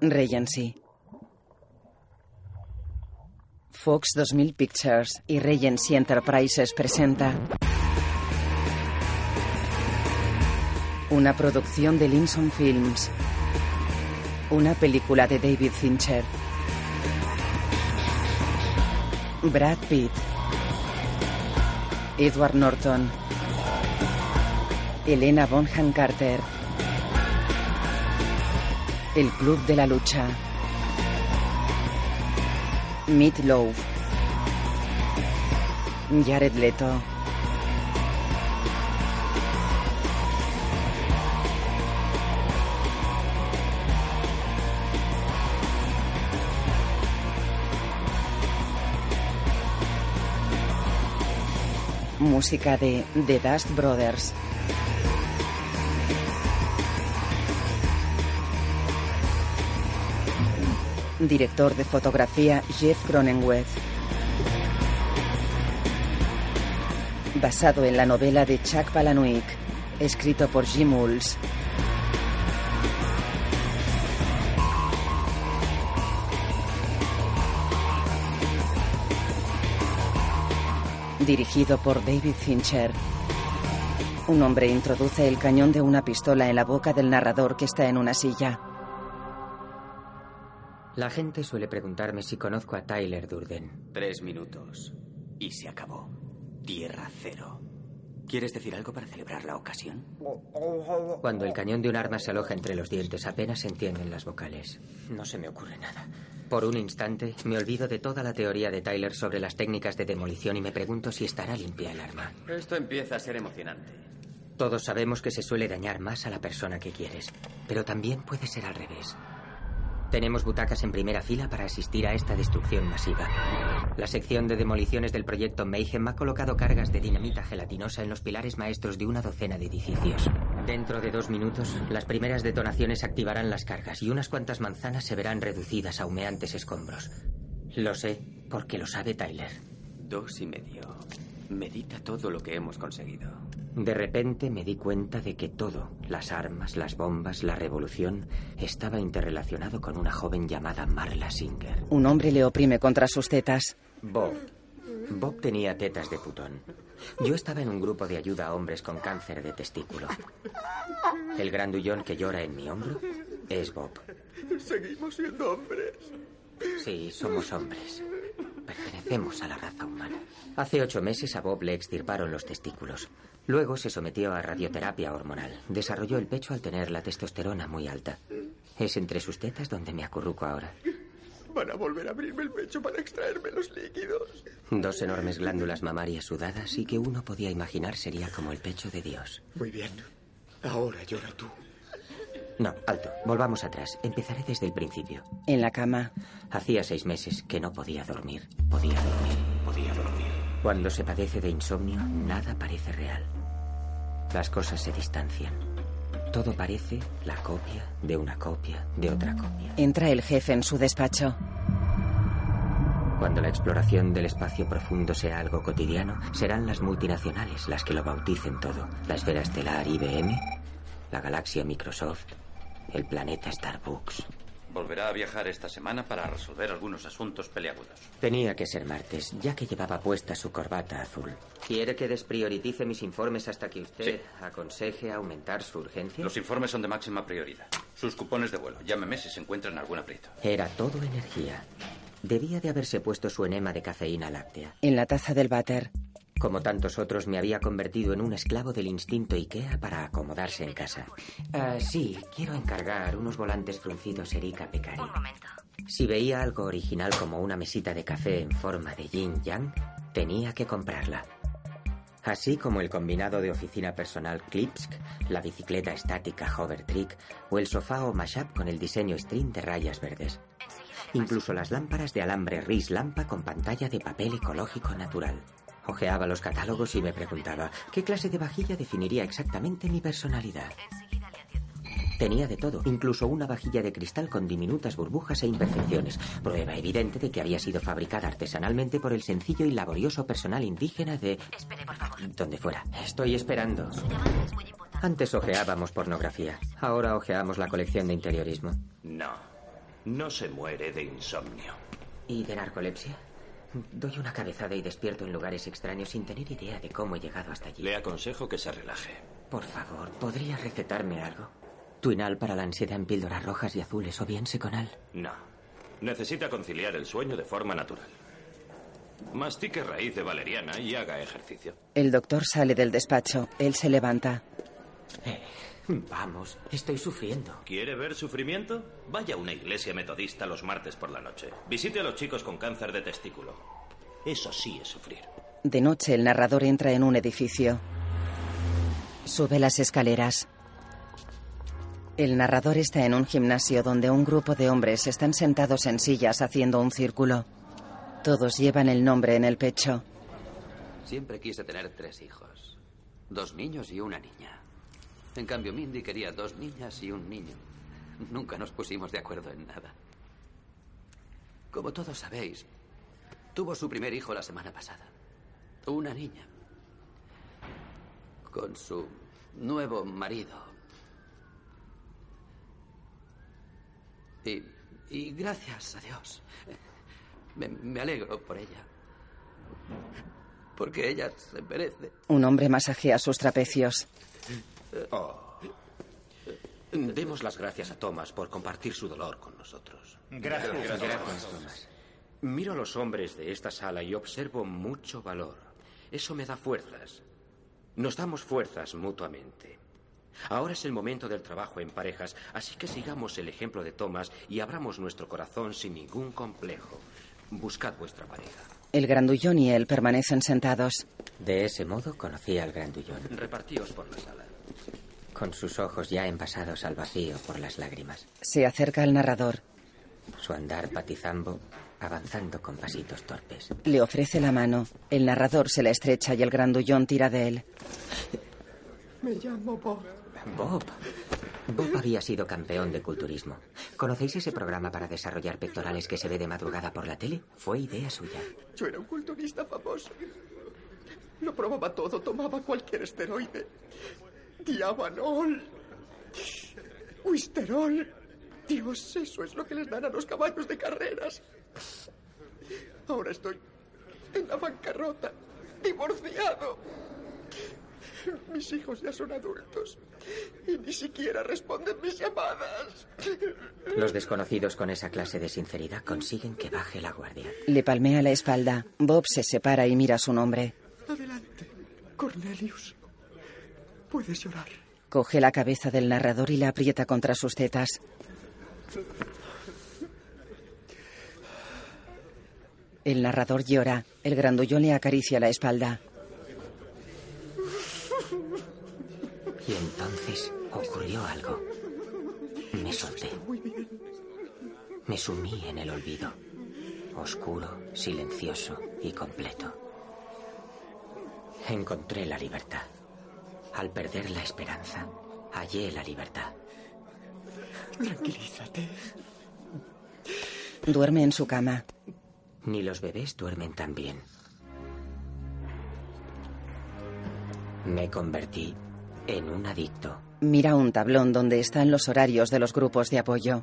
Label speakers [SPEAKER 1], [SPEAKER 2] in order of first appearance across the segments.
[SPEAKER 1] Regency. Fox 2000 Pictures y Regency Enterprises presenta una producción de Linson Films, una película de David Fincher, Brad Pitt, Edward Norton, Elena Bonham Carter, El Club de la Lucha, Meat Loaf, Jared Leto. Música de The Dust Brothers. Director de fotografía Jeff Cronenweth. Basado en la novela de Chuck Palahniuk, escrito por Jim Ulls. Dirigido por David Fincher. Un hombre introduce el cañón de una pistola en la boca del narrador que está en una silla.
[SPEAKER 2] La gente suele preguntarme si conozco a Tyler Durden.
[SPEAKER 3] Tres minutos. Y se acabó. Tierra cero. ¿Quieres decir algo para celebrar la ocasión?
[SPEAKER 2] Oh. Cuando el cañón de un arma se aloja entre los dientes, apenas se entienden las vocales. No se me ocurre nada. Por un instante, me olvido de toda la teoría de Tyler sobre las técnicas de demolición y me pregunto si estará limpia el arma.
[SPEAKER 3] Esto empieza a ser emocionante.
[SPEAKER 2] Todos sabemos que se suele dañar más a la persona que quieres, pero también puede ser al revés. Tenemos butacas en primera fila para asistir a esta destrucción masiva. La sección de demoliciones del proyecto Mayhem ha colocado cargas de dinamita gelatinosa en los pilares maestros de una docena de edificios. Dentro de dos minutos, las primeras detonaciones activarán las cargas y unas cuantas manzanas se verán reducidas a humeantes escombros. Lo sé, porque lo sabe Tyler.
[SPEAKER 3] Dos y medio. Medita todo lo que hemos conseguido.
[SPEAKER 2] De repente me di cuenta de que todo, las armas, las bombas, la revolución, estaba interrelacionado con una joven llamada Marla Singer.
[SPEAKER 1] Un hombre le oprime contra sus tetas.
[SPEAKER 2] Bob. Bob tenía tetas de putón. Yo estaba en un grupo de ayuda a hombres con cáncer de testículo. El grandullón que llora en mi hombro es Bob.
[SPEAKER 4] Seguimos siendo hombres.
[SPEAKER 2] Sí, somos hombres. Pertenecemos a la raza humana. Hace ocho meses a Bob le extirparon los testículos. Luego se sometió a radioterapia hormonal. Desarrolló el pecho al tener la testosterona muy alta. Es entre sus tetas donde me acurruco ahora.
[SPEAKER 4] Van a volver a abrirme el pecho para extraerme los líquidos.
[SPEAKER 2] Dos enormes glándulas mamarias sudadas y que uno podía imaginar sería como el pecho de Dios.
[SPEAKER 4] Muy bien. Ahora llora tú.
[SPEAKER 2] No, alto. Volvamos atrás. Empezaré desde el principio.
[SPEAKER 1] En la cama.
[SPEAKER 2] Hacía seis meses que no podía dormir. Podía dormir. Podía dormir. Cuando se padece de insomnio, nada parece real. Las cosas se distancian. Todo parece la copia de una copia de otra copia.
[SPEAKER 1] Entra el jefe en su despacho.
[SPEAKER 2] Cuando la exploración del espacio profundo sea algo cotidiano, serán las multinacionales las que lo bauticen todo. La esfera estelar IBM, la galaxia Microsoft, el planeta Starbucks.
[SPEAKER 3] Volverá a viajar esta semana para resolver algunos asuntos peleagudos.
[SPEAKER 2] Tenía que ser martes, ya que llevaba puesta su corbata azul. ¿Quiere que desprioritice mis informes hasta que usted
[SPEAKER 3] Sí.
[SPEAKER 2] aconseje aumentar su urgencia?
[SPEAKER 3] Los informes son de máxima prioridad. Sus cupones de vuelo. Llámeme si se encuentran algún aprieto.
[SPEAKER 2] Era todo energía. Debía de haberse puesto su enema de cafeína láctea.
[SPEAKER 1] En la taza del váter.
[SPEAKER 2] Como tantos otros, me había convertido en un esclavo del instinto IKEA para acomodarse en casa. Ah, sí, quiero encargar unos volantes fruncidos Erika Pecari.
[SPEAKER 5] Un momento.
[SPEAKER 2] Si veía algo original como una mesita de café en forma de yin yang, tenía que comprarla. Así como el combinado de oficina personal Klipsk, la bicicleta estática Hover Trick o el sofá o mashup con el diseño string de rayas verdes.
[SPEAKER 5] Enseguida le paso.
[SPEAKER 2] Incluso las lámparas de alambre RIS Lampa con pantalla de papel ecológico natural. Ojeaba los catálogos y me preguntaba qué clase de vajilla definiría exactamente mi personalidad.
[SPEAKER 5] Enseguida le atiendo.
[SPEAKER 2] Tenía de todo, incluso una vajilla de cristal con diminutas burbujas e imperfecciones, prueba evidente de que había sido fabricada artesanalmente por el sencillo y laborioso personal indígena de...
[SPEAKER 5] Espere, por favor.
[SPEAKER 2] donde fuera. Estoy esperando.
[SPEAKER 5] El tema es muy importante.
[SPEAKER 2] Antes ojeábamos pornografía, ahora ojeamos la colección de interiorismo.
[SPEAKER 3] No.
[SPEAKER 6] No se muere de insomnio.
[SPEAKER 2] ¿Y de narcolepsia? Doy una cabezada y despierto en lugares extraños sin tener idea de cómo he llegado hasta allí.
[SPEAKER 6] Le aconsejo que se relaje.
[SPEAKER 2] Por favor, ¿podrías recetarme algo? Tuinal para la ansiedad en píldoras rojas y azules o bien seconal.
[SPEAKER 6] No. Necesita conciliar el sueño de forma natural. Mastique raíz de valeriana y haga ejercicio.
[SPEAKER 1] El doctor sale del despacho. Él se levanta.
[SPEAKER 2] Eh, vamos, estoy sufriendo.
[SPEAKER 6] ¿Quiere ver sufrimiento? Vaya a una iglesia metodista los martes por la noche. Visite a los chicos con cáncer de testículo. Eso sí es sufrir.
[SPEAKER 1] De noche el narrador entra en un edificio. Sube las escaleras. El narrador está en un gimnasio donde un grupo de hombres están sentados en sillas haciendo un círculo. Todos llevan el nombre en el pecho.
[SPEAKER 3] Siempre quise tener tres hijos. Dos niños y una niña. En cambio, Mindy quería dos niñas y un niño. Nunca nos pusimos de acuerdo en nada. Como todos sabéis, tuvo su primer hijo la semana pasada. Una niña. Con su nuevo marido. Y, y gracias a Dios. Me, me alegro por ella. Porque ella se merece.
[SPEAKER 1] Un hombre masajea sus trapecios.
[SPEAKER 7] Oh. Demos las gracias a Thomas por compartir su dolor con nosotros.
[SPEAKER 8] Gracias.
[SPEAKER 2] Gracias, Thomas.
[SPEAKER 7] Miro a los hombres de esta sala y observo mucho valor. Eso me da fuerzas. Nos damos fuerzas mutuamente. Ahora es el momento del trabajo en parejas, así que sigamos el ejemplo de Thomas y abramos nuestro corazón sin ningún complejo. Buscad vuestra pareja.
[SPEAKER 1] El grandullón y él permanecen sentados.
[SPEAKER 2] De ese modo conocí al grandullón,
[SPEAKER 7] Repartíos por la sala.
[SPEAKER 2] con sus ojos ya envasados al vacío por las lágrimas.
[SPEAKER 1] Se acerca al narrador.
[SPEAKER 2] Su andar patizambo, avanzando con pasitos torpes.
[SPEAKER 1] Le ofrece la mano. El narrador se la estrecha y el grandullón tira de él.
[SPEAKER 4] Me llamo Bob.
[SPEAKER 2] Bob. Bob había sido campeón de culturismo. ¿Conocéis ese programa para desarrollar pectorales que se ve de madrugada por la tele? Fue idea suya.
[SPEAKER 4] Yo era un culturista famoso. Lo probaba todo, tomaba cualquier esteroide. Diabanol. Wisterol. Dios, eso es lo que les dan a los caballos de carreras. Ahora estoy en la bancarrota, divorciado. Mis hijos ya son adultos y ni siquiera responden mis llamadas.
[SPEAKER 2] Los desconocidos con esa clase de sinceridad consiguen que baje la guardia.
[SPEAKER 1] Le palmea la espalda. Bob se separa y mira su nombre.
[SPEAKER 4] Adelante, Cornelius. Puedes llorar.
[SPEAKER 1] Coge la cabeza del narrador y la aprieta contra sus tetas. El narrador llora. El grandullón le acaricia la espalda.
[SPEAKER 2] Y entonces ocurrió algo. Me solté. Me sumí en el olvido. Oscuro, silencioso y completo. Encontré la libertad. Al perder la esperanza, hallé la libertad.
[SPEAKER 4] Tranquilízate.
[SPEAKER 1] Duerme en su cama.
[SPEAKER 2] Ni los bebés duermen tan bien. Me convertí en un adicto.
[SPEAKER 1] Mira un tablón donde están los horarios de los grupos de apoyo.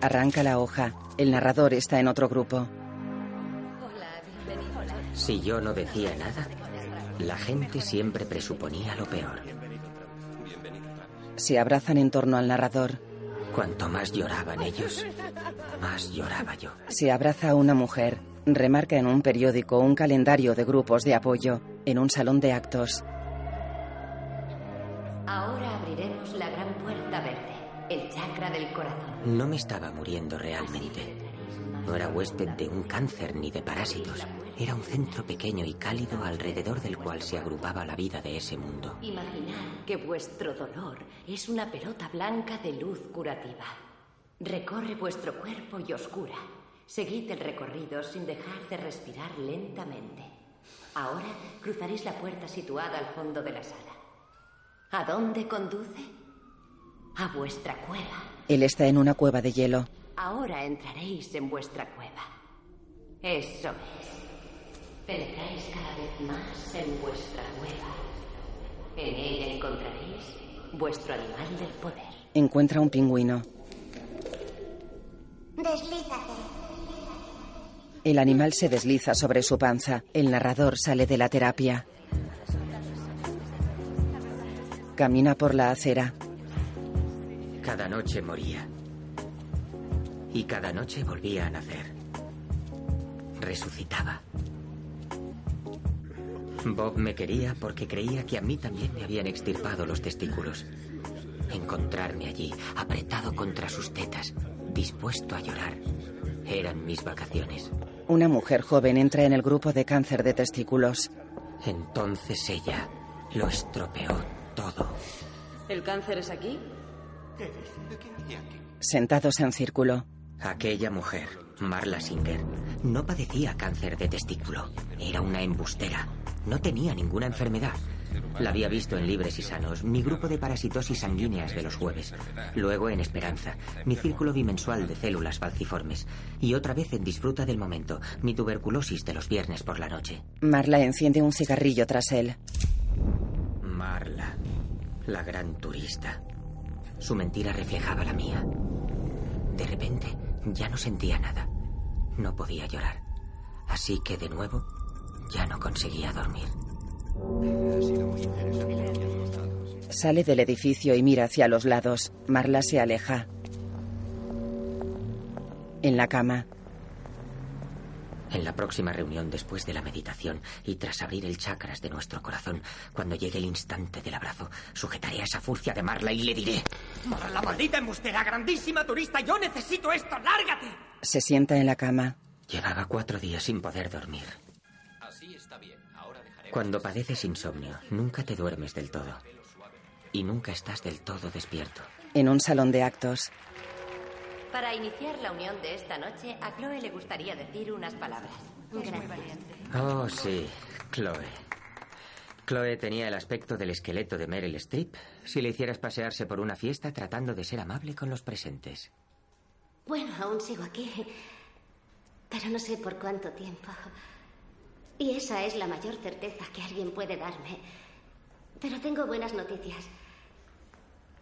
[SPEAKER 1] Arranca la hoja. El narrador está en otro grupo.
[SPEAKER 5] Hola, bienvenido. Hola.
[SPEAKER 2] Si yo no decía nada, la gente siempre presuponía lo peor.
[SPEAKER 1] Se abrazan en torno al narrador.
[SPEAKER 2] Cuanto más lloraban ellos, más lloraba yo.
[SPEAKER 1] Se abraza a una mujer. Remarca en un periódico un calendario de grupos de apoyo en un salón de actos.
[SPEAKER 5] Ahora abriremos la gran puerta verde, el chakra del corazón.
[SPEAKER 2] No me estaba muriendo realmente. No era huésped de un cáncer ni de parásitos. Era un centro pequeño y cálido alrededor del cual se agrupaba la vida de ese mundo.
[SPEAKER 5] Imaginad que vuestro dolor es una pelota blanca de luz curativa. Recorre vuestro cuerpo y os cura. Seguid el recorrido sin dejar de respirar lentamente. Ahora cruzaréis la puerta situada al fondo de la sala. ¿A dónde conduce? A vuestra cueva.
[SPEAKER 1] Él está en una cueva de hielo.
[SPEAKER 5] Ahora entraréis en vuestra cueva. Eso es. Penetráis cada vez más en vuestra cueva. En ella encontraréis vuestro animal del poder.
[SPEAKER 1] Encuentra un pingüino.
[SPEAKER 8] Deslízate.
[SPEAKER 1] El animal se desliza sobre su panza. El narrador sale de la terapia. Camina por la acera.
[SPEAKER 2] Cada noche moría. Y cada noche volvía a nacer. Resucitaba. Bob me quería porque creía que a mí también me habían extirpado los testículos. Encontrarme allí, apretado contra sus tetas, dispuesto a llorar. Eran mis vacaciones.
[SPEAKER 1] Una mujer joven entra en el grupo de cáncer de testículos.
[SPEAKER 2] Entonces ella lo estropeó todo.
[SPEAKER 9] ¿El cáncer es aquí?
[SPEAKER 1] Sentados en círculo.
[SPEAKER 2] Aquella mujer, Marla Singer, no padecía cáncer de testículo. Era una embustera. No tenía ninguna enfermedad. La había visto en Libres y Sanos, mi grupo de parasitosis sanguíneas de los jueves, luego en Esperanza, mi círculo bimensual de células falciformes, y otra vez en Disfruta del Momento, mi tuberculosis de los viernes por la noche.
[SPEAKER 1] Marla enciende un cigarrillo tras él.
[SPEAKER 2] Marla, la gran turista. Su mentira reflejaba la mía. De repente, ya no sentía nada. No podía llorar. Así que, de nuevo, ya no conseguía dormir.
[SPEAKER 1] Sale del edificio y mira hacia los lados. Marla se aleja. En la cama.
[SPEAKER 2] En la próxima reunión después de la meditación y tras abrir el chakras de nuestro corazón, cuando llegue el instante del abrazo, sujetaré a esa furcia de Marla y le diré...
[SPEAKER 10] Marla, maldita embustera, grandísima turista, yo necesito esto, lárgate.
[SPEAKER 1] Se sienta en la cama.
[SPEAKER 2] Llevaba cuatro días sin poder dormir.
[SPEAKER 3] Así está bien. Ahora dejaremos...
[SPEAKER 2] Cuando padeces insomnio, nunca te duermes del todo. Y nunca estás del todo despierto.
[SPEAKER 1] En un salón de actos.
[SPEAKER 5] Para iniciar la unión de esta noche, a Chloe le gustaría decir unas palabras. Gracias.
[SPEAKER 2] Oh, sí, Chloe. Chloe tenía el aspecto del esqueleto de Meryl Streep si le hicieras pasearse por una fiesta tratando de ser amable con los presentes.
[SPEAKER 8] Bueno, aún sigo aquí. Pero no sé por cuánto tiempo. Y esa es la mayor certeza que alguien puede darme. Pero tengo buenas noticias.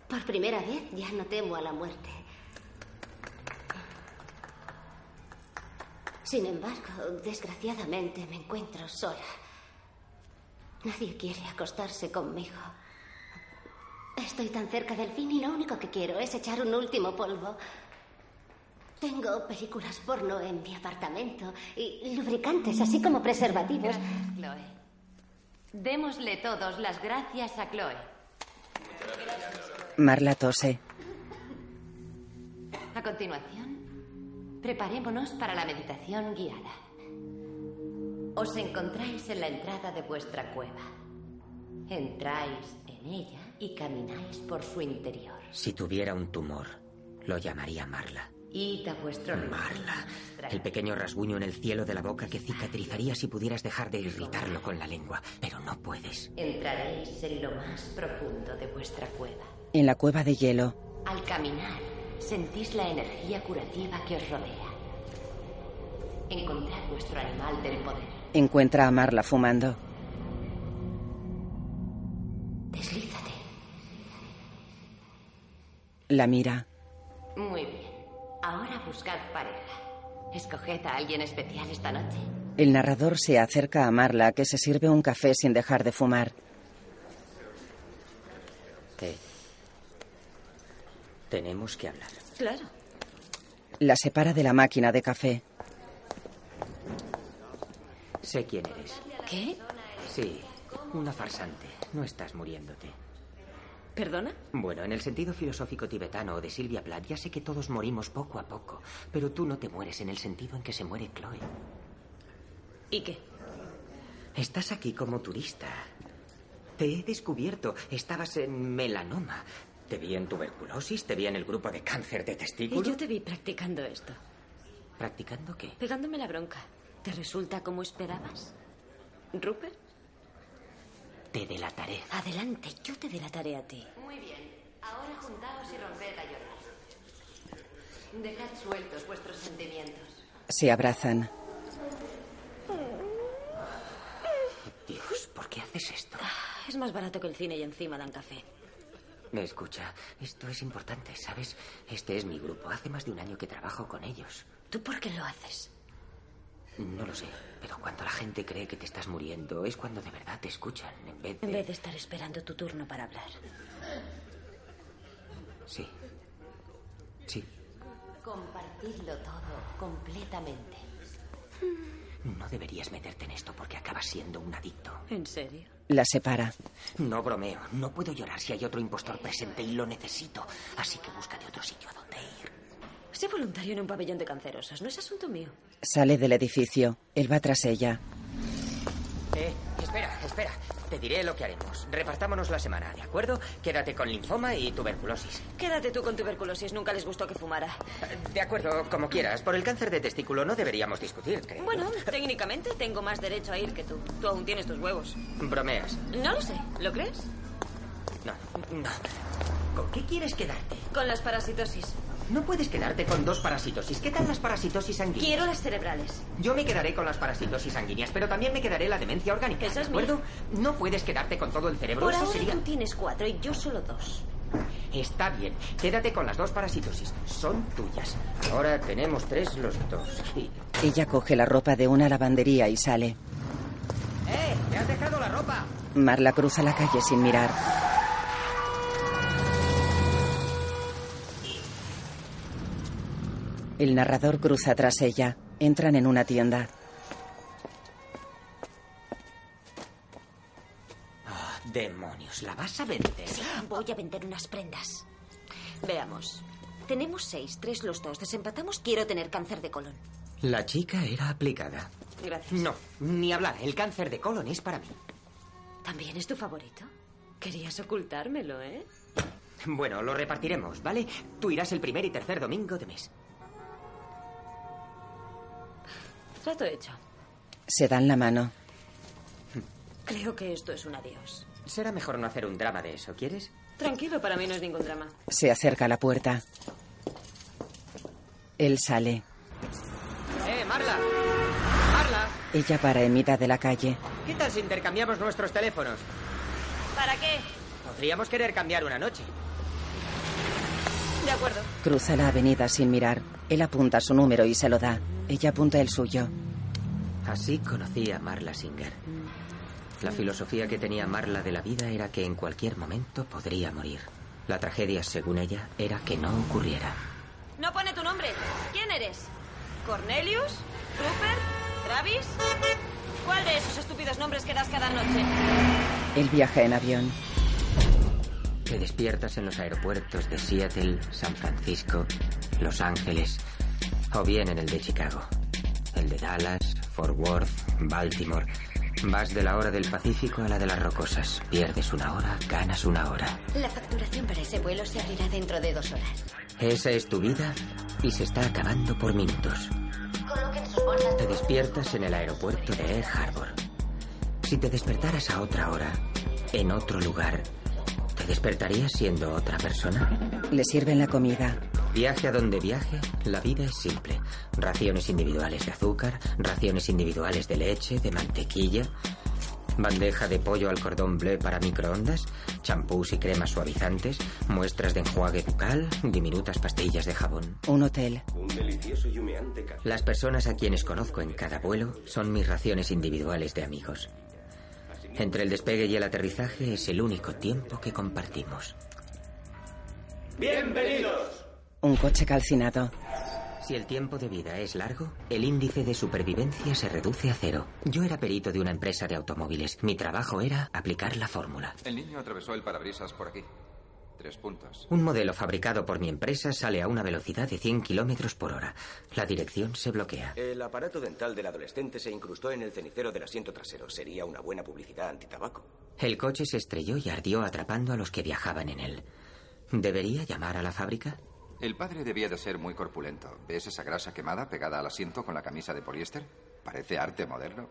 [SPEAKER 8] Por primera vez ya no temo a la muerte. Sin embargo, desgraciadamente me encuentro sola. Nadie quiere acostarse conmigo. Estoy tan cerca del fin y lo único que quiero es echar un último polvo. Tengo películas porno en mi apartamento y lubricantes, así como preservativos.
[SPEAKER 5] Gracias, Chloe. Démosle todos las gracias a Chloe.
[SPEAKER 1] Marla tose.
[SPEAKER 5] A continuación, preparémonos para la meditación guiada. Os encontráis en la entrada de vuestra cueva. Entráis en ella y camináis por su interior.
[SPEAKER 2] Si tuviera un tumor, lo llamaría Marla.
[SPEAKER 5] Id a vuestro lugar.
[SPEAKER 2] Marla. El pequeño rasguño en el cielo de la boca que cicatrizaría si pudieras dejar de irritarlo con la lengua, pero no puedes.
[SPEAKER 5] Entraréis en lo más profundo de vuestra cueva.
[SPEAKER 1] En la cueva de hielo.
[SPEAKER 5] Al caminar, sentís la energía curativa que os rodea. Encontrad vuestro animal del poder.
[SPEAKER 1] Encuentra a Marla fumando.
[SPEAKER 5] Deslízate.
[SPEAKER 1] La mira.
[SPEAKER 5] Muy bien. Ahora buscad pareja. Escoged a alguien especial esta noche.
[SPEAKER 1] El narrador se acerca a Marla que se sirve un café sin dejar de fumar.
[SPEAKER 2] Te... Tenemos que hablar.
[SPEAKER 9] Claro.
[SPEAKER 1] La separa de la máquina de café.
[SPEAKER 2] Sé quién eres.
[SPEAKER 9] ¿Qué?
[SPEAKER 2] Sí, una farsante. No estás muriéndote.
[SPEAKER 9] ¿Perdona?
[SPEAKER 2] Bueno, en el sentido filosófico tibetano o de Silvia Plath, ya sé que todos morimos poco a poco, pero tú no te mueres en el sentido en que se muere Chloe.
[SPEAKER 9] ¿Y qué?
[SPEAKER 2] Estás aquí como turista. Te he descubierto. Estabas en melanoma. Te vi en tuberculosis, te vi en el grupo de cáncer de
[SPEAKER 9] Y
[SPEAKER 2] testículo.
[SPEAKER 9] yo te vi practicando esto,
[SPEAKER 2] ¿Practicando qué?
[SPEAKER 9] pegándome la bronca. ¿Te resulta como esperabas? Rupert,
[SPEAKER 2] Te delataré.
[SPEAKER 9] adelante, yo te delataré a ti.
[SPEAKER 5] Muy bien. Ahora juntaos y romped a llorar. Dejad sueltos vuestros sentimientos.
[SPEAKER 1] Se abrazan.
[SPEAKER 2] Dios, ¿por qué haces esto?
[SPEAKER 9] Ah, Es más barato que el cine y encima dan café.
[SPEAKER 2] Me escucha. Esto es importante, ¿sabes? Este es mi grupo. Hace más de un año que trabajo con ellos.
[SPEAKER 9] ¿Tú por qué lo haces?
[SPEAKER 2] No lo sé, pero cuando la gente cree que te estás muriendo es cuando de verdad te escuchan, en vez de...
[SPEAKER 9] En vez de estar esperando tu turno para hablar.
[SPEAKER 2] Sí. Sí.
[SPEAKER 5] Compartidlo todo completamente.
[SPEAKER 2] No deberías meterte en esto porque acabas siendo un adicto.
[SPEAKER 9] ¿En serio?
[SPEAKER 1] La separa.
[SPEAKER 2] No bromeo. No puedo llorar si hay otro impostor presente y lo necesito. Así que búscate otro sitio a donde ir.
[SPEAKER 9] Sé voluntario en un pabellón de cancerosos. No es asunto mío.
[SPEAKER 1] Sale del edificio. Él va tras ella.
[SPEAKER 2] Eh, espera, espera. Te diré lo que haremos. Repartámonos la semana, ¿de acuerdo? Quédate con linfoma y tuberculosis.
[SPEAKER 9] Quédate tú con tuberculosis. Nunca les gustó que fumara.
[SPEAKER 2] De acuerdo, como quieras. Por el cáncer de testículo no deberíamos discutir, creo.
[SPEAKER 9] Bueno, técnicamente tengo más derecho a ir que tú. Tú aún tienes tus huevos.
[SPEAKER 2] Bromeas.
[SPEAKER 9] No lo sé. ¿Lo crees?
[SPEAKER 2] No, no. ¿Con qué quieres quedarte?
[SPEAKER 9] Con las parasitosis.
[SPEAKER 2] No puedes quedarte con dos parasitosis. ¿Qué tal las parasitosis sanguíneas?
[SPEAKER 9] Quiero las cerebrales.
[SPEAKER 2] Yo me quedaré con las parasitosis sanguíneas, pero también me quedaré la demencia orgánica.
[SPEAKER 9] Esa es
[SPEAKER 2] ¿De acuerdo? No puedes quedarte con todo el cerebro.
[SPEAKER 9] Por
[SPEAKER 2] Eso
[SPEAKER 9] ahora
[SPEAKER 2] sería.
[SPEAKER 9] tú tienes cuatro y yo solo dos.
[SPEAKER 2] Está bien. Quédate con las dos parasitosis. Son tuyas. Ahora tenemos tres los dos. Y-
[SPEAKER 1] Ella coge la ropa de una lavandería y sale.
[SPEAKER 2] ¡Eh! ¡Me has dejado la ropa!
[SPEAKER 1] Marla cruza la calle sin mirar. El narrador cruza tras ella. Entran en una tienda.
[SPEAKER 2] Ah, demonios, ¿la vas a vender?
[SPEAKER 9] Sí, voy a vender unas prendas. Veamos. Tenemos seis, tres los dos. Desempatamos, quiero tener cáncer de colon.
[SPEAKER 2] La chica era aplicada.
[SPEAKER 9] Gracias.
[SPEAKER 2] No, ni hablar. El cáncer de colon es para mí.
[SPEAKER 9] ¿También es tu favorito? Querías ocultármelo, ¿eh?
[SPEAKER 2] Bueno, lo repartiremos, ¿vale? Tú irás el primer y tercer domingo de mes.
[SPEAKER 9] Trato hecho.
[SPEAKER 1] Se dan la mano.
[SPEAKER 9] Creo que esto es un adiós.
[SPEAKER 2] Será mejor no hacer un drama de eso, ¿quieres?
[SPEAKER 9] Tranquilo, para mí no es ningún drama.
[SPEAKER 1] Se acerca a la puerta. Él sale.
[SPEAKER 2] ¡Eh, Marla! ¡Marla!
[SPEAKER 1] Ella para en mitad de la calle.
[SPEAKER 2] ¿Qué tal si intercambiamos nuestros teléfonos?
[SPEAKER 9] ¿Para qué?
[SPEAKER 2] Podríamos querer cambiar una noche.
[SPEAKER 9] De acuerdo.
[SPEAKER 1] Cruza la avenida sin mirar. Él apunta su número y se lo da. Ella apunta el suyo.
[SPEAKER 2] Así conocí a Marla Singer. La
[SPEAKER 9] Mm.
[SPEAKER 2] filosofía que tenía Marla de la vida era que en cualquier momento podría morir. La tragedia, según ella, era que no ocurriera.
[SPEAKER 9] No pone tu nombre. ¿Quién eres? ¿Cornelius? ¿Rupert? ¿Travis? ¿Cuál de esos estúpidos nombres que das cada noche?
[SPEAKER 1] Él viaja en avión.
[SPEAKER 2] Te despiertas en los aeropuertos de Seattle, San Francisco, Los Ángeles, o bien en el de Chicago, el de Dallas, Fort Worth, Baltimore. Vas de la hora del Pacífico a la de las Rocosas. Pierdes una hora, ganas una hora.
[SPEAKER 8] La facturación para ese vuelo se abrirá dentro de dos horas.
[SPEAKER 2] Esa es tu vida y se está acabando por minutos.
[SPEAKER 8] Coloquen sus bolsas.
[SPEAKER 2] Te despiertas en el aeropuerto de Egg Harbor. Si te despertaras a otra hora, en otro lugar, ¿te despertarías siendo otra persona?
[SPEAKER 1] Le sirven la comida.
[SPEAKER 2] Viaje a donde viaje, la vida es simple. Raciones individuales de azúcar, raciones individuales de leche, de mantequilla, bandeja de pollo al cordón bleu para microondas, champús y cremas suavizantes, muestras de enjuague bucal, diminutas pastillas de jabón.
[SPEAKER 1] Un hotel.
[SPEAKER 11] Un delicioso y humeante café.
[SPEAKER 2] Las personas a quienes conozco en cada vuelo son mis raciones individuales de amigos. Entre el despegue y el aterrizaje es el único tiempo que compartimos.
[SPEAKER 11] ¡Bienvenidos!
[SPEAKER 1] Un coche calcinado.
[SPEAKER 2] Si el tiempo de vida es largo, el índice de supervivencia se reduce a cero. Yo era perito de una empresa de automóviles. Mi trabajo era aplicar la fórmula.
[SPEAKER 3] El niño atravesó el parabrisas por aquí. Tres puntos.
[SPEAKER 2] Un modelo fabricado por mi empresa sale a una velocidad de 100 kilómetros por hora. La dirección se bloquea.
[SPEAKER 11] El aparato dental del adolescente se incrustó en el cenicero del asiento trasero. Sería una buena publicidad antitabaco.
[SPEAKER 2] El coche se estrelló y ardió atrapando a los que viajaban en él. ¿Debería llamar a la fábrica?
[SPEAKER 3] El padre debía de ser muy corpulento. ¿Ves esa grasa quemada pegada al asiento con la camisa de poliéster? Parece arte moderno.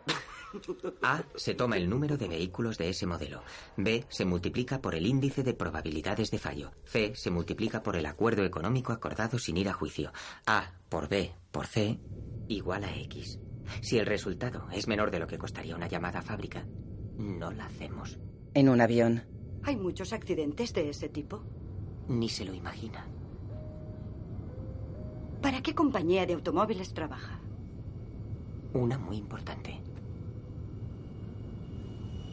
[SPEAKER 2] A. Se toma el número de vehículos de ese modelo. B. Se multiplica por el índice de probabilidades de fallo. C. Se multiplica por el acuerdo económico acordado sin ir a juicio. A por B por C igual a X. Si el resultado es menor de lo que costaría una llamada a fábrica, no la hacemos.
[SPEAKER 1] En un avión.
[SPEAKER 9] ¿Hay muchos accidentes de ese tipo?
[SPEAKER 2] Ni se lo imagina.
[SPEAKER 9] ¿Para qué compañía de automóviles trabaja?
[SPEAKER 2] Una muy importante.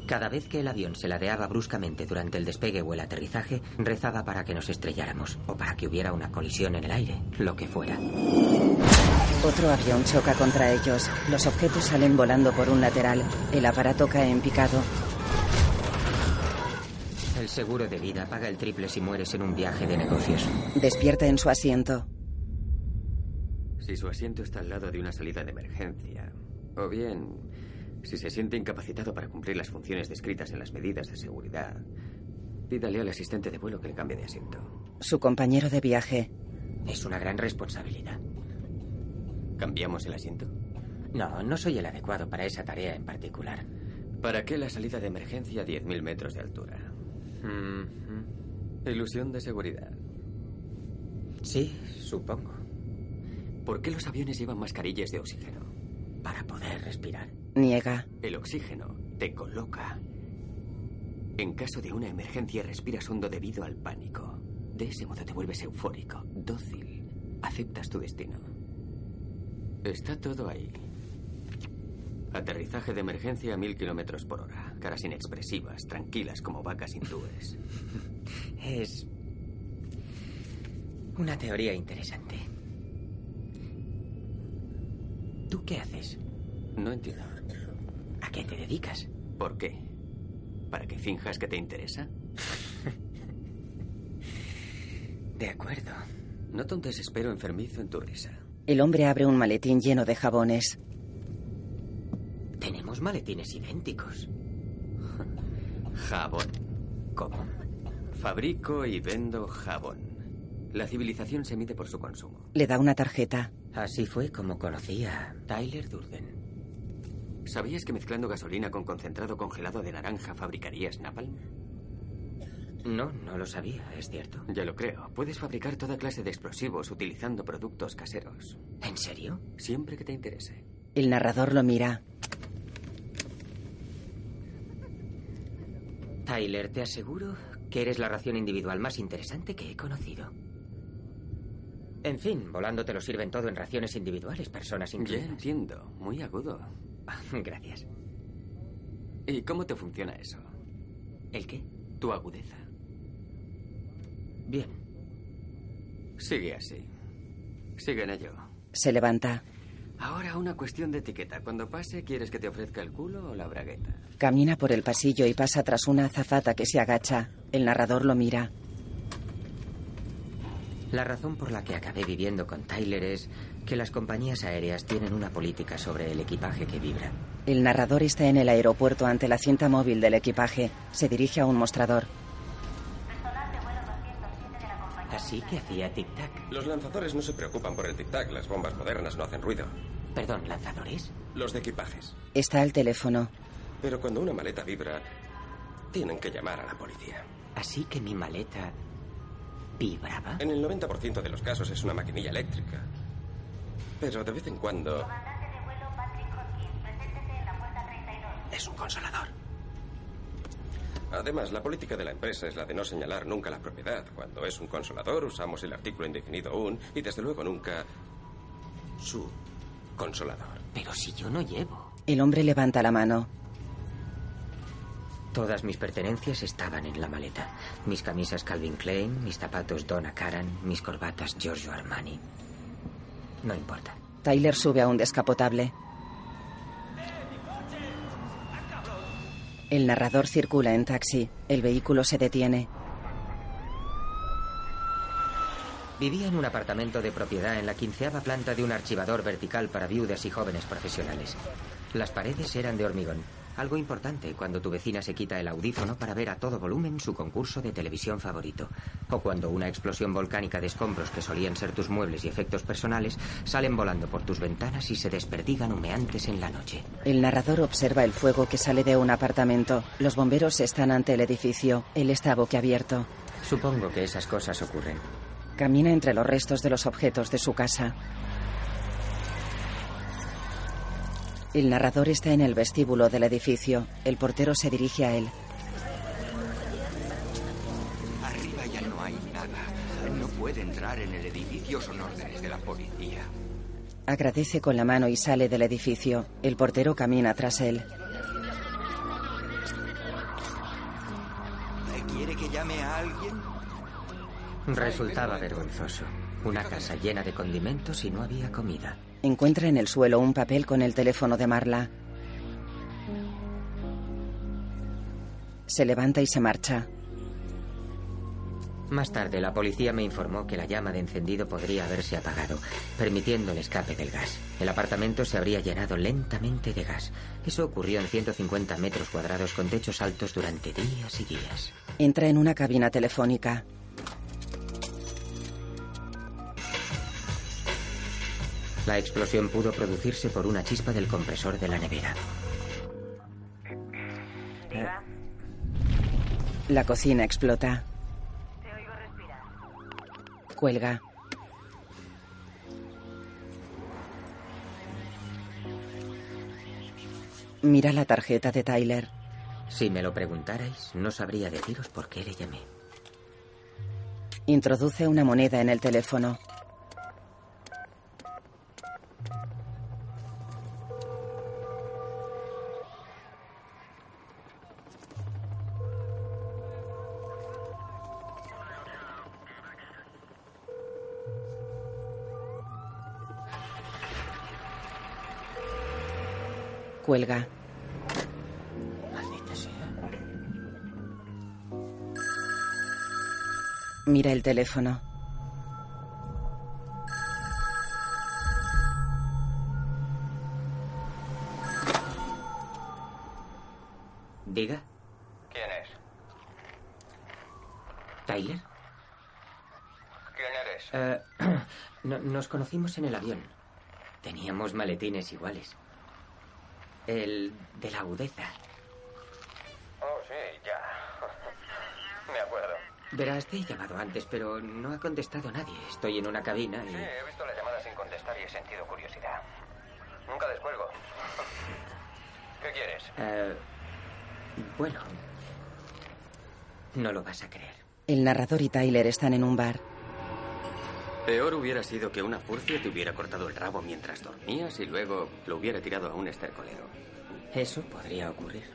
[SPEAKER 2] Cada vez que el avión se ladeaba bruscamente durante el despegue o el aterrizaje, rezaba para que nos estrelláramos o para que hubiera una colisión en el aire, lo que fuera.
[SPEAKER 1] Otro avión choca contra ellos. Los objetos salen volando por un lateral. El aparato cae en picado.
[SPEAKER 2] El seguro de vida paga el triple si mueres en un viaje de negocios.
[SPEAKER 1] Despierta en su asiento.
[SPEAKER 11] Si su asiento está al lado de una salida de emergencia, o bien si se siente incapacitado para cumplir las funciones descritas en las medidas de seguridad, pídale al asistente de vuelo que le cambie de asiento.
[SPEAKER 1] Su compañero de viaje.
[SPEAKER 2] Es una gran responsabilidad.
[SPEAKER 11] ¿Cambiamos el asiento?
[SPEAKER 2] No, no soy el adecuado para esa tarea en particular.
[SPEAKER 11] ¿Para qué la salida de emergencia a 10.000 metros de altura?
[SPEAKER 10] Mm-hmm.
[SPEAKER 11] Mm, ilusión de seguridad.
[SPEAKER 2] Sí, supongo.
[SPEAKER 11] ¿Por qué los aviones llevan mascarillas de oxígeno?
[SPEAKER 2] Para poder respirar.
[SPEAKER 1] Niega.
[SPEAKER 11] El oxígeno te coloca. En caso de una emergencia respiras hondo debido al pánico. De ese modo te vuelves eufórico, dócil. Aceptas tu destino. Está todo ahí. Aterrizaje de emergencia a mil kilómetros por hora. Caras inexpresivas, tranquilas como vacas hindúes.
[SPEAKER 2] Es una teoría interesante. ¿Tú qué haces?
[SPEAKER 11] No entiendo.
[SPEAKER 2] ¿A qué te dedicas?
[SPEAKER 11] ¿Por qué? ¿Para que finjas que te interesa?
[SPEAKER 2] de acuerdo.
[SPEAKER 11] Noto un desespero enfermizo en tu risa.
[SPEAKER 1] El hombre abre un maletín lleno de jabones.
[SPEAKER 2] Tenemos maletines idénticos.
[SPEAKER 11] Jabón.
[SPEAKER 2] ¿Cómo?
[SPEAKER 11] Fabrico y vendo jabón. La civilización se mide por su consumo.
[SPEAKER 1] Le da una tarjeta.
[SPEAKER 2] Así fue como conocí a Tyler Durden.
[SPEAKER 11] ¿Sabías que mezclando gasolina con concentrado congelado de naranja fabricarías napalm?
[SPEAKER 2] No, no lo sabía, es cierto.
[SPEAKER 11] Ya lo creo. Puedes fabricar toda clase de explosivos utilizando productos caseros.
[SPEAKER 2] ¿En serio?
[SPEAKER 11] Siempre que te interese.
[SPEAKER 1] El narrador lo mira.
[SPEAKER 2] Tyler, te aseguro que eres la ración individual más interesante que he conocido. En fin, volando te lo sirven todo en raciones individuales, personas incluidas.
[SPEAKER 11] Ya entiendo, muy agudo.
[SPEAKER 2] Gracias.
[SPEAKER 11] ¿Y cómo te funciona eso?
[SPEAKER 2] ¿El qué?
[SPEAKER 11] Tu agudeza.
[SPEAKER 2] Bien.
[SPEAKER 11] Sigue así. Sigue en ello.
[SPEAKER 1] Se levanta.
[SPEAKER 11] Ahora una cuestión de etiqueta. Cuando pase, ¿quieres que te ofrezca el culo o la bragueta?
[SPEAKER 1] Camina por el pasillo y pasa tras una azafata que se agacha. El narrador lo mira.
[SPEAKER 2] La razón por la que acabé viviendo con Tyler es que las compañías aéreas tienen una política sobre el equipaje que vibra.
[SPEAKER 1] El narrador está en el aeropuerto ante la cinta móvil del equipaje. Se dirige a un mostrador.
[SPEAKER 2] Así que hacía tic-tac.
[SPEAKER 3] Los lanzadores no se preocupan por el tic-tac. Las bombas modernas no hacen ruido.
[SPEAKER 2] Perdón, ¿lanzadores?
[SPEAKER 3] Los de equipajes.
[SPEAKER 1] Está el teléfono.
[SPEAKER 3] Pero cuando una maleta vibra, tienen que llamar a la policía.
[SPEAKER 2] Así que mi maleta vibraba.
[SPEAKER 3] En el 90% de los casos es una maquinilla eléctrica. Pero de vez en cuando...
[SPEAKER 12] Comandante de vuelo Patrick Hopkins, preséntese en la puerta 32.
[SPEAKER 3] Es un consolador. Además, la política de la empresa es la de no señalar nunca la propiedad. Cuando es un consolador, usamos el artículo indefinido un y desde luego nunca su consolador.
[SPEAKER 2] Pero si yo no llevo.
[SPEAKER 1] El hombre levanta la mano.
[SPEAKER 2] Todas mis pertenencias estaban en la maleta. Mis camisas Calvin Klein, mis zapatos Donna Karan, mis corbatas Giorgio Armani. No importa.
[SPEAKER 1] Tyler sube a un descapotable. El narrador circula en taxi. El vehículo se detiene.
[SPEAKER 2] Vivía en un apartamento de propiedad en la quinceava planta de un archivador vertical para viudas y jóvenes profesionales. Las paredes eran de hormigón, algo importante cuando tu vecina se quita el audífono para ver a todo volumen su concurso de televisión favorito, o cuando una explosión volcánica de escombros que solían ser tus muebles y efectos personales salen volando por tus ventanas y se desperdigan humeantes en la noche.
[SPEAKER 1] El narrador observa el fuego que sale de un apartamento. Los bomberos están ante el edificio. Él está boquiabierto.
[SPEAKER 2] Supongo que esas cosas ocurren.
[SPEAKER 1] Camina entre los restos de los objetos de su casa. El narrador está en el vestíbulo del edificio. El portero se dirige a él.
[SPEAKER 13] puede entrar en el edificio, son órdenes de la policía.
[SPEAKER 1] Agradece con la mano y sale del edificio. El portero camina tras él.
[SPEAKER 13] ¿Quiere que llame a alguien?
[SPEAKER 2] Resultaba vergonzoso. Una casa llena de condimentos y no había comida.
[SPEAKER 1] Encuentra en el suelo un papel con el teléfono de Marla. Se levanta y se marcha.
[SPEAKER 2] Más tarde, la policía me informó que la llama de encendido podría haberse apagado, permitiendo el escape del gas. El apartamento se habría llenado lentamente de gas. Eso ocurrió en 150 metros cuadrados con techos altos durante días y días.
[SPEAKER 1] Entra en una cabina telefónica.
[SPEAKER 2] La explosión pudo producirse por una chispa del compresor de la nevera.
[SPEAKER 1] La cocina explota. Cuelga. Mira la tarjeta de Tyler.
[SPEAKER 2] Si me lo preguntarais, no sabría deciros por qué le llamé.
[SPEAKER 1] Introduce una moneda en el teléfono. Cuelga. Mira el teléfono.
[SPEAKER 2] Diga,
[SPEAKER 14] ¿Quién es?
[SPEAKER 2] Tyler.
[SPEAKER 14] ¿Quién eres?
[SPEAKER 2] Eh, no- nos conocimos en el avión. Teníamos maletines iguales. El de la agudeza.
[SPEAKER 14] Oh, sí, ya. Me acuerdo.
[SPEAKER 2] Verás, te he llamado antes, pero no ha contestado nadie. Estoy en una cabina
[SPEAKER 14] Sí,
[SPEAKER 2] y...
[SPEAKER 14] he visto la llamada sin contestar y he sentido curiosidad. Nunca descuelgo. ¿Qué quieres?
[SPEAKER 2] eh, bueno, no lo vas a creer.
[SPEAKER 1] El narrador y Tyler están en un bar.
[SPEAKER 11] Peor hubiera sido que una furcia te hubiera cortado el rabo mientras dormías y luego lo hubiera tirado a un estercolero.
[SPEAKER 2] Eso podría ocurrir.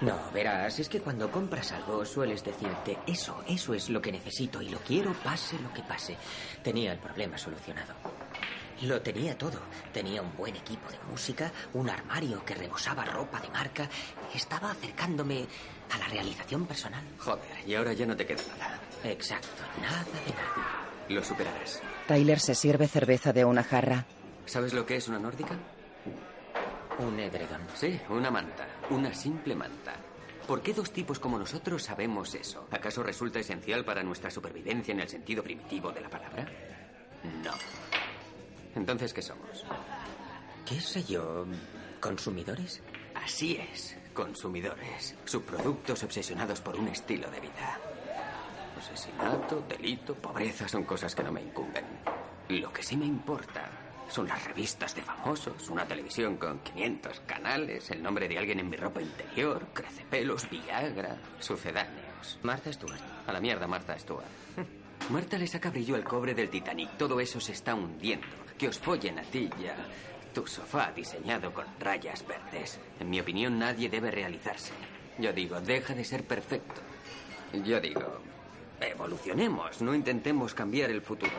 [SPEAKER 2] No, verás, es que cuando compras algo sueles decirte, eso, eso es lo que necesito y lo quiero pase lo que pase. Tenía el problema solucionado. Lo tenía todo. Tenía un buen equipo de música, un armario que rebosaba ropa de marca. Estaba acercándome a la realización personal.
[SPEAKER 11] Joder, y ahora ya no te queda nada.
[SPEAKER 2] Exacto, nada de nada.
[SPEAKER 11] Lo superarás.
[SPEAKER 1] Tyler se sirve cerveza de una jarra.
[SPEAKER 11] ¿Sabes lo que es una nórdica?
[SPEAKER 2] Un edredón.
[SPEAKER 11] Sí, una manta. Una simple manta. ¿Por qué dos tipos como nosotros sabemos eso? ¿Acaso resulta esencial para nuestra supervivencia en el sentido primitivo de la palabra? No. Entonces, ¿qué somos?
[SPEAKER 2] ¿Qué sé yo? ¿Consumidores?
[SPEAKER 11] Así es, consumidores. Subproductos obsesionados por un estilo de vida. Asesinato, delito, pobreza son cosas que no me incumben. Lo que sí me importa son las revistas de famosos, una televisión con 500 canales, el nombre de alguien en mi ropa interior, crecepelos, Viagra, sucedáneos.
[SPEAKER 2] Marta Stewart.
[SPEAKER 11] A la mierda, Marta Stewart. Marta le saca brillo al cobre del Titanic. Todo eso se está hundiendo. Que os follen a ti ya. Tu sofá diseñado con rayas verdes. En mi opinión, nadie debe realizarse. Yo digo, deja de ser perfecto. Yo digo, evolucionemos, no intentemos cambiar el futuro.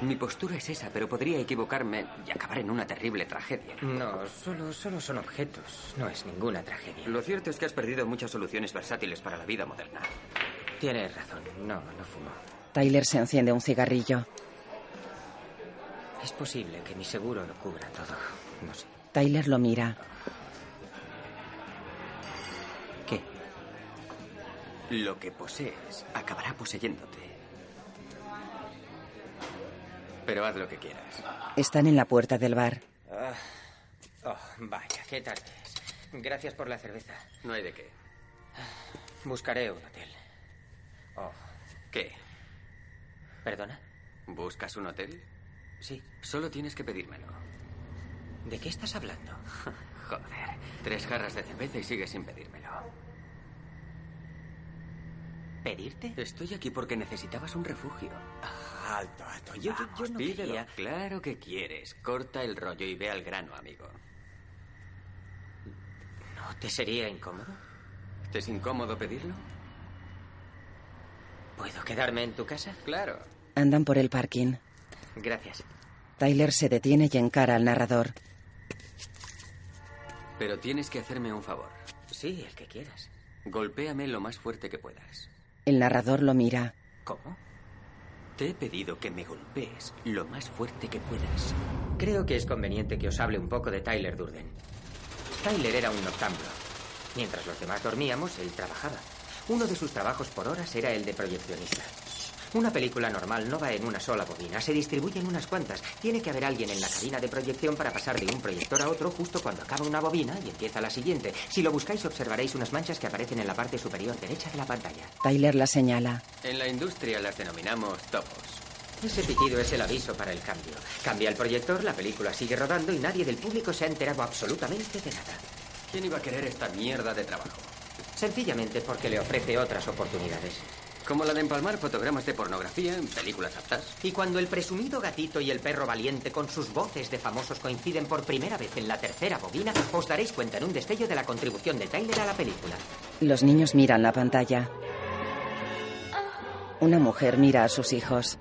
[SPEAKER 11] Mi postura es esa, pero podría equivocarme y acabar en una terrible tragedia.
[SPEAKER 2] No, solo, solo son objetos. No es ninguna tragedia.
[SPEAKER 11] Lo cierto es que has perdido muchas soluciones versátiles para la vida moderna.
[SPEAKER 2] Tienes razón. No, no fumo.
[SPEAKER 1] Tyler se enciende un cigarrillo.
[SPEAKER 2] Es posible que mi seguro lo cubra todo. No sé.
[SPEAKER 1] Tyler lo mira.
[SPEAKER 11] ¿Qué? Lo que posees acabará poseyéndote. Pero haz lo que quieras.
[SPEAKER 1] Están en la puerta del bar.
[SPEAKER 2] Ah. Oh, vaya, qué tarde es. Gracias por la cerveza.
[SPEAKER 11] No hay de qué.
[SPEAKER 2] Buscaré un hotel. Oh,
[SPEAKER 11] ¿Qué?
[SPEAKER 2] ¿perdona?
[SPEAKER 11] ¿Buscas un hotel?
[SPEAKER 2] Sí.
[SPEAKER 11] Solo tienes que pedírmelo.
[SPEAKER 2] ¿De qué estás hablando?
[SPEAKER 11] Joder. Tres jarras de cerveza y sigues sin pedírmelo.
[SPEAKER 2] ¿Pedirte?
[SPEAKER 11] Estoy aquí porque necesitabas un refugio.
[SPEAKER 2] Ah, alto, alto. Yo, yo- yo
[SPEAKER 11] Vamos,
[SPEAKER 2] no
[SPEAKER 11] pídelo.
[SPEAKER 2] quería-
[SPEAKER 11] Claro que quieres. Corta el rollo y ve al grano, amigo.
[SPEAKER 2] ¿No te sería incómodo?
[SPEAKER 11] ¿Te es incómodo pedirlo?
[SPEAKER 2] ¿Puedo quedarme en tu casa?
[SPEAKER 11] Claro.
[SPEAKER 1] Andan por el parking.
[SPEAKER 2] Gracias.
[SPEAKER 1] Tyler se detiene y encara al narrador.
[SPEAKER 11] Pero tienes que hacerme un favor.
[SPEAKER 2] Sí, el que quieras.
[SPEAKER 11] Golpéame lo más fuerte que puedas.
[SPEAKER 1] El narrador lo mira.
[SPEAKER 2] ¿Cómo?
[SPEAKER 11] Te he pedido que me golpees lo más fuerte que puedas.
[SPEAKER 2] Creo que es conveniente que os hable un poco de Tyler Durden. Tyler era un noctámbulo. Mientras los demás dormíamos, él trabajaba. Uno de sus trabajos por horas era el de proyeccionista. Una película normal no va en una sola bobina, se distribuye en unas cuantas. Tiene que haber alguien en la cabina de proyección para pasar de un proyector a otro justo cuando acaba una bobina y empieza la siguiente. Si lo buscáis observaréis unas manchas que aparecen en la parte superior derecha de la pantalla.
[SPEAKER 1] Tyler la señala.
[SPEAKER 11] En la industria las denominamos topos.
[SPEAKER 2] Ese pitido es el aviso para el cambio. Cambia el proyector, la película sigue rodando y nadie del público se ha enterado absolutamente de nada.
[SPEAKER 11] ¿Quién iba a querer esta mierda de trabajo?
[SPEAKER 2] Sencillamente porque le ofrece otras oportunidades.
[SPEAKER 11] Como la de empalmar fotogramas de pornografía en películas aptas.
[SPEAKER 2] Y cuando el presumido gatito y el perro valiente con sus voces de famosos coinciden por primera vez en la tercera bobina, os daréis cuenta en un destello de la contribución de Tyler a la película.
[SPEAKER 1] Los niños miran la pantalla. Una mujer mira a sus hijos.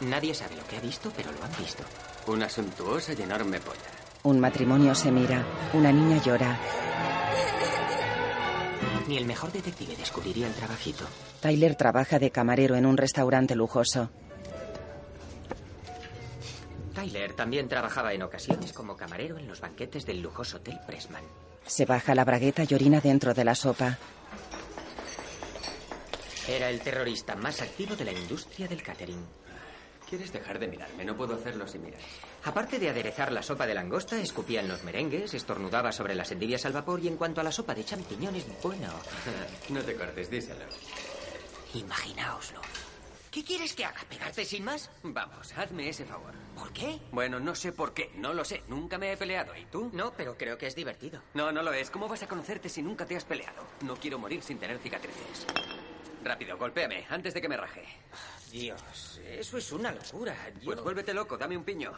[SPEAKER 2] Nadie sabe lo que ha visto, pero lo han visto.
[SPEAKER 11] Una suntuosa y enorme polla.
[SPEAKER 1] Un matrimonio se mira. Una niña llora.
[SPEAKER 2] Ni el mejor detective descubriría el trabajito.
[SPEAKER 1] Tyler trabaja de camarero en un restaurante lujoso.
[SPEAKER 2] Tyler también trabajaba en ocasiones como camarero en los banquetes del lujoso Hotel Pressman.
[SPEAKER 1] Se baja la bragueta y orina dentro de la sopa.
[SPEAKER 2] Era el terrorista más activo de la industria del catering.
[SPEAKER 11] ¿Quieres dejar de mirarme? No puedo hacerlo sin mirar.
[SPEAKER 2] Aparte de aderezar la sopa de langosta, escupía en los merengues, estornudaba sobre las endivias al vapor y en cuanto a la sopa de champiñones, bueno,
[SPEAKER 11] No te cortes, díselo.
[SPEAKER 2] imaginaoslo. ¿Qué quieres que haga? ¿Pegarte sin más?
[SPEAKER 11] Vamos, hazme ese favor.
[SPEAKER 2] ¿Por qué?
[SPEAKER 11] Bueno, no sé por qué, no lo sé. Nunca me he peleado. ¿Y tú?
[SPEAKER 2] No, pero creo que es divertido.
[SPEAKER 11] No, no lo es. ¿Cómo vas a conocerte si nunca te has peleado? No quiero morir sin tener cicatrices. Rápido, golpéame, antes de que me raje.
[SPEAKER 2] Dios, eso es una locura. Yo-
[SPEAKER 11] Pues vuélvete loco, dame un piño.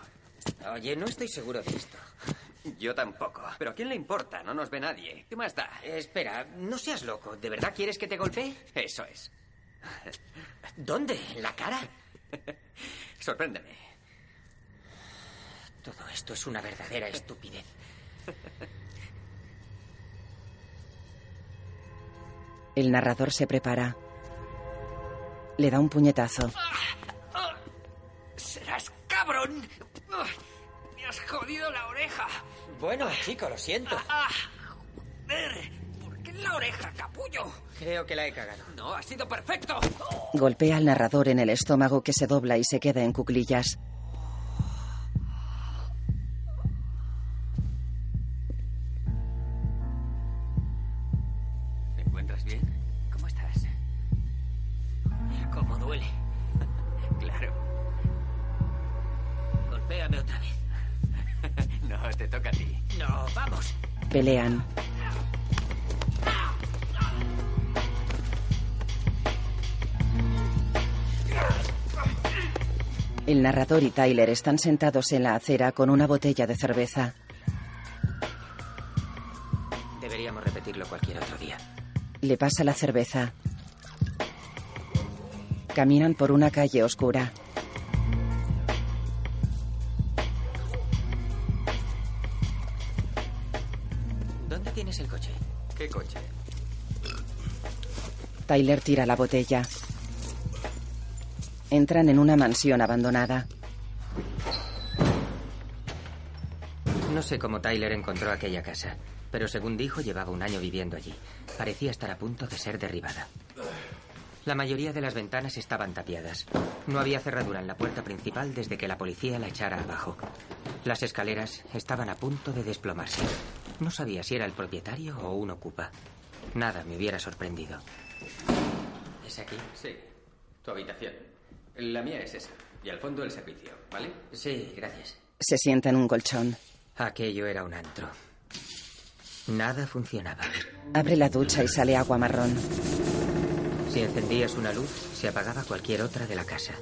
[SPEAKER 2] Oye, no estoy seguro de esto.
[SPEAKER 11] Yo tampoco. Pero ¿a quién le importa? No nos ve nadie. ¿Qué más da?
[SPEAKER 2] Eh, Espera, no seas loco. ¿De verdad quieres que te golpee?
[SPEAKER 11] Eso es.
[SPEAKER 2] ¿Dónde? ¿En la cara?
[SPEAKER 11] Sorpréndeme.
[SPEAKER 2] Todo esto es una verdadera estupidez.
[SPEAKER 1] El narrador se prepara. Le da un puñetazo.
[SPEAKER 10] Ah, ¡Serás cabrón! Ah, ¡Me has jodido la oreja!
[SPEAKER 2] Bueno, chico, lo siento.
[SPEAKER 10] ¡Ah! ¡Joder! ¿Por qué en la oreja, capullo?
[SPEAKER 2] Creo que la he cagado.
[SPEAKER 10] No, ha sido perfecto.
[SPEAKER 1] Golpea al narrador en el estómago que se dobla y se queda en cuclillas.
[SPEAKER 11] ¿Te encuentras bien? ¿Cómo estás?
[SPEAKER 2] ¿Cómo duele?
[SPEAKER 11] Claro.
[SPEAKER 2] Golpéame otra vez.
[SPEAKER 11] No, te toca a ti.
[SPEAKER 2] No, vamos.
[SPEAKER 1] Pelean. El narrador y Tyler están sentados en la acera con una botella de cerveza.
[SPEAKER 2] Deberíamos repetirlo cualquier otro día.
[SPEAKER 1] Le pasa la cerveza. Caminan por una calle oscura.
[SPEAKER 2] ¿Dónde tienes el coche?
[SPEAKER 11] ¿Qué coche?
[SPEAKER 1] Tyler tira la botella. Entran en una mansión abandonada.
[SPEAKER 2] No sé cómo Tyler encontró aquella casa, pero según dijo llevaba un año viviendo allí. Parecía estar a punto de ser derribada. La mayoría de las ventanas estaban tapiadas. No había cerradura en la puerta principal desde que la policía la echara abajo. Las escaleras estaban a punto de desplomarse. No sabía si era el propietario o un ocupa. Nada me hubiera sorprendido. ¿Es aquí?
[SPEAKER 11] Sí, tu habitación. La mía es esa. Y al fondo el servicio, ¿vale?
[SPEAKER 2] Sí, gracias.
[SPEAKER 1] Se sienta en un colchón.
[SPEAKER 2] Aquello era un antro. Nada funcionaba.
[SPEAKER 1] Abre la ducha y sale agua marrón.
[SPEAKER 2] Si encendías una luz, se apagaba cualquier otra de la casa.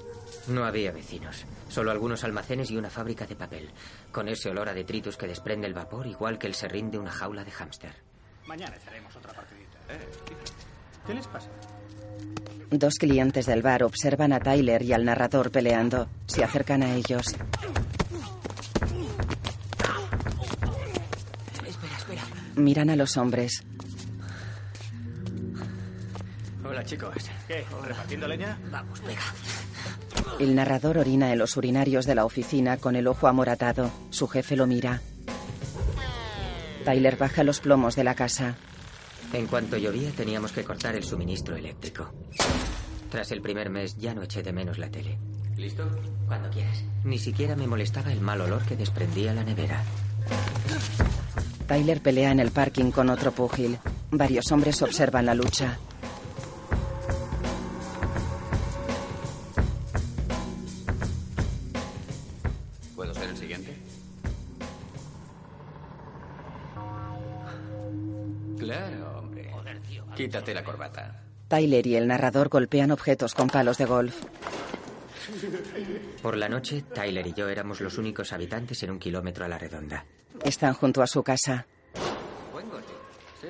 [SPEAKER 2] No había vecinos, solo algunos almacenes y una fábrica de papel, con ese olor a detritus que desprende el vapor, igual que el serrín de una jaula de hámster.
[SPEAKER 15] Mañana echaremos otra partidita. ¿eh? ¿Qué les pasa?
[SPEAKER 1] Dos clientes del bar observan a Tyler y al narrador peleando. Se acercan a ellos.
[SPEAKER 16] Espera, espera.
[SPEAKER 1] Miran a los hombres.
[SPEAKER 15] Hola, chicos. ¿Qué? ¿Repartiendo leña?
[SPEAKER 16] Vamos, pega.
[SPEAKER 1] El narrador orina en los urinarios de la oficina con el ojo amoratado. Su jefe lo mira. Tyler baja los plomos de la casa.
[SPEAKER 2] En cuanto llovía teníamos que cortar el suministro eléctrico. Tras el primer mes ya no eché de menos la tele.
[SPEAKER 11] ¿Listo?
[SPEAKER 2] Cuando quieras. Ni siquiera me molestaba el mal olor que desprendía la nevera.
[SPEAKER 1] Tyler pelea en el parking con otro púgil. Varios hombres observan la lucha.
[SPEAKER 11] ¿Puedo ser el siguiente? Claro, hombre. Quítate la corbata.
[SPEAKER 1] Tyler y el narrador golpean objetos con palos de golf.
[SPEAKER 2] Por la noche, Tyler y yo éramos los únicos habitantes en un kilómetro a la redonda.
[SPEAKER 1] Están junto a su casa.
[SPEAKER 11] Buen golpe. Sí.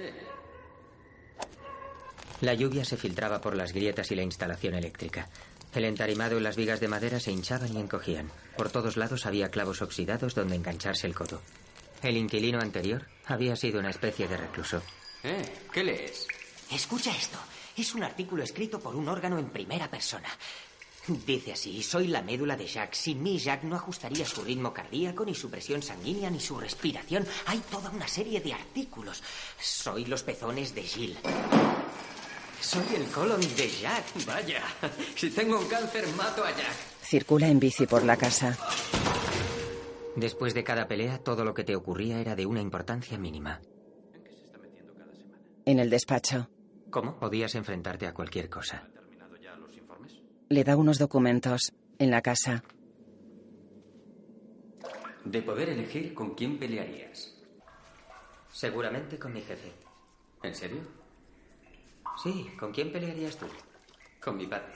[SPEAKER 2] La lluvia se filtraba por las grietas y la instalación eléctrica. El entarimado y las vigas de madera se hinchaban y encogían. Por todos lados había clavos oxidados donde engancharse el codo. El inquilino anterior había sido una especie de recluso.
[SPEAKER 11] ¿Eh? ¿Qué lees?
[SPEAKER 16] Escucha esto. Es un artículo escrito por un órgano en primera persona. Dice así, soy la médula de Jack. Sin mí, Jack no ajustaría su ritmo cardíaco, ni su presión sanguínea, ni su respiración. Hay toda una serie de artículos. Soy los pezones de Jill.
[SPEAKER 11] Soy el colon de Jack. Vaya, si tengo un cáncer, mato a Jack.
[SPEAKER 1] Circula en bici por la casa.
[SPEAKER 2] Después de cada pelea, todo lo que te ocurría era de una importancia mínima.
[SPEAKER 1] En el despacho.
[SPEAKER 2] ¿Cómo? Podías enfrentarte a cualquier cosa.
[SPEAKER 11] terminado ya los informes?
[SPEAKER 1] Le da unos documentos. En la casa.
[SPEAKER 11] De poder elegir con quién pelearías.
[SPEAKER 2] Seguramente con mi jefe.
[SPEAKER 11] ¿En serio?
[SPEAKER 2] Sí, ¿con quién pelearías tú?
[SPEAKER 11] Con mi padre.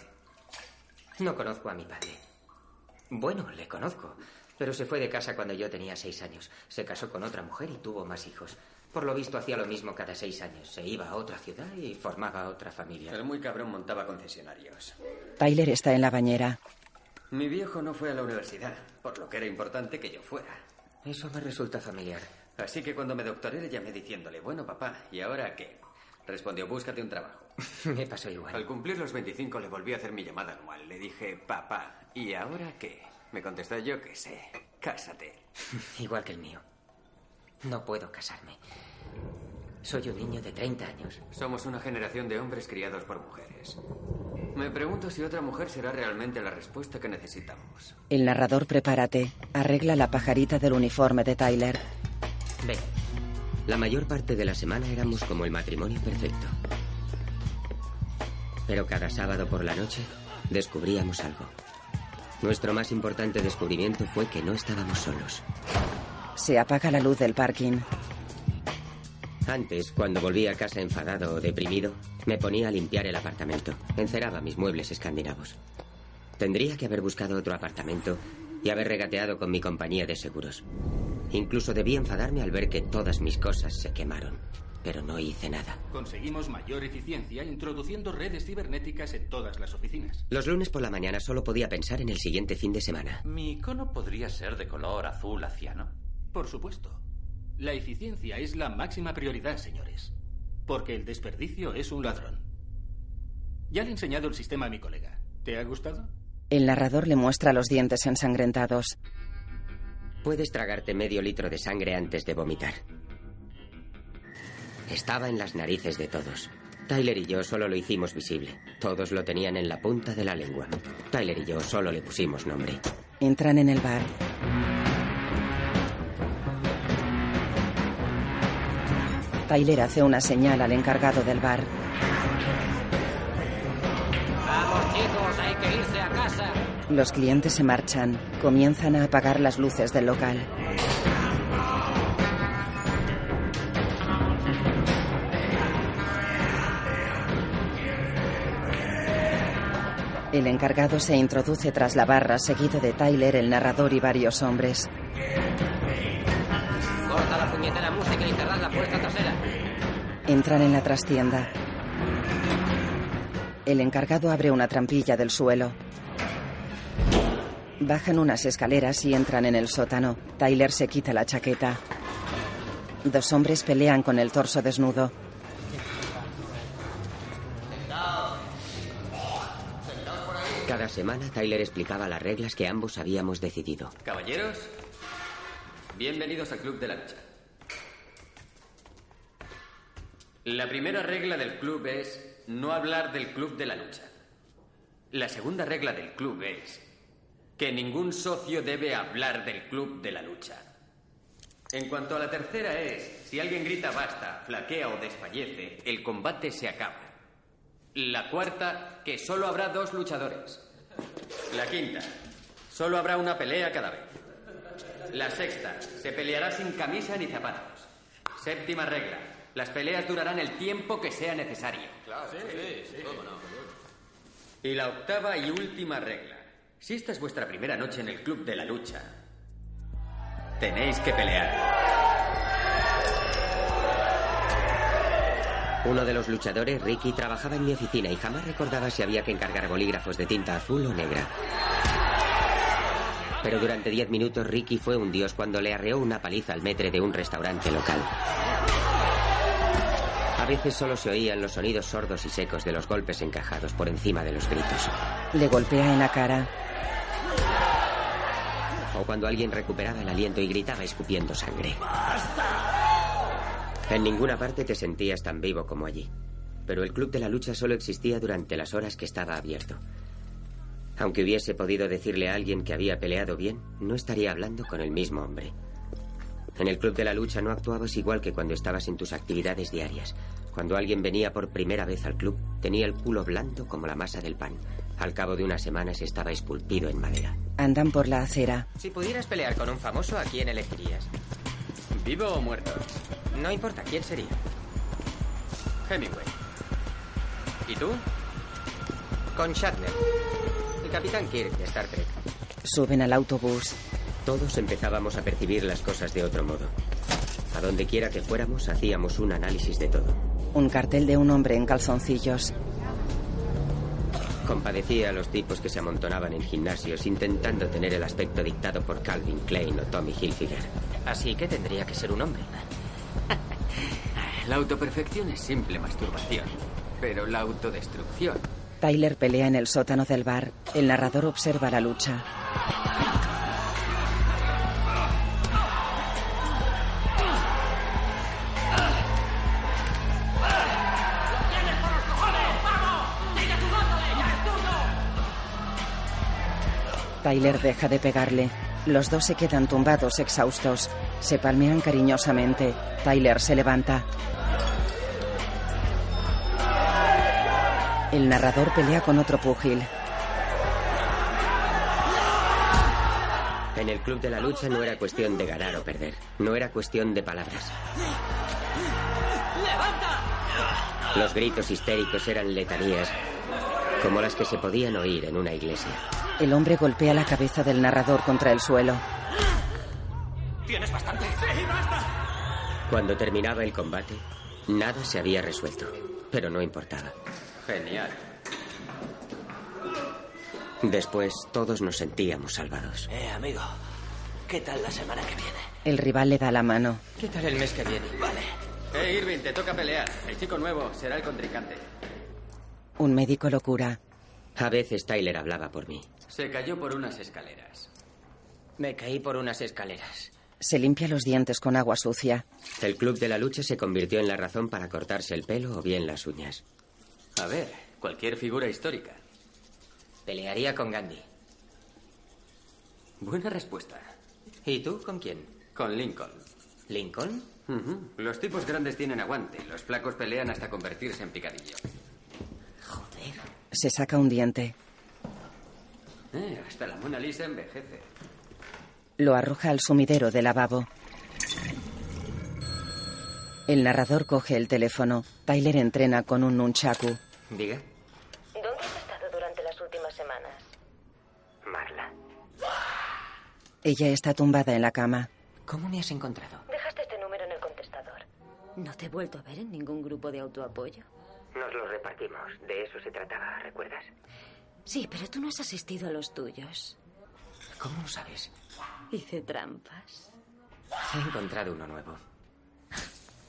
[SPEAKER 2] No conozco a mi padre. Bueno, le conozco. Pero se fue de casa cuando yo tenía seis años. Se casó con otra mujer y tuvo más hijos. Por lo visto hacía lo mismo cada seis años. Se iba a otra ciudad y formaba otra familia.
[SPEAKER 11] Pero muy cabrón montaba concesionarios.
[SPEAKER 1] Tyler está en la bañera.
[SPEAKER 11] Mi viejo no fue a la universidad, por lo que era importante que yo fuera.
[SPEAKER 2] Eso me resulta familiar.
[SPEAKER 11] Así que cuando me doctoré le llamé diciéndole, bueno papá, ¿y ahora qué? Respondió, búscate un trabajo.
[SPEAKER 2] me pasó igual.
[SPEAKER 11] Al cumplir los 25 le volví a hacer mi llamada anual. Le dije, papá, ¿y ahora qué? Me contestó yo que sé. Cásate.
[SPEAKER 2] Igual que el mío. No puedo casarme. Soy un niño de 30 años.
[SPEAKER 11] Somos una generación de hombres criados por mujeres. Me pregunto si otra mujer será realmente la respuesta que necesitamos.
[SPEAKER 1] El narrador, prepárate. Arregla la pajarita del uniforme de Tyler.
[SPEAKER 2] Ve. La mayor parte de la semana éramos como el matrimonio perfecto. Pero cada sábado por la noche descubríamos algo. Nuestro más importante descubrimiento fue que no estábamos solos.
[SPEAKER 1] Se apaga la luz del parking.
[SPEAKER 2] Antes, cuando volvía a casa enfadado o deprimido, me ponía a limpiar el apartamento. Enceraba mis muebles escandinavos. Tendría que haber buscado otro apartamento y haber regateado con mi compañía de seguros. Incluso debí enfadarme al ver que todas mis cosas se quemaron, pero no hice nada.
[SPEAKER 15] Conseguimos mayor eficiencia introduciendo redes cibernéticas en todas las oficinas.
[SPEAKER 2] Los lunes por la mañana solo podía pensar en el siguiente fin de semana.
[SPEAKER 17] Mi icono podría ser de color azul aciano.
[SPEAKER 15] Por supuesto. La eficiencia es la máxima prioridad, señores. Porque el desperdicio es un ladrón. Ya le he enseñado el sistema a mi colega. ¿Te ha gustado?
[SPEAKER 1] El narrador le muestra los dientes ensangrentados.
[SPEAKER 2] Puedes tragarte medio litro de sangre antes de vomitar. Estaba en las narices de todos. Tyler y yo solo lo hicimos visible. Todos lo tenían en la punta de la lengua. Tyler y yo solo le pusimos nombre.
[SPEAKER 1] Entran en el bar. Tyler hace una señal al encargado del bar.
[SPEAKER 18] Vamos chicos, hay que irse a casa.
[SPEAKER 1] Los clientes se marchan. Comienzan a apagar las luces del local. El encargado se introduce tras la barra, seguido de Tyler, el narrador y varios hombres.
[SPEAKER 6] Corta la puñetera música y cerrad la puerta trasera.
[SPEAKER 1] Entran en la trastienda. El encargado abre una trampilla del suelo. Bajan unas escaleras y entran en el sótano. Tyler se quita la chaqueta. Dos hombres pelean con el torso desnudo.
[SPEAKER 2] Cada semana Tyler explicaba las reglas que ambos habíamos decidido.
[SPEAKER 11] Caballeros, bienvenidos al Club de la Lucha. La primera regla del club es no hablar del Club de la Lucha. La segunda regla del club es que ningún socio debe hablar del Club de la Lucha. En cuanto a la tercera es, si alguien grita basta, flaquea o desfallece, el combate se acaba. La cuarta, que solo habrá dos luchadores. La quinta, solo habrá una pelea cada vez. La sexta, se peleará sin camisa ni zapatos. Séptima regla, las peleas durarán el tiempo que sea necesario.
[SPEAKER 12] Claro, sí, sí, sí, cómo no.
[SPEAKER 11] Y la octava y última regla, si esta es vuestra primera noche en el Club de la Lucha, tenéis que pelear.
[SPEAKER 2] Uno de los luchadores, Ricky, trabajaba en mi oficina y jamás recordaba si había que encargar bolígrafos de tinta azul o negra. Pero durante diez minutos Ricky fue un dios cuando le arreó una paliza al metre de un restaurante local. A veces solo se oían los sonidos sordos y secos de los golpes encajados por encima de los gritos.
[SPEAKER 1] Le golpea en la cara.
[SPEAKER 2] O cuando alguien recuperaba el aliento y gritaba escupiendo sangre. En ninguna parte te sentías tan vivo como allí. Pero el club de la lucha solo existía durante las horas que estaba abierto. Aunque hubiese podido decirle a alguien que había peleado bien, no estaría hablando con el mismo hombre. En el club de la lucha no actuabas igual que cuando estabas en tus actividades diarias. Cuando alguien venía por primera vez al club, tenía el culo blando como la masa del pan. Al cabo de unas semanas estaba esculpido en madera.
[SPEAKER 1] Andan por la acera.
[SPEAKER 19] Si pudieras pelear con un famoso, ¿a quién elegirías?
[SPEAKER 11] ¿Vivo o muerto?
[SPEAKER 19] No importa, ¿quién sería?
[SPEAKER 11] Hemingway.
[SPEAKER 19] ¿Y tú? Con Shatner. El capitán Kirk de Star Trek.
[SPEAKER 1] Suben al autobús.
[SPEAKER 2] Todos empezábamos a percibir las cosas de otro modo. A donde quiera que fuéramos, hacíamos un análisis de todo.
[SPEAKER 1] Un cartel de un hombre en calzoncillos.
[SPEAKER 2] Compadecía a los tipos que se amontonaban en gimnasios intentando tener el aspecto dictado por Calvin Klein o Tommy Hilfiger.
[SPEAKER 19] Así que tendría que ser un hombre.
[SPEAKER 11] La autoperfección es simple masturbación, pero la autodestrucción.
[SPEAKER 1] Tyler pelea en el sótano del bar. El narrador observa la lucha. Tyler deja de pegarle. Los dos se quedan tumbados, exhaustos. Se palmean cariñosamente. Tyler se levanta. El narrador pelea con otro púgil.
[SPEAKER 2] En el club de la lucha no era cuestión de ganar o perder. No era cuestión de palabras. Los gritos histéricos eran letanías, como las que se podían oír en una iglesia.
[SPEAKER 1] El hombre golpea la cabeza del narrador contra el suelo.
[SPEAKER 6] ¿Tienes bastante? ¡Sí, basta!
[SPEAKER 2] Cuando terminaba el combate, nada se había resuelto, pero no importaba.
[SPEAKER 11] Genial.
[SPEAKER 2] Después todos nos sentíamos salvados.
[SPEAKER 6] Eh, amigo, ¿qué tal la semana que viene?
[SPEAKER 1] El rival le da la mano.
[SPEAKER 19] ¿Qué tal el mes que viene?
[SPEAKER 6] Vale.
[SPEAKER 11] Eh, Irving, te toca pelear. El chico nuevo será el contrincante.
[SPEAKER 1] Un médico lo cura.
[SPEAKER 2] A veces Tyler hablaba por mí.
[SPEAKER 11] Se cayó por unas escaleras.
[SPEAKER 19] Me caí por unas escaleras.
[SPEAKER 1] Se limpia los dientes con agua sucia.
[SPEAKER 2] El club de la lucha se convirtió en la razón para cortarse el pelo o bien las uñas.
[SPEAKER 11] A ver, cualquier figura histórica.
[SPEAKER 19] Pelearía con Gandhi.
[SPEAKER 11] Buena respuesta.
[SPEAKER 19] ¿Y tú con quién?
[SPEAKER 11] Con Lincoln.
[SPEAKER 19] ¿Lincoln?
[SPEAKER 11] Uh -huh. Los tipos grandes tienen aguante. Los flacos pelean hasta convertirse en picadillo.
[SPEAKER 19] Joder.
[SPEAKER 1] Se saca un diente.
[SPEAKER 11] Eh, hasta la Mona Lisa envejece.
[SPEAKER 1] Lo arroja al sumidero de lavabo. El narrador coge el teléfono. Tyler entrena con un nunchaku.
[SPEAKER 2] Diga.
[SPEAKER 9] ¿Dónde has estado durante
[SPEAKER 8] durante las últimas semanas?
[SPEAKER 2] Marla.
[SPEAKER 1] Ella está tumbada en la cama.
[SPEAKER 2] ¿Cómo me has encontrado?
[SPEAKER 8] Dejaste este número en el contestador.
[SPEAKER 9] No te he vuelto a ver en ningún grupo de autoapoyo.
[SPEAKER 2] Nos lo repartimos. De eso se trataba, ¿recuerdas?
[SPEAKER 9] Sí, pero tú no has asistido a los tuyos.
[SPEAKER 2] ¿Cómo lo sabes?
[SPEAKER 9] Hice trampas.
[SPEAKER 2] He encontrado uno nuevo.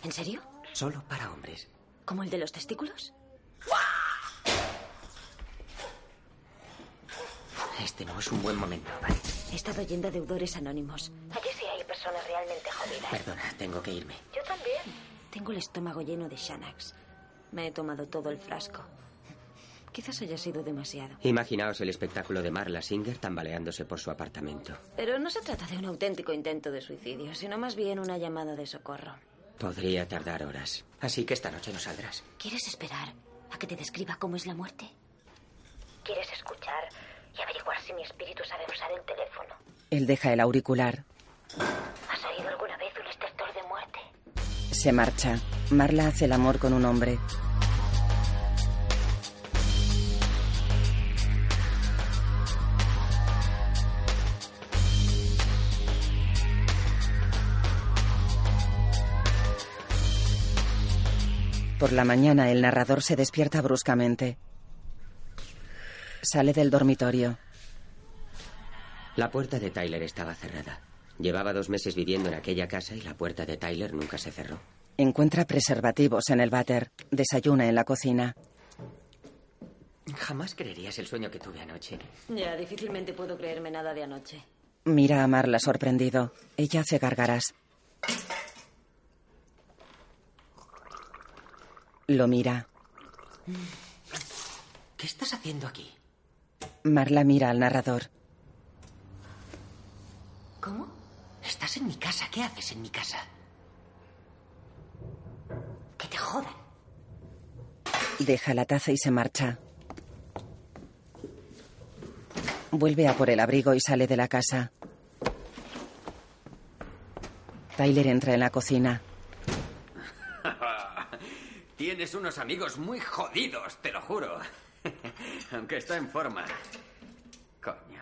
[SPEAKER 9] ¿En serio?
[SPEAKER 2] Solo para hombres.
[SPEAKER 9] ¿Como el de los testículos?
[SPEAKER 2] Este no es un buen momento, vale.
[SPEAKER 9] He estado yendo a deudores anónimos.
[SPEAKER 8] Allí sí hay personas realmente jodidas.
[SPEAKER 2] Perdona, tengo que irme.
[SPEAKER 8] Yo también.
[SPEAKER 9] Tengo el estómago lleno de Xanax. Me he tomado todo el frasco. Quizás haya sido demasiado.
[SPEAKER 2] Imaginaos el espectáculo de Marla Singer tambaleándose por su apartamento.
[SPEAKER 9] Pero no se trata de un auténtico intento de suicidio, sino más bien una llamada de socorro.
[SPEAKER 2] Podría tardar horas. Así que esta noche no saldrás.
[SPEAKER 9] ¿Quieres esperar a que te describa cómo es la muerte?
[SPEAKER 8] ¿Quieres escuchar y averiguar si mi espíritu sabe usar el teléfono?
[SPEAKER 1] Él deja el auricular.
[SPEAKER 8] ¿Has oído alguna vez un detector de muerte?
[SPEAKER 1] Se marcha. Marla hace el amor con un hombre. Por la mañana el narrador se despierta bruscamente. Sale del dormitorio.
[SPEAKER 2] La puerta de Tyler estaba cerrada. Llevaba dos meses viviendo en aquella casa y la puerta de Tyler nunca se cerró.
[SPEAKER 1] Encuentra preservativos en el váter. Desayuna en la cocina.
[SPEAKER 2] Jamás creerías el sueño que tuve anoche.
[SPEAKER 9] Ya, difícilmente puedo creerme nada de anoche.
[SPEAKER 1] Mira a Marla sorprendido. Ella hace gargaras. Lo mira.
[SPEAKER 2] ¿Qué estás haciendo aquí?
[SPEAKER 1] Marla mira al narrador.
[SPEAKER 2] ¿Cómo? Estás en mi casa. ¿Qué haces en mi casa?
[SPEAKER 9] Que te jodan.
[SPEAKER 1] Deja la taza y se marcha. Vuelve a por el abrigo y sale de la casa. Tyler entra en la cocina.
[SPEAKER 11] Tienes unos amigos muy jodidos, te lo juro. Aunque está en forma. Coño.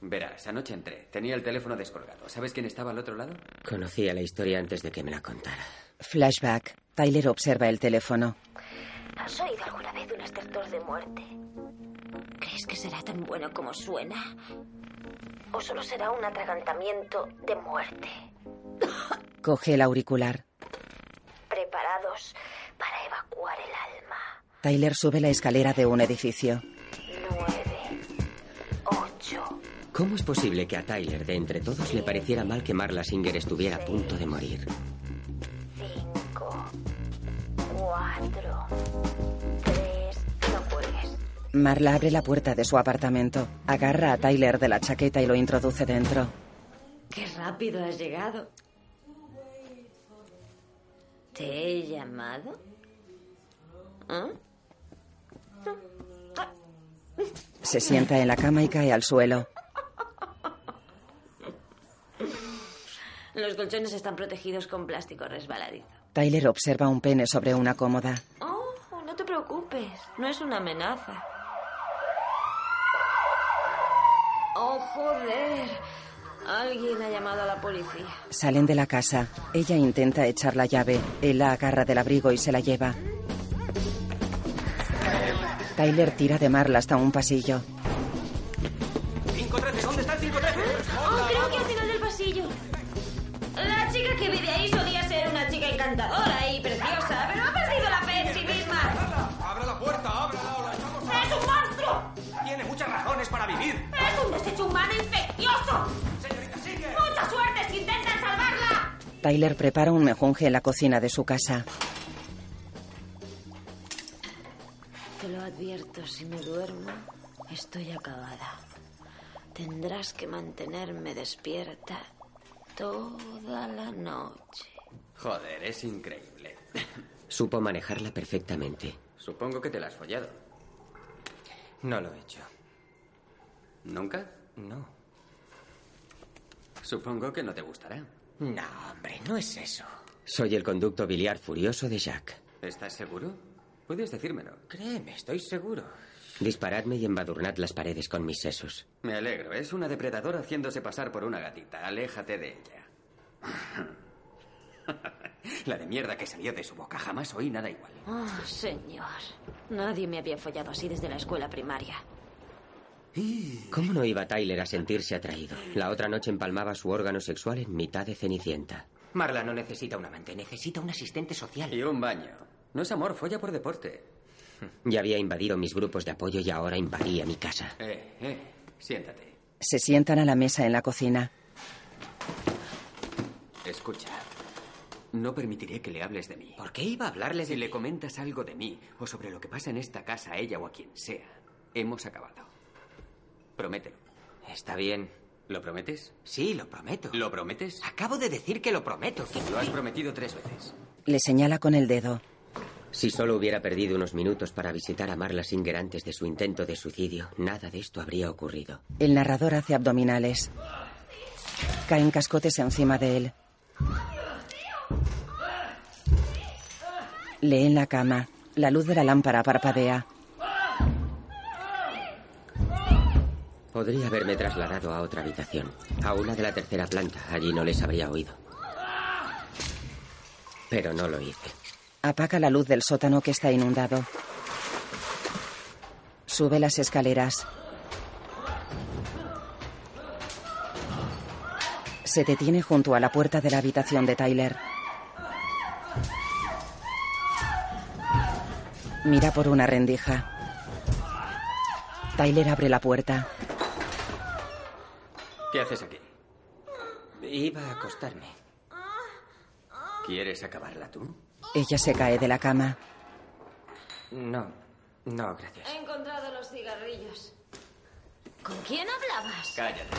[SPEAKER 11] Verás, anoche entré. Tenía el teléfono descolgado. ¿Sabes quién estaba al otro lado?
[SPEAKER 2] Conocía la historia antes de que me la contara.
[SPEAKER 1] Flashback. Tyler observa el teléfono.
[SPEAKER 8] ¿Has oído alguna vez un estertor de muerte?
[SPEAKER 9] ¿Crees que será tan bueno como suena?
[SPEAKER 8] ¿O solo será un atragantamiento de muerte?
[SPEAKER 1] Coge el auricular
[SPEAKER 8] preparados para evacuar el alma.
[SPEAKER 1] Tyler sube la escalera de un edificio.
[SPEAKER 8] Nueve. Ocho.
[SPEAKER 2] ¿Cómo es posible que a Tyler, de entre todos, Diez, le pareciera mal que Marla Singer estuviera seis, a punto de morir?
[SPEAKER 8] Cinco. Cuatro. Tres. No puedes.
[SPEAKER 1] Marla abre la puerta de su apartamento, agarra a Tyler de la chaqueta y lo introduce dentro.
[SPEAKER 9] ¡Qué rápido has llegado! ¿Te he llamado? ¿Ah?
[SPEAKER 1] Se sienta en la cama y cae al suelo.
[SPEAKER 9] Los colchones están protegidos con plástico resbaladizo.
[SPEAKER 1] Tyler observa un pene sobre una cómoda.
[SPEAKER 9] Oh, no te preocupes, no es una amenaza. Oh, joder. Alguien ha llamado a la policía.
[SPEAKER 1] Salen de la casa. Ella intenta echar la llave. Él la agarra del abrigo y se la lleva. Tyler tira de Marla hasta un pasillo.
[SPEAKER 6] 513, ¿dónde está el 513?
[SPEAKER 12] Oh, creo que al final del pasillo. La chica que vive ahí solía ser una chica encantadora y preciosa, pero ha perdido la fe en sí misma.
[SPEAKER 6] ¡Abra la puerta! ¡Ábrela! O la echamos a-
[SPEAKER 12] ¡Es un monstruo!
[SPEAKER 6] Tiene muchas razones para vivir.
[SPEAKER 12] ¡Es un desecho humano infeccioso!
[SPEAKER 6] Señorita, sigue.
[SPEAKER 12] ¡Mucha suerte si intentan salvarla!
[SPEAKER 1] Tyler prepara un mejunje en la cocina de su casa.
[SPEAKER 9] Te lo advierto, si me duermo, estoy acabada. Tendrás que mantenerme despierta toda la noche.
[SPEAKER 11] Joder, es increíble.
[SPEAKER 2] Supo manejarla perfectamente.
[SPEAKER 11] Supongo que te la has follado.
[SPEAKER 2] No lo he hecho.
[SPEAKER 11] ¿Nunca?
[SPEAKER 2] No.
[SPEAKER 11] Supongo que no te gustará.
[SPEAKER 2] No,
[SPEAKER 16] Eh,
[SPEAKER 2] hombre, no es eso. Soy el conducto biliar furioso de Jack.
[SPEAKER 11] ¿Estás seguro? Puedes decírmelo.
[SPEAKER 16] Créeme, estoy seguro.
[SPEAKER 2] Disparadme y embadurnad las paredes con mis sesos.
[SPEAKER 11] Me alegro. Es una depredadora haciéndose pasar por una gatita. Aléjate de ella. La de mierda que salió de su boca. Jamás oí nada igual.
[SPEAKER 9] Oh, señor. Nadie me había follado así desde la escuela primaria.
[SPEAKER 2] ¿Cómo no iba Tyler a sentirse atraído? La otra noche empalmaba su órgano sexual en mitad de Cenicienta.
[SPEAKER 16] Marla no necesita un amante, necesita un asistente social.
[SPEAKER 11] Y un baño. No es amor, folla por deporte.
[SPEAKER 2] Ya había invadido mis grupos de apoyo y ahora invadía mi casa.
[SPEAKER 11] Eh, eh, siéntate.
[SPEAKER 1] Se sientan a la mesa en la cocina.
[SPEAKER 11] Escucha, no permitiré que le hables de mí.
[SPEAKER 16] ¿Por qué iba a hablarle
[SPEAKER 11] si le comentas algo de mí o sobre lo que pasa en esta casa a ella o a quien sea? Hemos acabado. Promételo.
[SPEAKER 16] Está bien.
[SPEAKER 11] ¿Lo prometes?
[SPEAKER 16] Sí, lo prometo.
[SPEAKER 11] ¿Lo prometes?
[SPEAKER 16] Acabo de decir que lo prometo.
[SPEAKER 11] Que lo has prometido tres veces.
[SPEAKER 1] Le señala con el dedo.
[SPEAKER 2] Si solo hubiera perdido unos minutos para visitar a Marla Singer antes de su intento de suicidio, nada de esto habría ocurrido.
[SPEAKER 1] El narrador hace abdominales. Caen cascotes encima de él. Lee en la cama. La luz de la lámpara parpadea.
[SPEAKER 2] Podría haberme trasladado a otra habitación, a una de la tercera planta. Allí no les habría oído. Pero no lo hice.
[SPEAKER 1] Apaga la luz del sótano que está inundado. Sube las escaleras. Se detiene junto a la puerta de la habitación de Tyler. Mira por una rendija. Tyler abre la puerta.
[SPEAKER 11] ¿Qué haces aquí?
[SPEAKER 16] Iba a acostarme.
[SPEAKER 11] ¿Quieres acabarla tú?
[SPEAKER 1] Ella se cae de la cama.
[SPEAKER 16] No, no, gracias.
[SPEAKER 9] He encontrado los cigarrillos. ¿Con quién hablabas?
[SPEAKER 11] Cállate.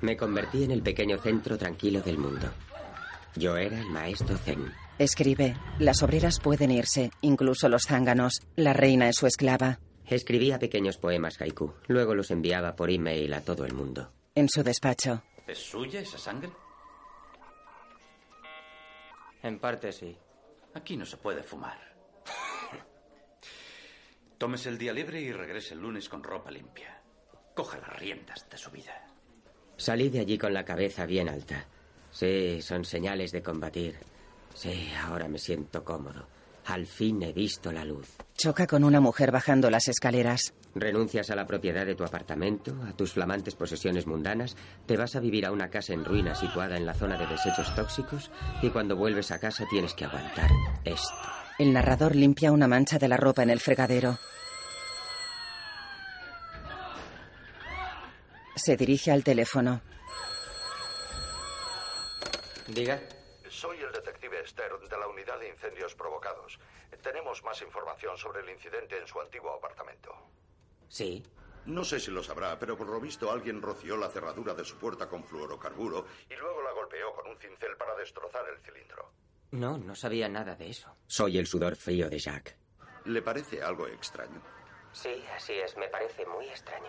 [SPEAKER 2] Me convertí en el pequeño centro tranquilo del mundo. Yo era el maestro Zen.
[SPEAKER 1] Escribe, las obreras pueden irse, incluso los zánganos. La reina es su esclava.
[SPEAKER 2] Escribía pequeños poemas haiku. Luego los enviaba por email a todo el mundo.
[SPEAKER 1] En su despacho.
[SPEAKER 6] ¿Es suya esa sangre?
[SPEAKER 16] En parte sí.
[SPEAKER 6] Aquí no se puede fumar. Tómese el día libre y regrese el lunes con ropa limpia. Coja las riendas de su vida.
[SPEAKER 2] Salí de allí con la cabeza bien alta. Sí, son señales de combatir. Sí, ahora me siento cómodo. Al fin he visto la luz.
[SPEAKER 1] Choca con una mujer bajando las escaleras.
[SPEAKER 2] Renuncias a la propiedad de tu apartamento, a tus flamantes posesiones mundanas, te vas a vivir a una casa en ruinas situada en la zona de desechos tóxicos y cuando vuelves a casa tienes que aguantar esto.
[SPEAKER 1] El narrador limpia una mancha de la ropa en el fregadero. Se dirige al teléfono.
[SPEAKER 2] Diga.
[SPEAKER 20] Soy el detective Stern de la unidad de incendios provocados. Tenemos más información sobre el incidente en su antiguo apartamento.
[SPEAKER 16] Sí.
[SPEAKER 20] No sé si lo sabrá, pero por lo visto alguien roció la cerradura de su puerta con fluorocarburo y luego la golpeó con un cincel para destrozar el cilindro.
[SPEAKER 16] No, no sabía nada de eso.
[SPEAKER 2] Soy el sudor frío de Jack.
[SPEAKER 20] ¿Le parece algo extraño?
[SPEAKER 16] Sí, así es, me parece muy extraño.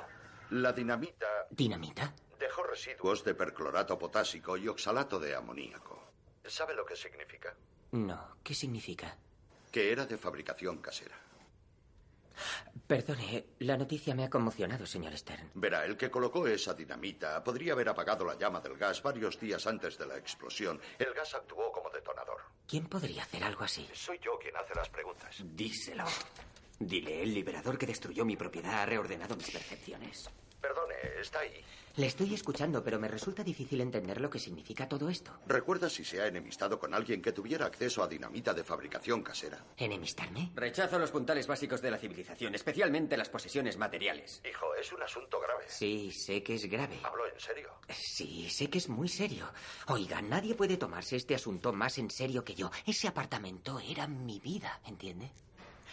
[SPEAKER 20] La dinamita.
[SPEAKER 16] ¿Dinamita?
[SPEAKER 20] Dejó residuos de perclorato potásico y oxalato de amoníaco. ¿Sabe lo que significa?
[SPEAKER 16] No, ¿qué significa?
[SPEAKER 20] Que era de fabricación casera.
[SPEAKER 16] Perdone, eh, la noticia me ha conmocionado, señor Stern.
[SPEAKER 20] Verá, el que colocó esa dinamita podría haber apagado la llama del gas varios días antes de la explosión. El gas actuó como detonador.
[SPEAKER 16] ¿Quién podría hacer algo así?
[SPEAKER 20] Soy yo quien hace las preguntas.
[SPEAKER 16] Díselo. Dile, el liberador que destruyó mi propiedad ha reordenado mis percepciones.
[SPEAKER 20] Perdone, está ahí.
[SPEAKER 16] Le estoy escuchando, pero me resulta difícil entender lo que significa todo esto.
[SPEAKER 20] ¿Recuerda si se ha enemistado con alguien que tuviera acceso a dinamita de fabricación casera?
[SPEAKER 16] ¿Enemistarme?
[SPEAKER 11] Rechazo los puntales básicos de la civilización, especialmente las posesiones materiales.
[SPEAKER 20] Hijo, es un asunto grave.
[SPEAKER 16] Sí, sé que es grave.
[SPEAKER 20] ¿Hablo en serio?
[SPEAKER 16] Sí, sé que es muy serio. Oiga, nadie puede tomarse este asunto más en serio que yo. Ese apartamento era mi vida, ¿entiende?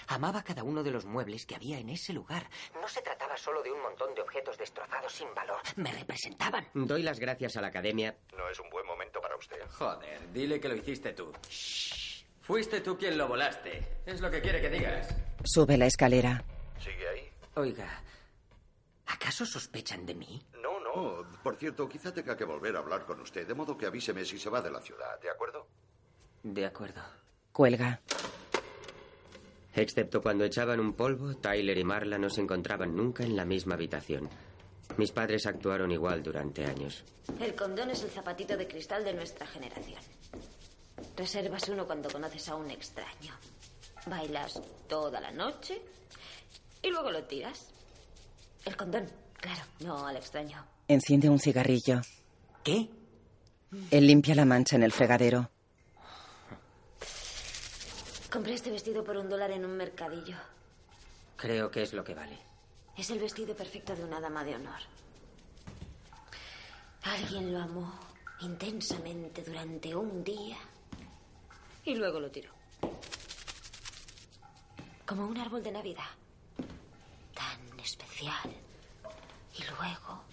[SPEAKER 16] Amaba cada uno de los muebles que había en ese lugar. No se trataba solo de un montón de objetos destrozados sin valor. Me representaban.
[SPEAKER 2] Doy las gracias a la academia.
[SPEAKER 20] No es un buen momento para usted.
[SPEAKER 11] Joder, dile que lo hiciste tú. Shh. Fuiste tú quien lo volaste. Es lo que quiere que digas.
[SPEAKER 1] Sube la escalera.
[SPEAKER 20] ¿Sigue ahí?
[SPEAKER 16] Oiga, ¿acaso sospechan de mí?
[SPEAKER 20] No, no. Oh, Por cierto, quizá tenga que volver a hablar con usted, de modo que avíseme si se va de la ciudad, ¿de acuerdo?
[SPEAKER 16] De acuerdo.
[SPEAKER 1] Cuelga.
[SPEAKER 2] Excepto cuando echaban un polvo, Tyler y Marla no se encontraban nunca en la misma habitación. Mis padres actuaron igual durante años.
[SPEAKER 9] El condón es el zapatito de cristal de nuestra generación. Reservas uno cuando conoces a un extraño. Bailas toda la noche y luego lo tiras. El condón, claro, no al extraño.
[SPEAKER 1] Enciende un cigarrillo.
[SPEAKER 21] ¿Qué?
[SPEAKER 1] Él limpia la mancha en el fregadero.
[SPEAKER 9] Compré este vestido por un dólar en un mercadillo.
[SPEAKER 2] Creo que es lo que vale.
[SPEAKER 9] Es el vestido perfecto de una dama de honor. Alguien lo amó intensamente durante un día y luego lo tiró. Como un árbol de Navidad. Tan especial. Y luego,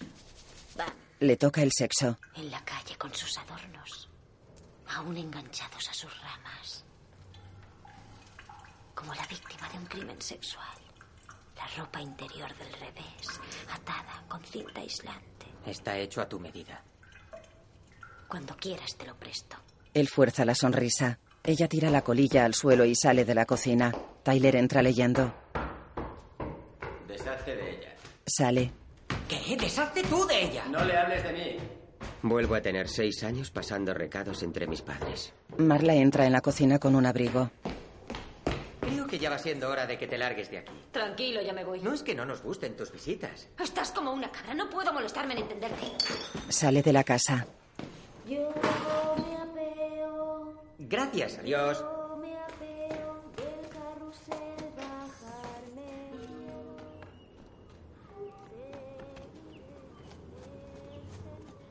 [SPEAKER 9] bam,
[SPEAKER 1] Le toca el sexo.
[SPEAKER 9] en la calle con sus adornos, aún enganchados a sus ramas. Como la víctima de un crimen sexual. La ropa interior del revés, atada con cinta aislante.
[SPEAKER 2] Está hecho a tu medida.
[SPEAKER 9] Cuando quieras te lo presto.
[SPEAKER 1] Él fuerza la sonrisa. Ella tira la colilla al suelo y sale de la cocina. Tyler entra leyendo.
[SPEAKER 11] Deshazte de ella.
[SPEAKER 1] Sale.
[SPEAKER 21] ¿Qué? ¡Deshazte tú de ella!
[SPEAKER 11] No le hables de mí.
[SPEAKER 2] Vuelvo a tener seis años pasando recados entre mis padres.
[SPEAKER 1] Marla entra en la cocina con un abrigo.
[SPEAKER 21] Creo que ya va siendo hora de que te largues de aquí.
[SPEAKER 9] Tranquilo, ya me voy.
[SPEAKER 21] No es que no nos gusten tus visitas.
[SPEAKER 9] Estás como una cabra, no puedo molestarme en entenderte.
[SPEAKER 1] Sale de la casa.
[SPEAKER 22] Yo me apeo,
[SPEAKER 21] Gracias, adiós.
[SPEAKER 22] yo me apeo del carrusel bajarme.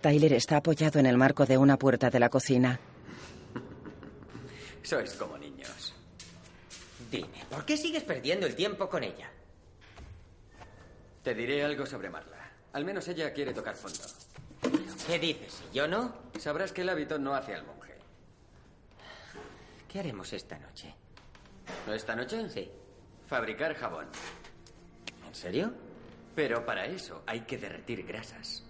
[SPEAKER 1] Tyler está apoyado en el marco de una puerta de la cocina.
[SPEAKER 11] Sois como niños.
[SPEAKER 21] Dime, ¿por qué sigues perdiendo el tiempo con ella?
[SPEAKER 11] Te diré algo sobre Marla. Al menos ella quiere tocar fondo.
[SPEAKER 21] ¿Qué dices? ¿Y yo no?
[SPEAKER 11] Sabrás que el hábito no hace al monje.
[SPEAKER 21] ¿Qué haremos esta noche?
[SPEAKER 11] ¿No esta noche?
[SPEAKER 21] Sí.
[SPEAKER 11] Fabricar jabón.
[SPEAKER 21] ¿En serio?
[SPEAKER 11] Pero para eso hay que derretir grasas.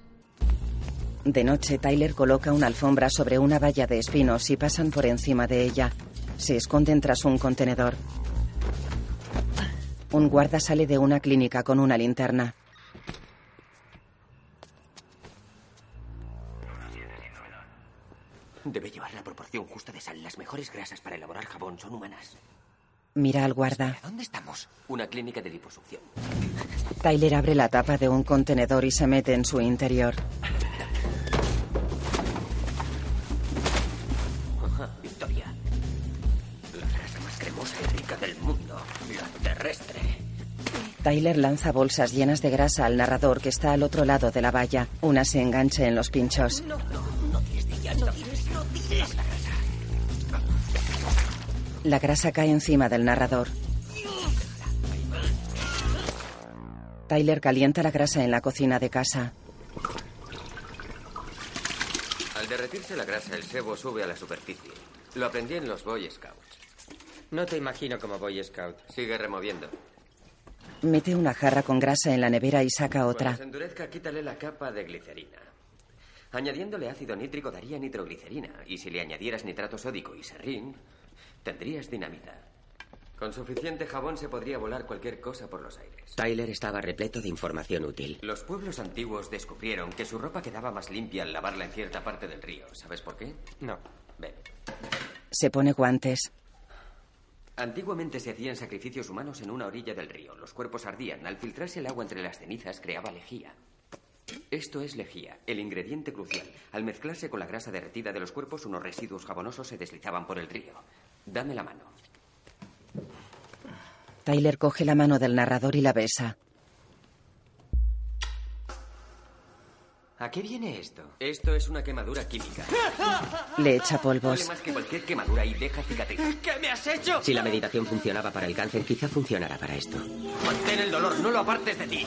[SPEAKER 1] De noche, Tyler coloca una alfombra sobre una valla de espinos y pasan por encima de ella. Se esconden tras un contenedor. Un guarda sale de una clínica con una linterna.
[SPEAKER 6] Debe llevar la proporción justa de sal. Las mejores grasas para elaborar jabón son humanas.
[SPEAKER 1] Mira al guarda.
[SPEAKER 6] ¿Dónde estamos? Una clínica de liposucción.
[SPEAKER 1] Tyler abre la tapa de un contenedor y se mete en su interior.
[SPEAKER 6] Victoria. La grasa más cremosa y rica del mundo. La terrestre.
[SPEAKER 1] Tyler lanza bolsas llenas de grasa al narrador que está al otro lado de la valla. Una se engancha en los pinchos. La grasa cae encima del narrador. Tyler calienta la grasa en la cocina de casa.
[SPEAKER 11] Al derretirse la grasa, el sebo sube a la superficie. Lo aprendí en los Boy Scouts.
[SPEAKER 2] No te imagino como Boy Scout.
[SPEAKER 11] Sigue removiendo.
[SPEAKER 1] Mete una jarra con grasa en la nevera y saca
[SPEAKER 11] Cuando
[SPEAKER 1] otra.
[SPEAKER 11] se endurezca, quítale la capa de glicerina. Añadiéndole ácido nítrico daría nitroglicerina. Y si le añadieras nitrato sódico y serrín, tendrías dinamita. Con suficiente jabón se podría volar cualquier cosa por los aires.
[SPEAKER 2] Tyler estaba repleto de información útil.
[SPEAKER 11] Los pueblos antiguos descubrieron que su ropa quedaba más limpia al lavarla en cierta parte del río. ¿Sabes por qué?
[SPEAKER 2] No.
[SPEAKER 11] Ven.
[SPEAKER 1] Se pone guantes.
[SPEAKER 11] Antiguamente se hacían sacrificios humanos en una orilla del río. Los cuerpos ardían. Al filtrarse el agua entre las cenizas creaba lejía. Esto es lejía, el ingrediente crucial. Al mezclarse con la grasa derretida de los cuerpos, unos residuos jabonosos se deslizaban por el río. Dame la mano.
[SPEAKER 1] Tyler coge la mano del narrador y la besa.
[SPEAKER 2] ¿A qué viene esto?
[SPEAKER 11] Esto es una quemadura química.
[SPEAKER 1] Le echa
[SPEAKER 11] Vale
[SPEAKER 1] polvos.
[SPEAKER 11] más que cualquier quemadura y deja cicatriz.
[SPEAKER 12] ¿Qué me has hecho?
[SPEAKER 2] Si la meditación funcionaba para el cáncer, quizá funcionará para esto.
[SPEAKER 11] Mantén el dolor, no lo apartes de ti.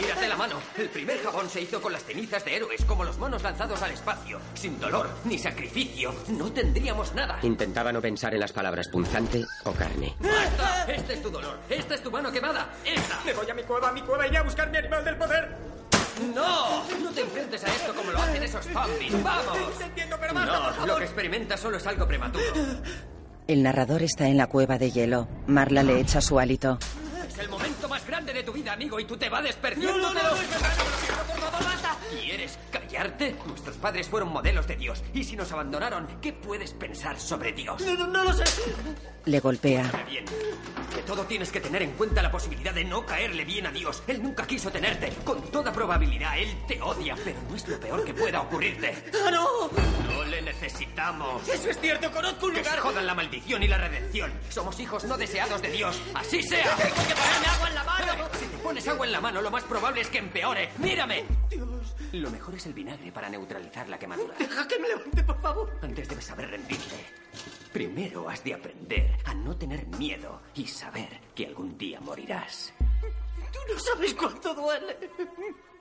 [SPEAKER 11] Mírate la mano. El primer jabón se hizo con las cenizas de héroes, como los monos lanzados al espacio. Sin dolor ni sacrificio, no tendríamos nada.
[SPEAKER 2] Intentaba no pensar en las palabras punzante o carne.
[SPEAKER 11] ¡Basta! Este es tu dolor. Esta es tu mano quemada. Esta.
[SPEAKER 12] Me voy a mi cueva, a mi cueva, iré a buscar mi animal del poder.
[SPEAKER 11] ¡No! No te enfrentes a esto como lo hacen esos zombies. ¡Vamos!
[SPEAKER 12] Te entiendo, pero basta, por
[SPEAKER 11] No,
[SPEAKER 12] favor.
[SPEAKER 11] lo que experimenta solo es algo prematuro.
[SPEAKER 1] El narrador está en la cueva de hielo. Marla le echa su hálito.
[SPEAKER 12] Es el momento más grande de tu vida, amigo, y tú te vas desperdiciándolo. No, no,
[SPEAKER 6] no, ¿Quieres callarte? Nuestros padres fueron modelos de Dios. Y si nos abandonaron, ¿qué puedes pensar sobre Dios?
[SPEAKER 12] No, no, lo sé.
[SPEAKER 1] Le golpea.
[SPEAKER 6] Escúchame bien. De todo tienes que tener en cuenta la posibilidad de no caerle bien a Dios. Él nunca quiso tenerte. Con toda probabilidad, él te odia. Pero no es lo peor que pueda ocurrirte.
[SPEAKER 12] ¡Ah, no!
[SPEAKER 6] No le necesitamos.
[SPEAKER 12] Eso es cierto, conozco un
[SPEAKER 6] Que
[SPEAKER 12] lugar.
[SPEAKER 6] se jodan la maldición y la redención. Somos hijos no deseados de Dios. Así sea.
[SPEAKER 12] Tengo que ponerme agua en la mano.
[SPEAKER 6] Si te pones agua en la mano, lo más probable es que empeore. ¡Mírame!
[SPEAKER 12] Dios.
[SPEAKER 6] Lo mejor es el vinagre para neutralizar la quemadura.
[SPEAKER 12] Deja que me levante, por favor.
[SPEAKER 6] Antes debes saber rendirte. Primero has de aprender a no tener miedo y saber que algún día morirás.
[SPEAKER 12] Tú no sabes cuánto duele.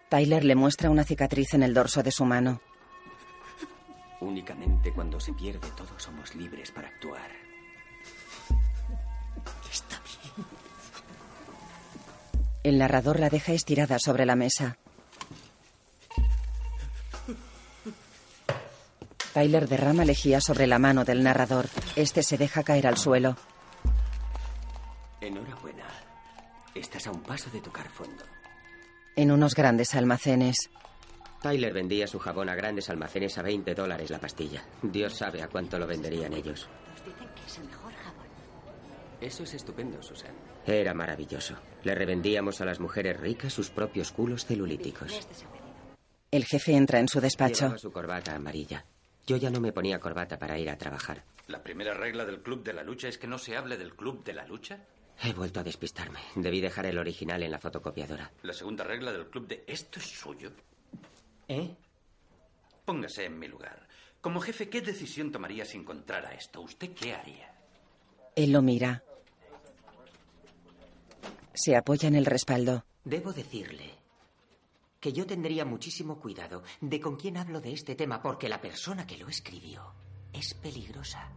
[SPEAKER 1] Tyler le muestra una cicatriz en el dorso de su mano.
[SPEAKER 6] Únicamente cuando se pierde todo somos libres para actuar.
[SPEAKER 12] Está bien.
[SPEAKER 1] El narrador la deja estirada sobre la mesa. Tyler derrama lejía sobre la mano del narrador. Este se deja caer al suelo.
[SPEAKER 6] Enhorabuena. Estás a un paso de tocar fondo.
[SPEAKER 1] En unos grandes almacenes,
[SPEAKER 23] Tyler vendía su jabón a grandes almacenes a 20 dólares la pastilla. Dios sabe a cuánto lo venderían ellos.
[SPEAKER 11] Dicen que es el mejor jabón.
[SPEAKER 6] Eso es estupendo, Susan.
[SPEAKER 23] Era maravilloso. Le revendíamos a las mujeres ricas sus propios culos celulíticos.
[SPEAKER 1] el jefe entra en su despacho.
[SPEAKER 23] Llevaba su corbata amarilla. Yo ya no me ponía corbata para ir a trabajar.
[SPEAKER 3] La primera regla del club de la lucha es que no se hable del club de la lucha.
[SPEAKER 23] He vuelto a despistarme. Debí dejar el original en la fotocopiadora.
[SPEAKER 3] La segunda regla del club de esto es suyo.
[SPEAKER 23] ¿Eh?
[SPEAKER 3] Póngase en mi lugar. Como jefe, ¿qué decisión tomaría si encontrara esto? ¿Usted qué haría?
[SPEAKER 1] Él lo mira. Se apoya en el respaldo.
[SPEAKER 2] Debo decirle que yo tendría muchísimo cuidado de con quién hablo de este tema porque la persona que lo escribió es peligrosa.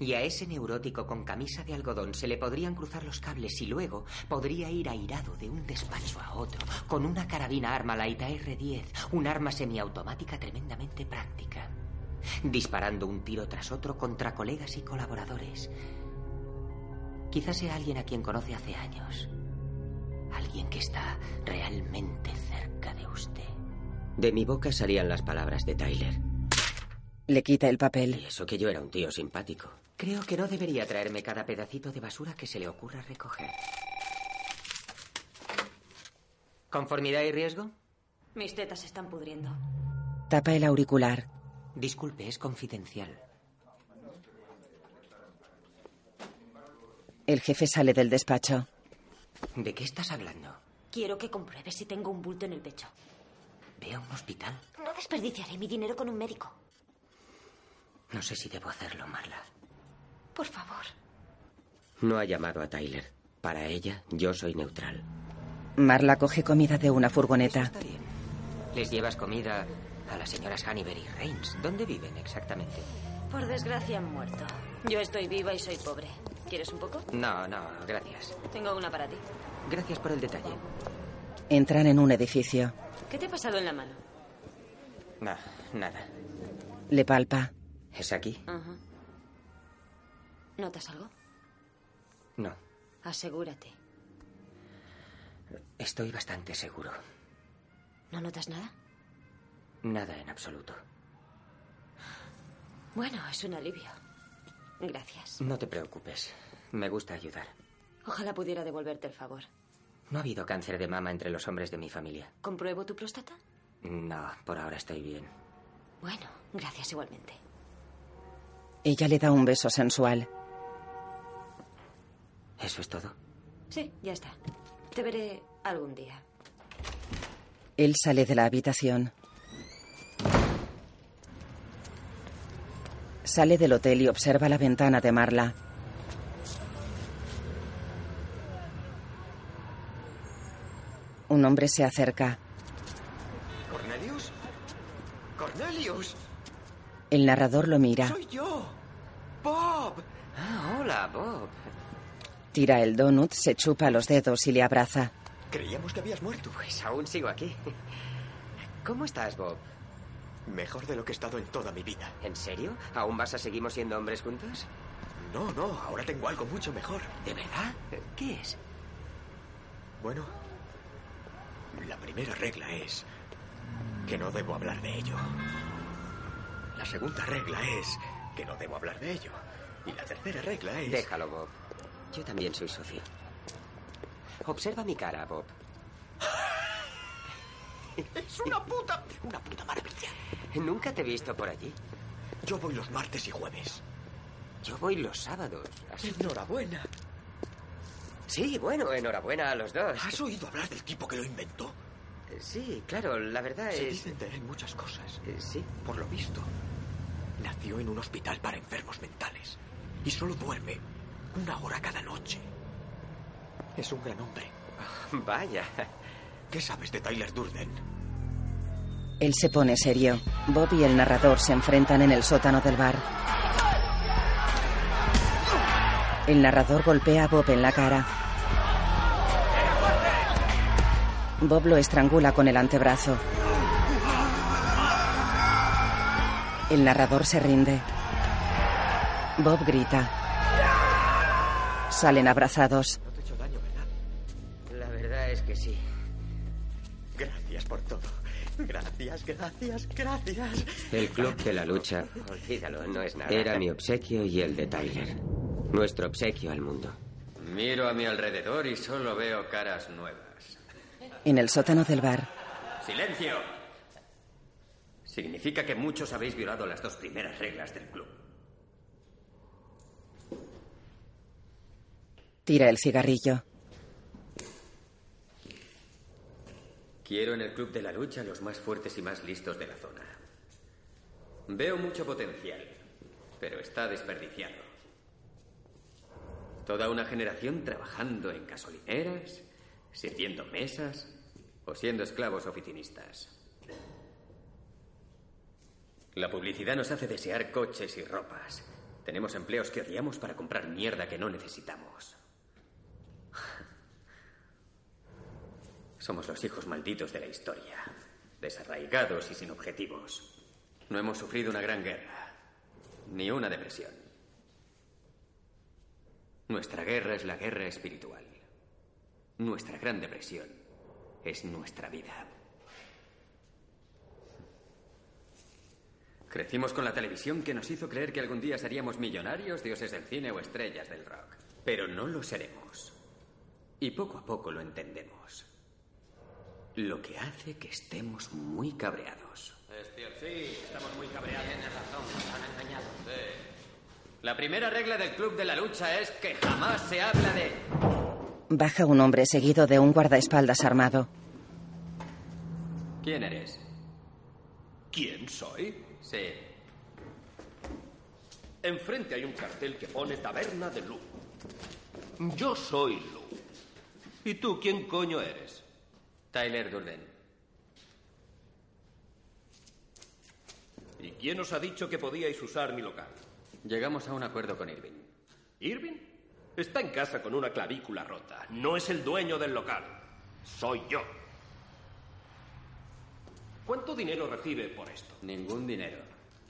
[SPEAKER 2] Y a ese neurótico con camisa de algodón se le podrían cruzar los cables y luego podría ir airado de un despacho a otro con una carabina arma Laita R10, un arma semiautomática tremendamente práctica, disparando un tiro tras otro contra colegas y colaboradores. Quizás sea alguien a quien conoce hace años. Alguien que está realmente cerca de usted.
[SPEAKER 23] De mi boca salían las palabras de Tyler.
[SPEAKER 1] Le quita el papel.
[SPEAKER 23] Y eso que yo era un tío simpático.
[SPEAKER 2] Creo que no debería traerme cada pedacito de basura que se le ocurra recoger. ¿Conformidad y riesgo?
[SPEAKER 9] Mis tetas se están pudriendo.
[SPEAKER 1] Tapa el auricular.
[SPEAKER 2] Disculpe, es confidencial.
[SPEAKER 1] El jefe sale del despacho.
[SPEAKER 2] ¿De qué estás hablando?
[SPEAKER 11] Quiero que compruebes si tengo un bulto en el pecho.
[SPEAKER 2] Ve a un hospital.
[SPEAKER 11] No desperdiciaré mi dinero con un médico.
[SPEAKER 2] No sé si debo hacerlo, Marla.
[SPEAKER 11] Por favor.
[SPEAKER 23] No ha llamado a Tyler. Para ella, yo soy neutral.
[SPEAKER 1] Marla coge comida de una furgoneta.
[SPEAKER 2] Está bien. Les llevas comida a las señoras Hannibal y Reigns. ¿Dónde viven exactamente?
[SPEAKER 9] Por desgracia han muerto. Yo estoy viva y soy pobre. ¿Quieres un poco?
[SPEAKER 23] No, no, gracias.
[SPEAKER 9] Tengo una para ti.
[SPEAKER 23] Gracias por el detalle.
[SPEAKER 1] Entran en un edificio.
[SPEAKER 9] ¿Qué te ha pasado en la mano?
[SPEAKER 23] No, nada.
[SPEAKER 1] Le palpa.
[SPEAKER 23] ¿Es aquí?
[SPEAKER 9] Ajá. ¿Notas algo?
[SPEAKER 23] No.
[SPEAKER 9] Asegúrate.
[SPEAKER 23] Estoy bastante seguro.
[SPEAKER 9] ¿No notas nada?
[SPEAKER 23] Nada en absoluto.
[SPEAKER 9] Bueno, es un alivio. Gracias.
[SPEAKER 23] No te preocupes. Me gusta ayudar.
[SPEAKER 9] Ojalá pudiera devolverte el favor.
[SPEAKER 23] No ha habido cáncer de mama entre los hombres de mi familia.
[SPEAKER 9] ¿Compruebo tu próstata?
[SPEAKER 23] No, por ahora estoy bien.
[SPEAKER 9] Bueno, gracias igualmente.
[SPEAKER 1] Ella le da un beso sensual.
[SPEAKER 23] ¿Eso es todo?
[SPEAKER 9] Sí, ya está. Te veré algún día.
[SPEAKER 1] Él sale de la habitación. Sale del hotel y observa la ventana de Marla. Un hombre se acerca.
[SPEAKER 24] ¿Cornelius? ¡Cornelius!
[SPEAKER 1] El narrador lo mira,
[SPEAKER 24] ¡Soy yo! ¡Bob!
[SPEAKER 23] Ah, hola, Bob.
[SPEAKER 1] tira el donut, se chupa los dedos y le abraza.
[SPEAKER 24] Creíamos que habías muerto.
[SPEAKER 23] Pues aún sigo aquí. ¿Cómo estás, Bob?
[SPEAKER 24] Mejor de lo que he estado en toda mi vida.
[SPEAKER 23] ¿En serio? ¿Aún vas a seguimos siendo hombres juntos?
[SPEAKER 6] No, no, ahora tengo algo mucho mejor.
[SPEAKER 2] ¿De verdad? ¿Qué es?
[SPEAKER 6] Bueno, la primera regla es que no debo hablar de ello. La segunda regla es que no debo hablar de ello. Y la tercera regla es...
[SPEAKER 2] Déjalo, Bob. Yo también soy socio. Observa mi cara, Bob.
[SPEAKER 6] Es una puta... Una puta maravilla.
[SPEAKER 2] Nunca te he visto por allí.
[SPEAKER 6] Yo voy los martes y jueves.
[SPEAKER 2] Yo voy los sábados.
[SPEAKER 6] Así. Enhorabuena.
[SPEAKER 2] Sí, bueno, enhorabuena a los dos. Eh,
[SPEAKER 6] ¿Has oído hablar del tipo que lo inventó?
[SPEAKER 2] Sí, claro, la verdad
[SPEAKER 6] Se
[SPEAKER 2] es... Eh,
[SPEAKER 6] dicen de él muchas cosas.
[SPEAKER 2] Sí.
[SPEAKER 6] Por lo visto, nació en un hospital para enfermos mentales y solo duerme una hora cada noche. Es un gran hombre.
[SPEAKER 2] Vaya.
[SPEAKER 6] ¿Qué sabes de Tyler Durden?
[SPEAKER 1] Él se pone serio. Bob y el narrador se enfrentan en el sótano del bar. El narrador golpea a Bob en la cara. Bob lo estrangula con el antebrazo. El narrador se rinde. Bob grita. Salen abrazados.
[SPEAKER 6] No te he hecho daño, ¿verdad?
[SPEAKER 2] La verdad es que sí.
[SPEAKER 6] Gracias por todo. Gracias, gracias, gracias.
[SPEAKER 25] El club de la lucha
[SPEAKER 2] Olvídalo, no es nada.
[SPEAKER 25] era mi obsequio y el de Tyler. Nuestro obsequio al mundo.
[SPEAKER 11] Miro a mi alrededor y solo veo caras nuevas.
[SPEAKER 1] En el sótano del bar,
[SPEAKER 11] ¡Silencio! Significa que muchos habéis violado las dos primeras reglas del club.
[SPEAKER 1] tira el cigarrillo.
[SPEAKER 11] Quiero en el club de la lucha los más fuertes y más listos de la zona. Veo mucho potencial, pero está desperdiciado. Toda una generación trabajando en gasolineras, sirviendo mesas o siendo esclavos oficinistas. La publicidad nos hace desear coches y ropas. Tenemos empleos que odiamos para comprar mierda que no necesitamos. Somos los hijos malditos de la historia, desarraigados y sin objetivos. No hemos sufrido una gran guerra, ni una depresión. Nuestra guerra es la guerra espiritual. Nuestra gran depresión es nuestra vida. Crecimos con la televisión que nos hizo creer que algún día seríamos millonarios, dioses del cine o estrellas del rock. Pero no lo seremos. Y poco a poco lo entendemos. Lo que hace que estemos muy cabreados.
[SPEAKER 26] Sí, estamos muy cabreados. Tienes razón, nos han engañado.
[SPEAKER 11] La primera regla del club de la lucha es que jamás se habla de...
[SPEAKER 1] Baja un hombre seguido de un guardaespaldas armado.
[SPEAKER 11] ¿Quién eres?
[SPEAKER 3] ¿Quién soy?
[SPEAKER 11] Sí.
[SPEAKER 3] Enfrente hay un cartel que pone Taberna de Lu. Yo soy Lu. ¿Y tú quién coño eres?
[SPEAKER 11] Tyler Durden.
[SPEAKER 3] ¿Y quién os ha dicho que podíais usar mi local?
[SPEAKER 11] Llegamos a un acuerdo con Irving.
[SPEAKER 3] ¿Irving? Está en casa con una clavícula rota. No es el dueño del local. Soy yo. ¿Cuánto dinero recibe por esto?
[SPEAKER 11] Ningún dinero.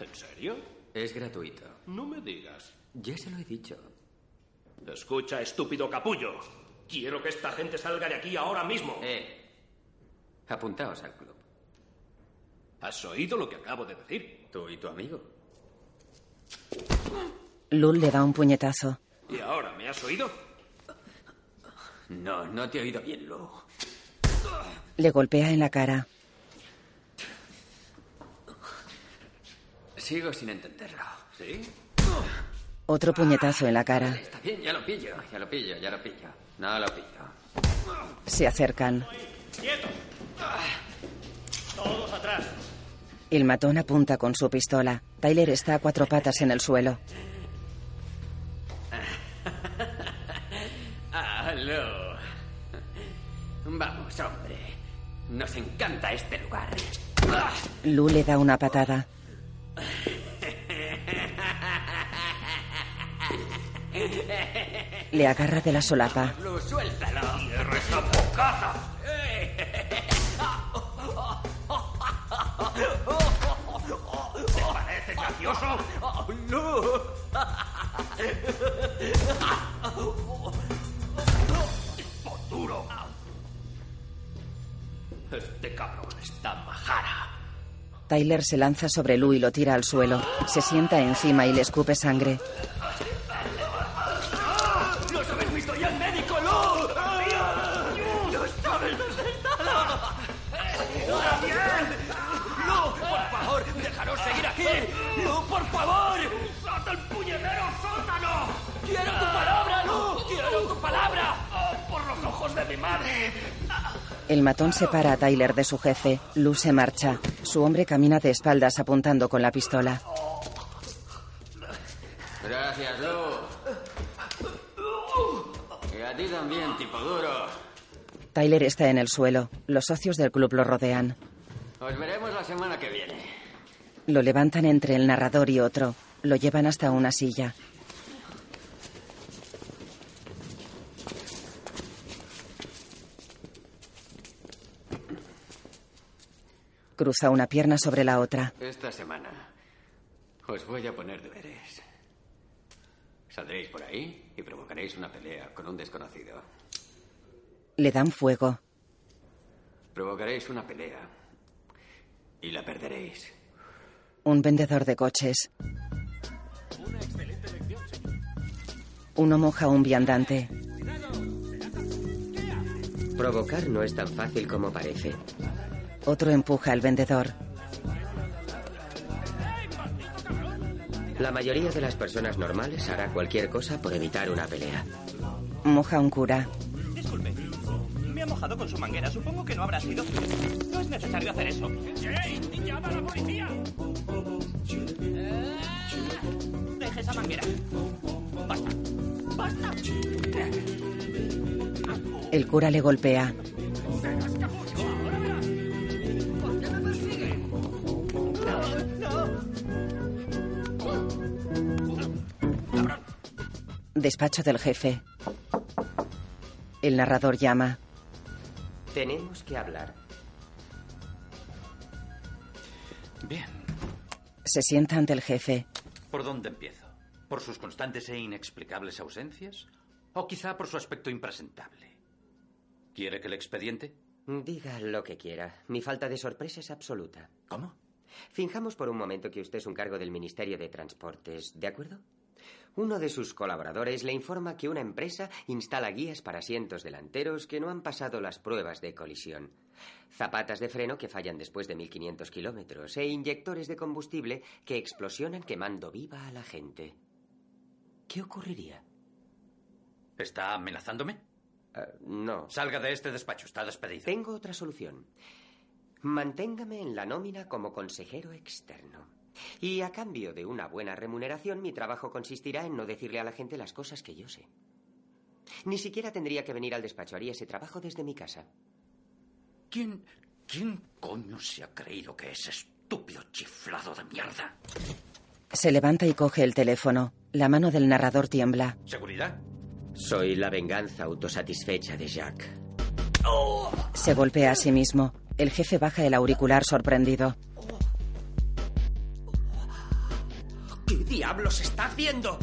[SPEAKER 3] ¿En serio?
[SPEAKER 11] Es gratuito.
[SPEAKER 3] No me digas.
[SPEAKER 11] Ya se lo he dicho.
[SPEAKER 3] Escucha, estúpido capullo. Quiero que esta gente salga de aquí ahora mismo.
[SPEAKER 11] Eh. Apuntaos al club.
[SPEAKER 3] ¿Has oído lo que acabo de decir?
[SPEAKER 11] Tú y tu amigo.
[SPEAKER 1] Lul le da un puñetazo.
[SPEAKER 3] ¿Y ahora me has oído?
[SPEAKER 11] No, no te he oído bien, Lou.
[SPEAKER 1] Le golpea en la cara.
[SPEAKER 11] Sigo sin entenderlo.
[SPEAKER 3] ¿Sí?
[SPEAKER 1] Otro puñetazo en la cara.
[SPEAKER 11] Está bien, ya lo pillo, ya lo pillo, ya lo pillo. No lo pillo.
[SPEAKER 1] Se acercan.
[SPEAKER 3] ¡Quieto! Todos atrás.
[SPEAKER 1] El matón apunta con su pistola. Tyler está a cuatro patas en el suelo.
[SPEAKER 11] ¡Aló! Vamos, hombre. Nos encanta este lugar.
[SPEAKER 1] Lou le da una patada. Le agarra de la solapa.
[SPEAKER 11] Lou, suéltalo.
[SPEAKER 3] ¡Cierra bocata! ¿Te parece gracioso?
[SPEAKER 11] ¡Lou!
[SPEAKER 4] ¡Duro! Este cabrón está majara.
[SPEAKER 1] Tyler se lanza sobre Lou y lo tira al suelo. Se sienta encima y le escupe sangre.
[SPEAKER 4] ¡Los habéis visto ya al médico, Lou! ¡Los sabes desestada! ¡Gabriel! ¡Lou, por favor, déjanos seguir aquí! ¡Lou, por favor! ¡Sota el puñetero sótano! ¡Quiero tu palabra, Lou! ¡Quiero tu palabra!
[SPEAKER 3] Ah,
[SPEAKER 4] ¡Por los ojos de mi madre!
[SPEAKER 1] El matón separa a Tyler de su jefe. Lou se marcha. Su hombre camina de espaldas apuntando con la pistola.
[SPEAKER 3] Gracias, Lou. Y a ti también, tipo duro.
[SPEAKER 1] Tyler está en el suelo. Los socios del club lo rodean.
[SPEAKER 3] Os veremos la semana que viene.
[SPEAKER 1] Lo levantan entre el narrador y otro. Lo llevan hasta una silla. Cruza una pierna sobre la otra.
[SPEAKER 3] Esta semana os voy a poner deberes. Saldréis por ahí y provocaréis una pelea con un desconocido.
[SPEAKER 1] Le dan fuego.
[SPEAKER 3] Provocaréis una pelea y la perderéis.
[SPEAKER 1] Un vendedor de coches.
[SPEAKER 8] Una excelente elección, señor.
[SPEAKER 1] Uno moja a un viandante.
[SPEAKER 2] Provocar no es tan fácil como parece.
[SPEAKER 1] Otro empuja al vendedor.
[SPEAKER 2] La mayoría de las personas normales hará cualquier cosa por evitar una pelea.
[SPEAKER 1] Moja un cura.
[SPEAKER 12] Disculpe, me ha mojado con su manguera. Supongo que no habrá sido. No es necesario hacer eso.
[SPEAKER 8] ¡Ey! ¡Llama a la policía!
[SPEAKER 12] Deje esa manguera. Basta. Basta.
[SPEAKER 1] El cura le golpea. Despacho del jefe. El narrador llama.
[SPEAKER 2] Tenemos que hablar.
[SPEAKER 17] Bien.
[SPEAKER 1] Se sienta ante el jefe.
[SPEAKER 17] ¿Por dónde empiezo? ¿Por sus constantes e inexplicables ausencias? ¿O quizá por su aspecto impresentable? ¿Quiere que el expediente?
[SPEAKER 2] Diga lo que quiera. Mi falta de sorpresa es absoluta.
[SPEAKER 17] ¿Cómo?
[SPEAKER 2] Fijamos por un momento que usted es un cargo del Ministerio de Transportes, ¿de acuerdo? Uno de sus colaboradores le informa que una empresa instala guías para asientos delanteros que no han pasado las pruebas de colisión, zapatas de freno que fallan después de 1500 kilómetros e inyectores de combustible que explosionan quemando viva a la gente. ¿Qué ocurriría?
[SPEAKER 17] ¿Está amenazándome?
[SPEAKER 2] Uh, no.
[SPEAKER 17] Salga de este despacho, está despedido.
[SPEAKER 2] Tengo otra solución. Manténgame en la nómina como consejero externo. Y a cambio de una buena remuneración, mi trabajo consistirá en no decirle a la gente las cosas que yo sé. Ni siquiera tendría que venir al despacho, haría ese trabajo desde mi casa.
[SPEAKER 17] ¿Quién. quién coño se ha creído que es estúpido chiflado de mierda?
[SPEAKER 1] Se levanta y coge el teléfono. La mano del narrador tiembla.
[SPEAKER 17] ¿Seguridad?
[SPEAKER 2] Soy la venganza autosatisfecha de Jack.
[SPEAKER 1] ¡Oh! Se golpea a sí mismo. El jefe baja el auricular sorprendido.
[SPEAKER 12] ¿Qué diablos está haciendo?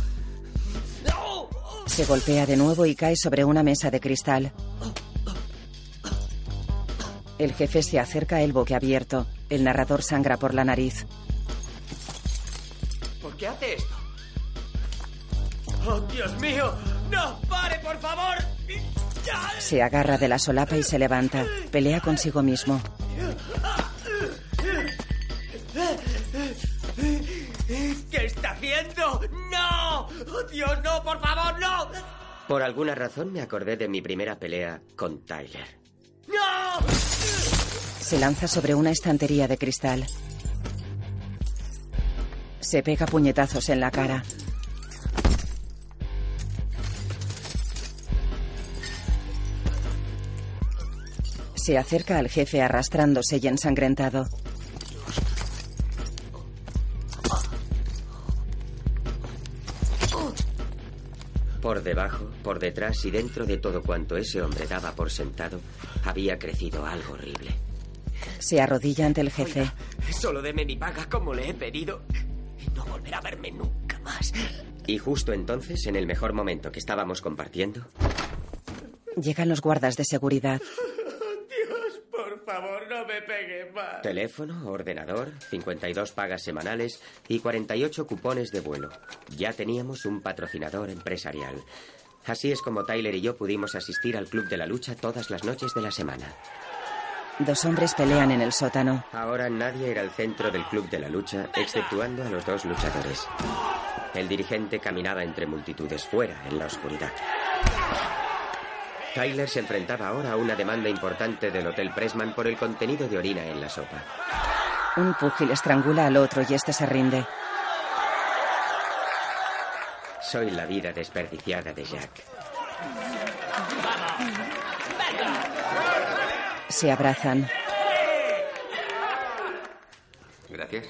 [SPEAKER 12] ¡No!
[SPEAKER 1] Se golpea de nuevo y cae sobre una mesa de cristal. El jefe se acerca el boquiabierto. El narrador sangra por la nariz.
[SPEAKER 12] ¿Por qué hace esto? ¡Oh, Dios mío! ¡No! ¡Pare, por favor!
[SPEAKER 1] Se agarra de la solapa y se levanta. Pelea consigo mismo.
[SPEAKER 12] ¿Qué está haciendo? ¡No! ¡Oh, Dios, no! ¡Por favor, no!
[SPEAKER 2] Por alguna razón me acordé de mi primera pelea con Tyler.
[SPEAKER 12] ¡No!
[SPEAKER 1] Se lanza sobre una estantería de cristal. Se pega puñetazos en la cara. Se acerca al jefe arrastrándose y ensangrentado.
[SPEAKER 2] Por debajo, por detrás y dentro de todo cuanto ese hombre daba por sentado, había crecido algo horrible.
[SPEAKER 1] Se arrodilla ante el jefe.
[SPEAKER 12] Oiga, solo deme mi paga como le he pedido y no volverá a verme nunca más.
[SPEAKER 2] Y justo entonces, en el mejor momento que estábamos compartiendo,
[SPEAKER 1] Llegan los guardas de seguridad.
[SPEAKER 12] Dios, por favor, no me pegue más.
[SPEAKER 2] teléfono, ordenador, 52 pagas semanales y 48 cupones de vuelo. Ya teníamos un patrocinador empresarial. Así es como Tyler y yo pudimos asistir al Club de la Lucha todas las noches de la semana.
[SPEAKER 1] Dos hombres pelean en el sótano.
[SPEAKER 2] Ahora nadie era el centro del Club de la Lucha, exceptuando a los dos luchadores. El dirigente caminaba entre multitudes fuera, en la oscuridad. Tyler se enfrentaba ahora a una demanda importante del Hotel Pressman por el contenido de orina en la sopa.
[SPEAKER 1] Un púgil estrangula al otro y este se rinde.
[SPEAKER 2] Soy la vida desperdiciada de Jack.
[SPEAKER 1] Se abrazan.
[SPEAKER 11] Gracias.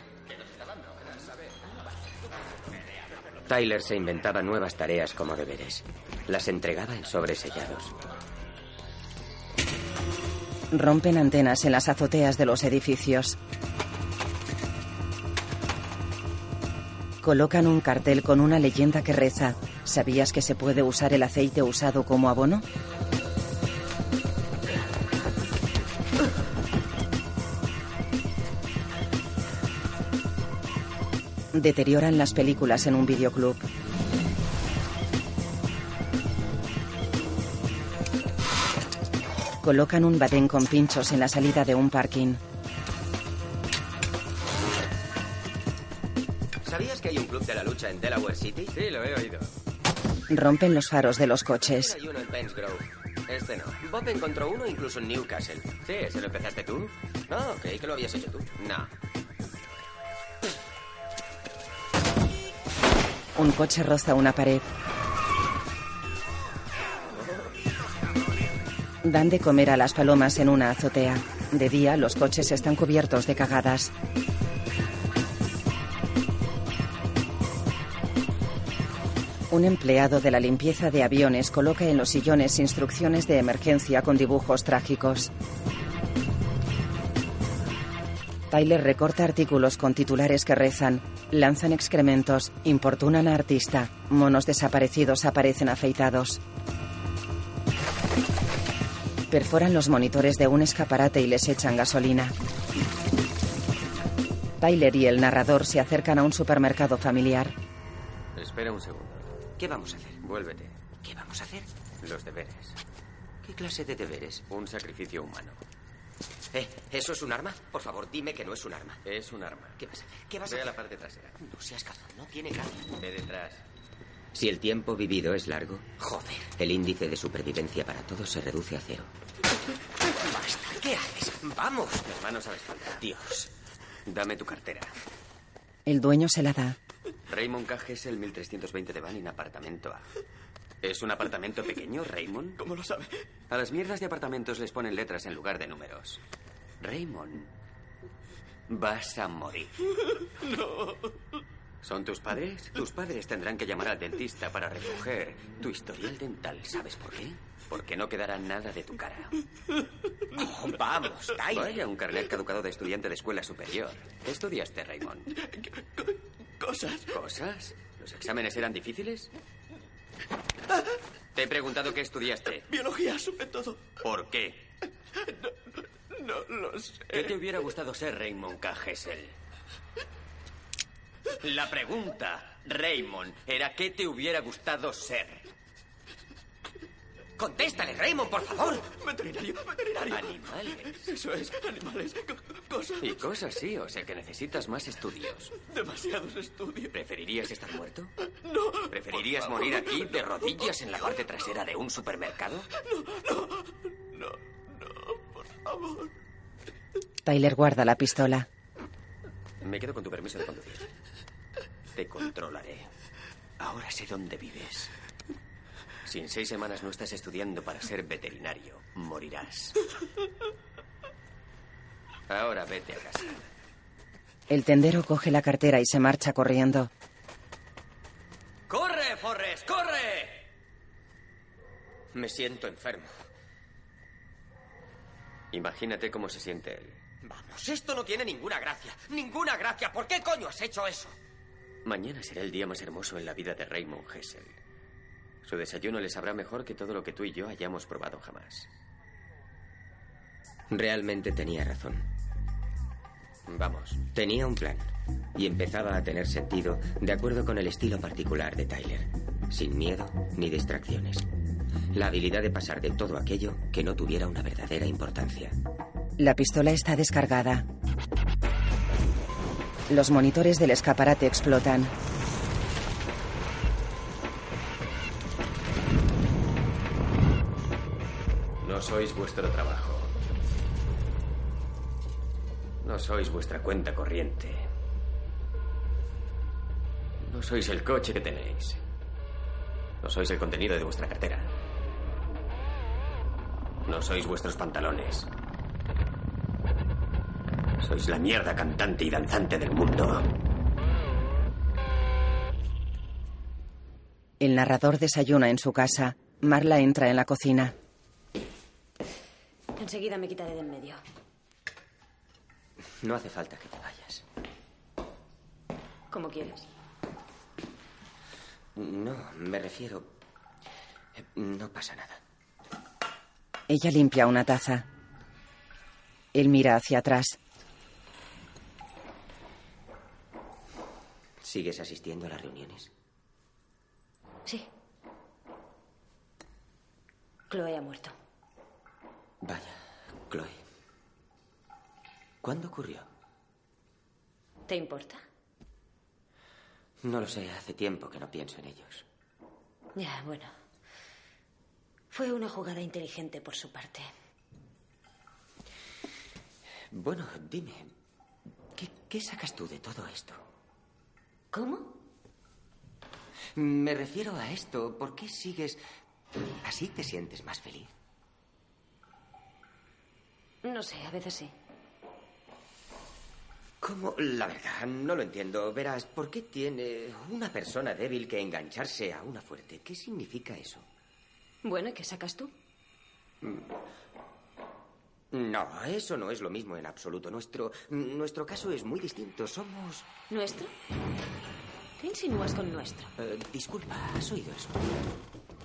[SPEAKER 2] Tyler se inventaba nuevas tareas como deberes. Las entregaba en sobres sellados.
[SPEAKER 1] Rompen antenas en las azoteas de los edificios. Colocan un cartel con una leyenda que reza, ¿sabías que se puede usar el aceite usado como abono? Deterioran las películas en un videoclub. Colocan un badén con pinchos en la salida de un parking.
[SPEAKER 2] ¿Sabías que hay un club de la lucha en Delaware City?
[SPEAKER 14] Sí, lo he oído.
[SPEAKER 1] Rompen los faros de los coches.
[SPEAKER 14] Hay uno en Penn's Grove. Este no.
[SPEAKER 2] Bob encontró uno incluso en Newcastle.
[SPEAKER 14] Sí, ¿se lo empezaste tú?
[SPEAKER 2] No, creí que lo habías hecho tú.
[SPEAKER 14] No.
[SPEAKER 1] Un coche roza una pared. Dan de comer a las palomas en una azotea. De día, los coches están cubiertos de cagadas. Un empleado de la limpieza de aviones coloca en los sillones instrucciones de emergencia con dibujos trágicos. Tyler recorta artículos con titulares que rezan, lanzan excrementos, importunan a artista, monos desaparecidos aparecen afeitados. Perforan los monitores de un escaparate y les echan gasolina. Tyler y el narrador se acercan a un supermercado familiar.
[SPEAKER 11] Espera un segundo.
[SPEAKER 2] ¿Qué vamos a hacer?
[SPEAKER 11] Vuélvete.
[SPEAKER 2] ¿Qué vamos a hacer?
[SPEAKER 11] Los deberes.
[SPEAKER 2] ¿Qué clase de deberes?
[SPEAKER 11] Un sacrificio humano.
[SPEAKER 2] Eh, ¿eso es un arma? Por favor, dime que no es un arma.
[SPEAKER 11] Es un arma.
[SPEAKER 2] ¿Qué vas a hacer? ¿Qué vas
[SPEAKER 11] Ve
[SPEAKER 2] a
[SPEAKER 11] a la
[SPEAKER 2] hacer?
[SPEAKER 11] parte trasera.
[SPEAKER 2] No seas cazón, no tiene gracia.
[SPEAKER 11] Ve detrás.
[SPEAKER 2] Si el tiempo vivido es largo,
[SPEAKER 16] Joder.
[SPEAKER 2] el índice de supervivencia para todos se reduce a cero.
[SPEAKER 16] Basta, ¿qué haces? Vamos.
[SPEAKER 11] Las manos a la espalda.
[SPEAKER 2] Dios.
[SPEAKER 11] Dame tu cartera.
[SPEAKER 1] El dueño se la da.
[SPEAKER 11] Raymond Cage es el 1320 de Van en apartamento A. ¿Es un apartamento pequeño, Raymond?
[SPEAKER 12] ¿Cómo lo sabe?
[SPEAKER 11] A las mierdas de apartamentos les ponen letras en lugar de números. Raymond, vas a morir.
[SPEAKER 12] No.
[SPEAKER 11] ¿Son tus padres? Tus padres tendrán que llamar al dentista para recoger tu historial dental. ¿Sabes por qué? Porque no quedará nada de tu cara.
[SPEAKER 16] Oh, vamos, Tyler.
[SPEAKER 11] Vaya, un carnet caducado de estudiante de escuela superior. ¿Qué estudiaste, Raymond?
[SPEAKER 12] Cosas.
[SPEAKER 11] ¿Cosas? ¿Los exámenes eran difíciles? Te he preguntado qué estudiaste.
[SPEAKER 12] Biología, sobre todo.
[SPEAKER 11] ¿Por qué?
[SPEAKER 12] No lo sé.
[SPEAKER 11] ¿Qué te hubiera gustado ser Raymond K. Hessel? La pregunta, Raymond, era ¿qué te hubiera gustado ser?
[SPEAKER 16] Contéstale, Raymond, por favor.
[SPEAKER 12] Veterinario, veterinario.
[SPEAKER 11] Animales.
[SPEAKER 12] Eso es, animales, co- cosas.
[SPEAKER 11] Y cosas sí, o sea que necesitas más estudios.
[SPEAKER 12] Demasiados estudios.
[SPEAKER 11] ¿Preferirías estar muerto?
[SPEAKER 12] No,
[SPEAKER 11] ¿Preferirías morir aquí de rodillas en la parte trasera de un supermercado?
[SPEAKER 12] no, no, por favor.
[SPEAKER 1] Tyler guarda la pistola.
[SPEAKER 11] Me quedo con tu permiso de conducir. Te controlaré. Ahora sé dónde vives. Si en seis semanas no estás estudiando para ser veterinario, morirás. Ahora vete a casa.
[SPEAKER 1] El tendero coge la cartera y se marcha corriendo.
[SPEAKER 14] ¡Corre, Forrest! ¡Corre!
[SPEAKER 2] Me siento enfermo.
[SPEAKER 11] Imagínate cómo se siente él.
[SPEAKER 6] Pues
[SPEAKER 16] Vamos, esto no tiene ninguna gracia. Ninguna gracia. ¿Por qué coño has hecho eso?
[SPEAKER 11] Mañana será el día más hermoso en la vida de Raymond Hessel. Su desayuno le sabrá mejor que todo lo que tú y yo hayamos probado jamás.
[SPEAKER 2] Realmente tenía razón.
[SPEAKER 11] Vamos.
[SPEAKER 2] Tenía un plan y empezaba a tener sentido de acuerdo con el estilo particular de Tyler, sin miedo ni distracciones. La habilidad de pasar de todo aquello que no tuviera una verdadera importancia.
[SPEAKER 1] La pistola está descargada. Los monitores del escaparate explotan.
[SPEAKER 11] No sois vuestro trabajo. No sois vuestra cuenta corriente. No sois el coche que tenéis. No sois el contenido de vuestra cartera. No sois vuestros pantalones. Sois la mierda cantante y danzante del mundo.
[SPEAKER 1] El narrador desayuna en su casa. Marla entra en la cocina.
[SPEAKER 9] Enseguida me quitaré de en medio.
[SPEAKER 2] No hace falta que te vayas.
[SPEAKER 9] Como quieras.
[SPEAKER 2] No, me refiero... eh, No pasa nada.
[SPEAKER 1] Ella limpia una taza. Él mira hacia atrás.
[SPEAKER 2] ¿Sigues asistiendo a las reuniones?
[SPEAKER 9] Sí. Chloe ha muerto.
[SPEAKER 2] Vaya, Chloe. ¿Cuándo ocurrió?
[SPEAKER 9] ¿Te importa?
[SPEAKER 2] No lo sé, hace tiempo que no pienso en ellos.
[SPEAKER 9] Ya, bueno. Fue una jugada inteligente por su parte.
[SPEAKER 2] Bueno, dime, ¿qué, qué sacas tú de todo esto?
[SPEAKER 9] ¿Cómo?
[SPEAKER 2] Me refiero a esto. ¿Por qué sigues... ¿Así te sientes más feliz?
[SPEAKER 9] No sé, a veces sí.
[SPEAKER 2] ¿Cómo? La verdad, no lo entiendo. Verás, ¿por qué tiene una persona débil que engancharse a una fuerte? ¿Qué significa eso?
[SPEAKER 9] Bueno, ¿y qué sacas tú?
[SPEAKER 2] Mm. No, eso no es lo mismo en absoluto. Nuestro, nuestro caso es muy distinto. Somos...
[SPEAKER 9] ¿Nuestro? ¿Qué insinúas con nuestro?
[SPEAKER 2] Eh, disculpa, ¿has oído eso?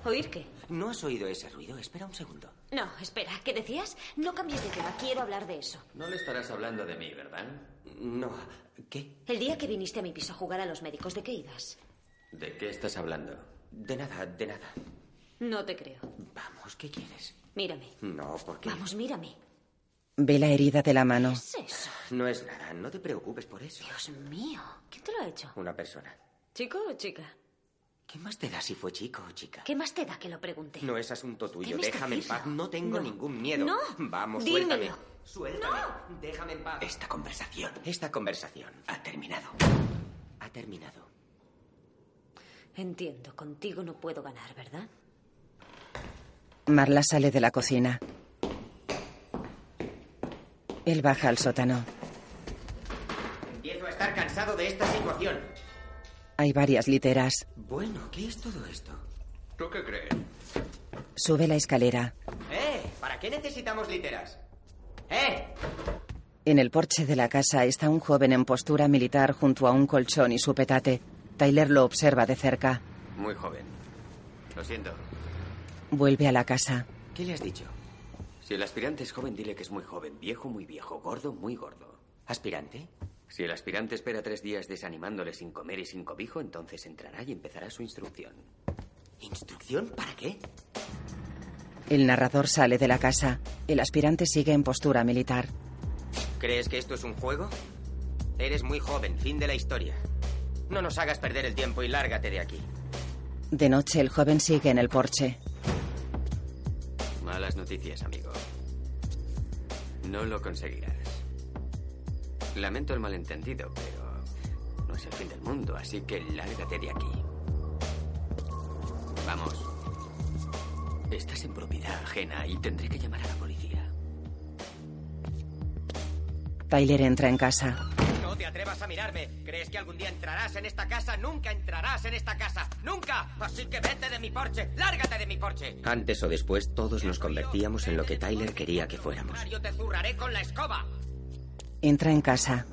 [SPEAKER 9] ¿Oír qué?
[SPEAKER 2] No has oído ese ruido. Espera un segundo.
[SPEAKER 9] No, espera. ¿Qué decías? No cambies de tema. Quiero hablar de eso.
[SPEAKER 11] No le estarás hablando de mí, ¿verdad?
[SPEAKER 2] No. ¿Qué?
[SPEAKER 9] El día que viniste a mi piso a jugar a los médicos, ¿de qué ibas?
[SPEAKER 11] ¿De qué estás hablando?
[SPEAKER 2] De nada, de nada.
[SPEAKER 9] No te creo.
[SPEAKER 2] Vamos, Pues, ¿qué quieres?
[SPEAKER 9] Mírame.
[SPEAKER 2] No, ¿por qué?
[SPEAKER 9] Vamos, mírame.
[SPEAKER 1] Ve la herida de la mano.
[SPEAKER 9] ¿Qué es eso?
[SPEAKER 2] No es nada. No te preocupes por eso.
[SPEAKER 9] Dios mío. ¿Quién te lo ha hecho?
[SPEAKER 2] Una persona.
[SPEAKER 9] ¿Chico o chica?
[SPEAKER 2] ¿Qué más te da si fue chico o chica?
[SPEAKER 9] ¿Qué más te da que lo pregunte?
[SPEAKER 2] No es asunto tuyo. Déjame en paz. No tengo
[SPEAKER 9] No.
[SPEAKER 2] ningún miedo.
[SPEAKER 9] No.
[SPEAKER 2] Vamos,
[SPEAKER 9] Dímelo.
[SPEAKER 2] suéltame. Suéltame. Déjame en paz.
[SPEAKER 11] Esta conversación
[SPEAKER 2] Esta conversación
[SPEAKER 11] ha terminado.
[SPEAKER 2] ha terminado.
[SPEAKER 9] Entiendo. Contigo no puedo ganar, ¿verdad?
[SPEAKER 1] Marla sale de la cocina. Él baja al sótano.
[SPEAKER 2] Empiezo a estar cansado de esta situación.
[SPEAKER 1] Hay varias literas.
[SPEAKER 2] Bueno, ¿qué es todo esto?
[SPEAKER 6] ¿Tú qué crees?
[SPEAKER 1] Sube la escalera.
[SPEAKER 2] ¡Eh! ¿Para qué necesitamos literas? ¡Eh!
[SPEAKER 1] En el porche de la casa está un joven en postura militar junto a un colchón y su petate. Tyler lo observa de cerca.
[SPEAKER 11] Muy joven. Lo siento.
[SPEAKER 1] Vuelve a la casa.
[SPEAKER 11] ¿Qué le has dicho? Si el aspirante es joven, dile que es muy joven. Viejo, muy viejo. Gordo, muy gordo.
[SPEAKER 2] ¿Aspirante?
[SPEAKER 11] Si el aspirante espera tres días desanimándole sin comer y sin cobijo, entonces entrará y empezará su instrucción.
[SPEAKER 2] ¿Instrucción? ¿Para qué?
[SPEAKER 1] El narrador sale de la casa. El aspirante sigue en postura militar.
[SPEAKER 2] ¿Crees que esto es un juego? Eres muy joven, fin de la historia. No nos hagas perder el tiempo y lárgate de aquí.
[SPEAKER 1] De noche el joven sigue en el porche.
[SPEAKER 11] Malas noticias, amigo. No lo conseguirás. Lamento el malentendido, pero no es el fin del mundo, así que lárgate de aquí. Vamos. Estás en propiedad ajena y tendré que llamar a la policía.
[SPEAKER 1] Tyler entra en casa.
[SPEAKER 2] No te atrevas a mirarme. ¿Crees que algún día entrarás en esta casa? Nunca entrarás en esta casa. Nunca. Así que vete de mi porche. Lárgate de mi porche.
[SPEAKER 6] Ah,
[SPEAKER 11] Antes o después, todos nos convertíamos en lo que Tyler quería que fuéramos.
[SPEAKER 2] Yo te zurraré con la escoba.
[SPEAKER 1] Entra en casa.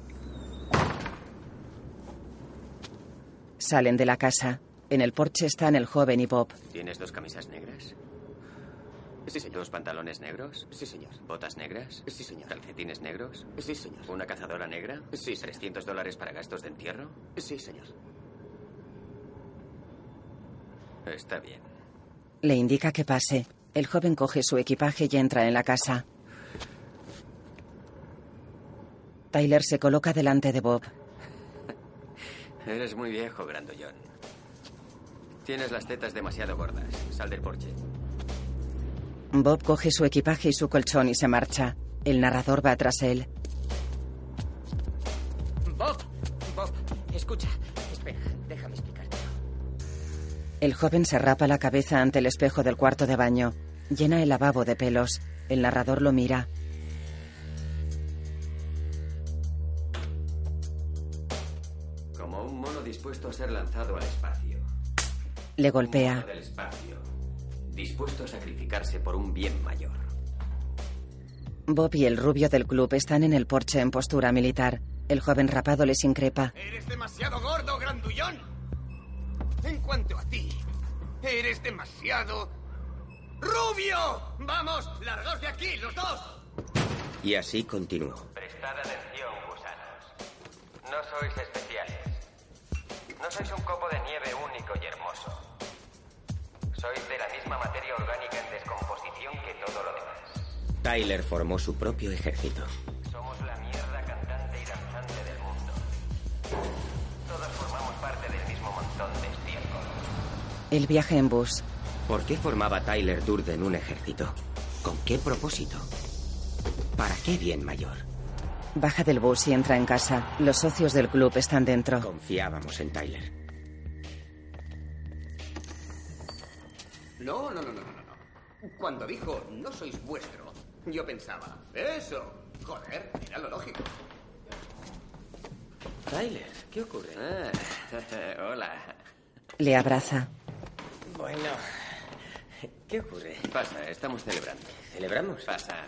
[SPEAKER 1] Salen de la casa. En el porche están el joven y Bob.
[SPEAKER 11] ¿Tienes dos camisas negras?
[SPEAKER 27] Sí, señor.
[SPEAKER 11] ¿Dos pantalones negros?
[SPEAKER 27] Sí, señor.
[SPEAKER 11] ¿Botas negras?
[SPEAKER 27] Sí, señor.
[SPEAKER 11] ¿Calcetines negros?
[SPEAKER 27] Sí, señor.
[SPEAKER 11] ¿Una cazadora negra?
[SPEAKER 27] Sí, señor.
[SPEAKER 11] ¿300 dólares para gastos de entierro?
[SPEAKER 27] Sí, señor.
[SPEAKER 11] Está bien.
[SPEAKER 1] Le indica que pase. El joven coge su equipaje y entra en la casa. Tyler se coloca delante de Bob.
[SPEAKER 11] Eres muy viejo, grandollón. Tienes las tetas demasiado gordas. Sal del porche.
[SPEAKER 1] Bob coge su equipaje y su colchón y se marcha. El narrador va tras él.
[SPEAKER 9] Bob, Bob, escucha. Espera, déjame explicarte.
[SPEAKER 1] El joven se rapa la cabeza ante el espejo del cuarto de baño. Llena el lavabo de pelos. El narrador lo mira.
[SPEAKER 11] Como un mono dispuesto a ser lanzado al espacio.
[SPEAKER 1] Le
[SPEAKER 11] Un
[SPEAKER 1] golpea.
[SPEAKER 11] mono del espacio. Dispuesto a sacrificarse por un bien mayor.
[SPEAKER 1] Bob y el rubio del club están en el porche en postura militar. El joven rapado les increpa.
[SPEAKER 3] Eres demasiado gordo, grandullón. En cuanto a ti, eres demasiado rubio. Vamos, largaos de aquí, los dos.
[SPEAKER 2] Y así continuó.
[SPEAKER 12] Prestad atención, gusanos. No sois especiales. No sois un copo de nieve único y hermoso. Sois de la misma materia orgánica en descomposición que todo lo demás.
[SPEAKER 2] Tyler formó su propio ejército.
[SPEAKER 12] Somos la mierda cantante y danzante del mundo. Todos formamos parte del mismo montón de estiércol.
[SPEAKER 1] Él viaja en bus.
[SPEAKER 2] ¿Por qué formaba Tyler Durden un ejército? ¿Con qué propósito? ¿Para qué bien mayor?
[SPEAKER 1] Baja del bus y entra en casa. Los socios del club están dentro.
[SPEAKER 2] Confiábamos en Tyler.
[SPEAKER 3] No, no, no, no, no, no. Cuando dijo no sois vuestro, yo pensaba, eso. Joder, era lo lógico.
[SPEAKER 11] Tyler, ¿qué ocurre? Ah,
[SPEAKER 27] hola.
[SPEAKER 1] Le abraza.
[SPEAKER 11] Bueno, ¿qué ocurre?
[SPEAKER 27] Pasa, estamos celebrando.
[SPEAKER 11] ¿Celebramos?
[SPEAKER 27] Pasa.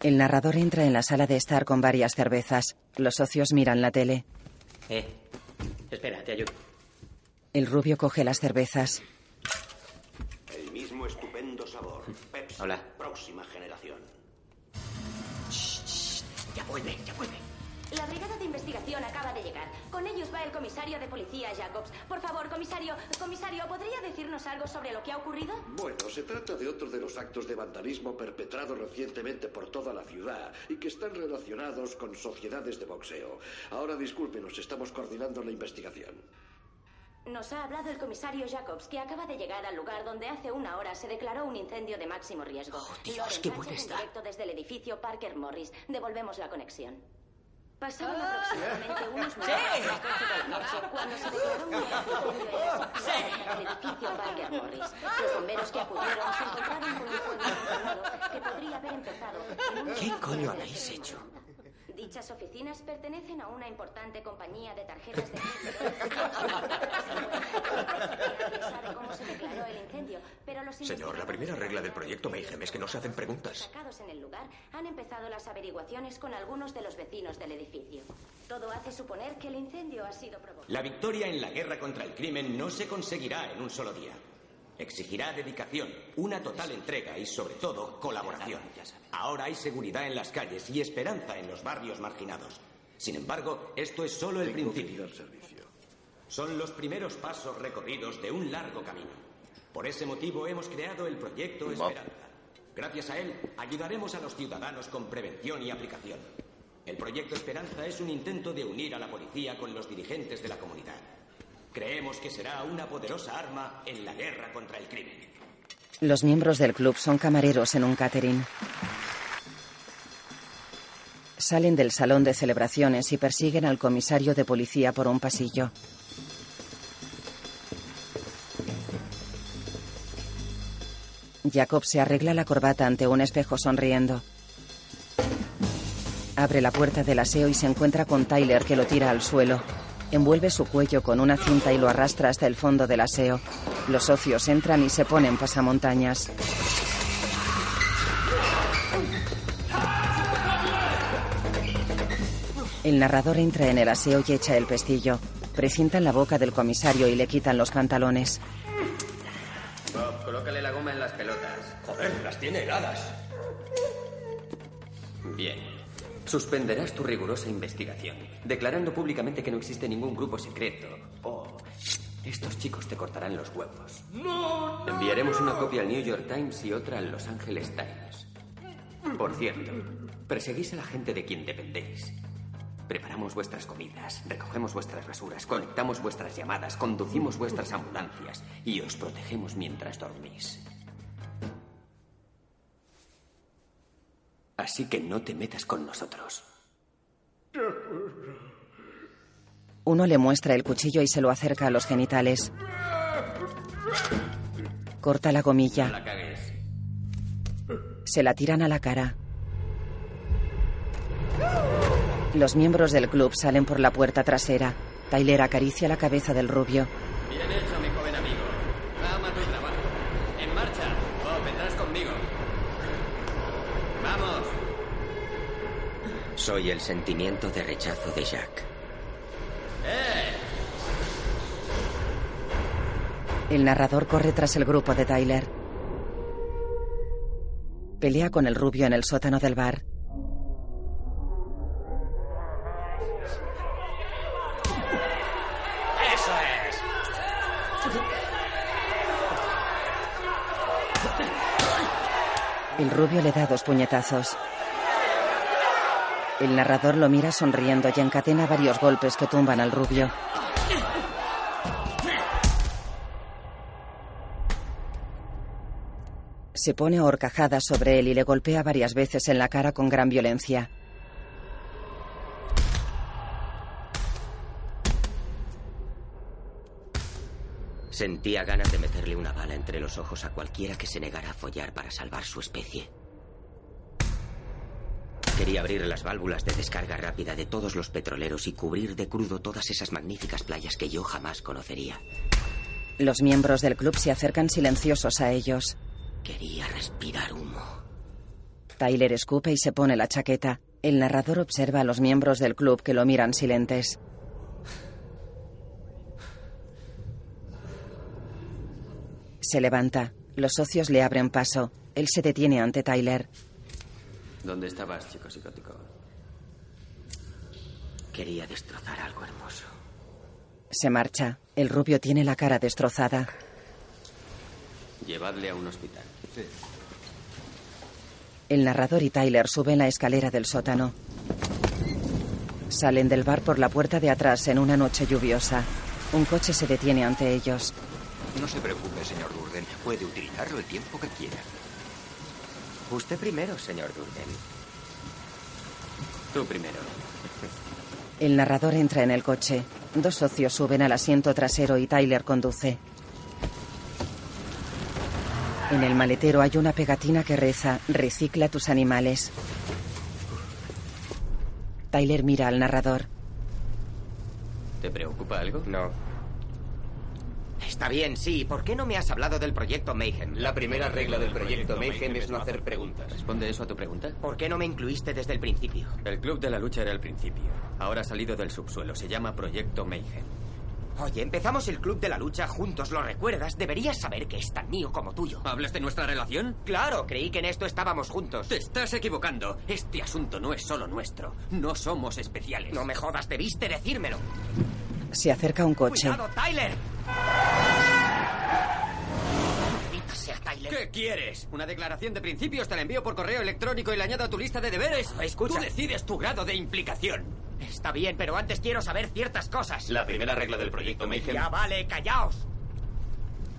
[SPEAKER 1] El narrador entra en la sala de estar con varias cervezas. Los socios miran la tele.
[SPEAKER 2] Eh, espera, te ayudo.
[SPEAKER 1] El rubio coge las cervezas.
[SPEAKER 28] El mismo estupendo sabor. Pepsi.
[SPEAKER 2] Hola.
[SPEAKER 28] Próxima generación.
[SPEAKER 9] Ya vuelve, ya vuelve.
[SPEAKER 29] La brigada de investigación acaba de llegar. Con ellos va el comisario de policía Jacobs. Por favor, comisario, comisario, ¿podría decirnos algo sobre lo que ha ocurrido?
[SPEAKER 20] Bueno, se trata de otro de los actos de vandalismo perpetrados recientemente por toda la ciudad y que están relacionados con sociedades de boxeo. Ahora discúlpenos, estamos coordinando la investigación.
[SPEAKER 29] Nos ha hablado el comisario Jacobs, que acaba de llegar al lugar donde hace una hora se declaró un incendio de máximo riesgo.
[SPEAKER 9] Oh, Dios,
[SPEAKER 29] Lauren
[SPEAKER 9] qué buena
[SPEAKER 29] Sánchez, en
[SPEAKER 9] está.
[SPEAKER 29] directo desde el edificio Parker Morris. Devolvemos la conexión. Pasaron
[SPEAKER 9] Ah.
[SPEAKER 29] aproximadamente unos
[SPEAKER 30] Sí.
[SPEAKER 29] minutos de las 12 de la noche cuando se declaró un incendio de en el edificio Parker Morris. Los bomberos que acudieron se encontraron con un fuego inflamado que podría haber empezado en un
[SPEAKER 9] ¿Qué coño habéis hecho?
[SPEAKER 29] Dichas oficinas pertenecen a una importante compañía de tarjetas de crédito. sabe cómo se declaró el incendio, pero los
[SPEAKER 31] Señor, la primera regla del proyecto Mayhem es que no se hacen preguntas.
[SPEAKER 29] sacados en el lugar han empezado las averiguaciones con algunos de los vecinos del edificio. Todo hace suponer que el incendio ha sido provocado.
[SPEAKER 6] La victoria en la guerra contra el crimen no se conseguirá en un solo día. Exigirá dedicación, una total entrega y, sobre todo, colaboración. Ahora hay seguridad en las calles y esperanza en los barrios marginados. Sin embargo, esto es solo el principio. Son los primeros pasos recorridos de un largo camino. Por ese motivo hemos creado el proyecto Esperanza. Gracias a él, ayudaremos a los ciudadanos con prevención y aplicación. El proyecto Esperanza es un intento de unir a la policía con los dirigentes de la comunidad. Creemos que será una poderosa arma en la guerra contra el crimen.
[SPEAKER 1] Los miembros del club son camareros en un catering. Salen del salón de celebraciones y persiguen al comisario de policía por un pasillo. Jacob se arregla la corbata ante un espejo sonriendo. Abre la puerta del aseo y se encuentra con Tyler que lo tira al suelo. Envuelve su cuello con una cinta y lo arrastra hasta el fondo del aseo. Los socios entran y se ponen pasamontañas. El narrador entra en el aseo y echa el pestillo. Precintan la boca del comisario y le quitan los pantalones.
[SPEAKER 11] Bob, colócale la goma en las pelotas.
[SPEAKER 12] Joder, las tiene heladas.
[SPEAKER 11] Bien. Suspenderás tu rigurosa investigación, declarando públicamente que no existe ningún grupo secreto. Oh, estos chicos te cortarán los huevos.
[SPEAKER 12] No, no,
[SPEAKER 11] Enviaremos una copia al New York Times y otra al Los Angeles Times. Por cierto, perseguís a la gente de quien dependéis. Preparamos vuestras comidas, recogemos vuestras basuras, conectamos vuestras llamadas, conducimos vuestras ambulancias y os protegemos mientras dormís. Así que no te metas con nosotros.
[SPEAKER 1] Uno le muestra el cuchillo y se lo acerca a los genitales. Corta la
[SPEAKER 11] No
[SPEAKER 1] gomilla.
[SPEAKER 11] la cagues.
[SPEAKER 1] Se la tiran a la cara. Los miembros del club salen por la puerta trasera. Tyler acaricia la cabeza del rubio.
[SPEAKER 11] Bien hecho, mi joven amigo. Ama tu trabajo. En marcha. Bob, vendrás conmigo. Vamos.
[SPEAKER 2] Soy el sentimiento de rechazo de Jack.
[SPEAKER 1] El narrador corre tras el grupo de Tyler. Pelea con el rubio en el sótano del bar.
[SPEAKER 32] ¡Eso es!
[SPEAKER 1] El rubio le da dos puñetazos. El narrador lo mira sonriendo y encadena varios golpes que tumban al rubio. Se pone horcajada sobre él y le golpea varias veces en la cara con gran violencia.
[SPEAKER 2] Sentía ganas de meterle una bala entre los ojos a cualquiera que se negara a follar para salvar su especie. Quería abrir las válvulas de descarga rápida de todos los petroleros y cubrir de crudo todas esas magníficas playas que yo jamás conocería.
[SPEAKER 1] Los miembros del club se acercan silenciosos a ellos.
[SPEAKER 2] Quería respirar humo.
[SPEAKER 1] Tyler escupe y se pone la chaqueta. El narrador observa a los miembros del club que lo miran silentes. Se levanta. Los socios le abren paso. Él se detiene ante Tyler.
[SPEAKER 11] ¿Dónde estabas, chico psicótico?
[SPEAKER 2] Quería destrozar algo hermoso.
[SPEAKER 1] Se marcha. El rubio tiene la cara destrozada.
[SPEAKER 11] Llevadle a un hospital. Sí.
[SPEAKER 1] El narrador y Tyler suben la escalera del sótano. Salen del bar por la puerta de atrás en una noche lluviosa. Un coche se detiene ante ellos.
[SPEAKER 3] No se preocupe, señor Durden. Puede utilizarlo el tiempo que quiera.
[SPEAKER 2] Usted primero, señor Durden.
[SPEAKER 11] Tú primero.
[SPEAKER 1] El narrador entra en el coche. Dos socios suben al asiento trasero y Tyler conduce. En el maletero hay una pegatina que reza, recicla tus animales. Tyler mira al narrador.
[SPEAKER 11] ¿Te preocupa algo?
[SPEAKER 2] No.
[SPEAKER 6] Está bien, sí. ¿Por qué no me has hablado del proyecto Mayhem?
[SPEAKER 11] La primera regla del proyecto Mayhem es no hacer preguntas. ¿Responde eso a tu pregunta?
[SPEAKER 6] ¿Por qué no me incluiste desde el principio?
[SPEAKER 11] El club de la lucha era el principio. Ahora ha salido del subsuelo. Se llama Proyecto Mayhem.
[SPEAKER 6] Oye, empezamos el club de la lucha juntos, ¿lo recuerdas? Deberías saber que es tan mío como tuyo.
[SPEAKER 11] ¿Hablas de nuestra relación?
[SPEAKER 6] Claro, creí que en esto estábamos juntos.
[SPEAKER 11] Te estás equivocando. Este asunto no es solo nuestro. No somos especiales.
[SPEAKER 6] No me jodas, debiste decírmelo.
[SPEAKER 1] Se acerca un coche.
[SPEAKER 6] ¡Cuidado, Tyler! Maldita sea, Tyler.
[SPEAKER 11] ¿Qué quieres? ¿Una declaración de principios? Te la envío por correo electrónico y la añado a tu lista de deberes.
[SPEAKER 6] Escucha.
[SPEAKER 11] Tú decides tu grado de implicación.
[SPEAKER 6] Está bien, pero antes quiero saber ciertas cosas.
[SPEAKER 11] La primera regla del proyecto Mayhem.
[SPEAKER 6] Ya vale, callaos.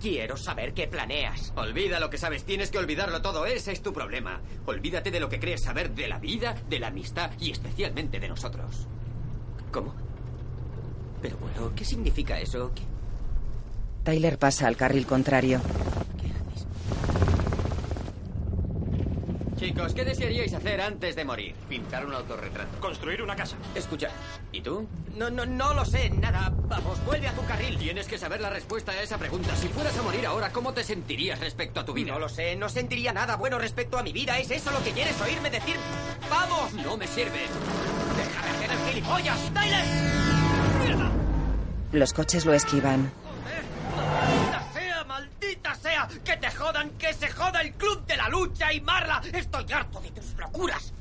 [SPEAKER 6] Quiero saber qué planeas.
[SPEAKER 11] Olvida lo que sabes, tienes que olvidarlo todo, ese es tu problema. Olvídate de lo que crees saber de la vida, de la amistad y especialmente de nosotros. ¿Cómo? Pero bueno, ¿qué significa eso? ¿Qué-
[SPEAKER 1] Tyler pasa al carril contrario.
[SPEAKER 11] Chicos, ¿qué desearíais hacer antes de morir? Pintar un autorretrato.
[SPEAKER 33] Construir una casa.
[SPEAKER 11] Escucha, ¿y tú?
[SPEAKER 6] No, no, no lo sé, nada. Vamos, vuelve a tu carril.
[SPEAKER 11] Tienes que saber la respuesta a esa pregunta. Si fueras a morir ahora, ¿cómo te sentirías respecto a tu vida?
[SPEAKER 6] No lo sé, no sentiría nada bueno respecto a mi vida. ¿Es eso lo que quieres oírme decir? ¡Vamos!
[SPEAKER 11] No me sirve.
[SPEAKER 6] ¡Déjame hacer el gilipollas! ¡Tyler!
[SPEAKER 1] Los coches lo esquivan.
[SPEAKER 12] ¡Maldita sea, maldita sea! ¡Que te jodan, que se joda el club de la lucha y Marla! ¡Estoy harto de tus locuras!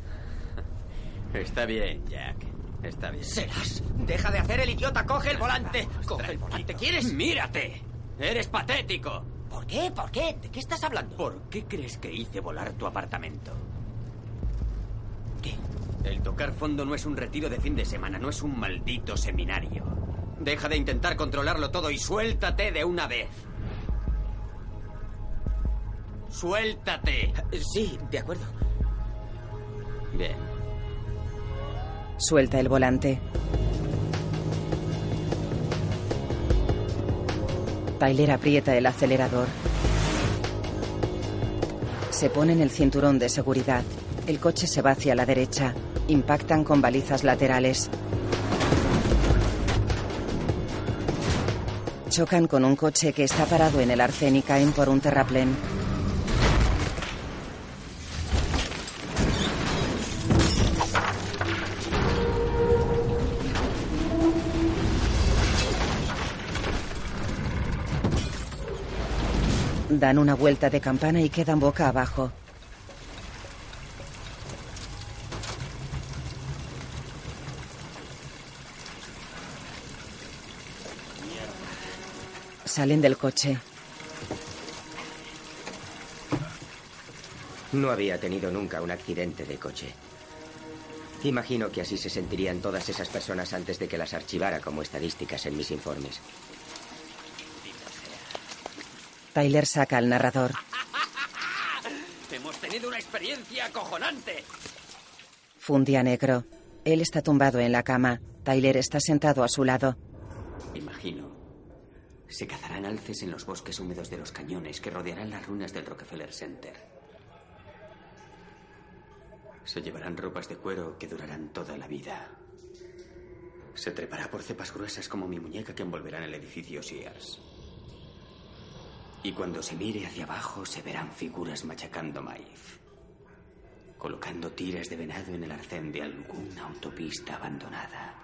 [SPEAKER 2] Está bien, Jack. Está bien.
[SPEAKER 12] ¡Serás! ¡Deja de hacer el idiota! ¡Coge el volante! ¡Coge el volante! ¿Quieres?
[SPEAKER 2] ¡Mírate! ¡Eres patético!
[SPEAKER 12] ¿Por qué? ¿Por qué? ¿De qué estás hablando?
[SPEAKER 2] ¿Por qué crees que hice volar tu apartamento?
[SPEAKER 12] ¿Qué?
[SPEAKER 2] El tocar fondo no es un retiro de fin de semana, no es un maldito seminario. Deja de intentar controlarlo todo y suéltate de una vez. Suéltate.
[SPEAKER 12] Eh, Sí, de acuerdo.
[SPEAKER 2] Bien.
[SPEAKER 1] Suelta el volante. Tyler aprieta el acelerador. Se pone en el cinturón de seguridad. El coche se va hacia la derecha. Impactan con balizas laterales. Chocan con un coche que está parado en el arcén y caen por un terraplén. Dan una vuelta de campana y quedan boca abajo. Salen del coche.
[SPEAKER 2] No había tenido nunca un accidente de coche. Imagino que así se sentirían todas esas personas antes de que las archivara como estadísticas en mis informes.
[SPEAKER 1] Tyler saca al narrador.
[SPEAKER 12] Hemos tenido una experiencia acojonante.
[SPEAKER 1] Fue un día negro. Él está tumbado en la cama. Tyler está sentado a su lado.
[SPEAKER 2] Imagino se cazarán alces en los bosques húmedos de los cañones que rodearán las ruinas del Rockefeller Center. Se llevarán ropas de cuero que durarán toda la vida. Se trepará por cepas gruesas como mi muñeca que envolverán el edificio Sears. Y cuando se mire hacia abajo se verán figuras machacando maíz, colocando tiras de venado en el arcén de alguna autopista abandonada.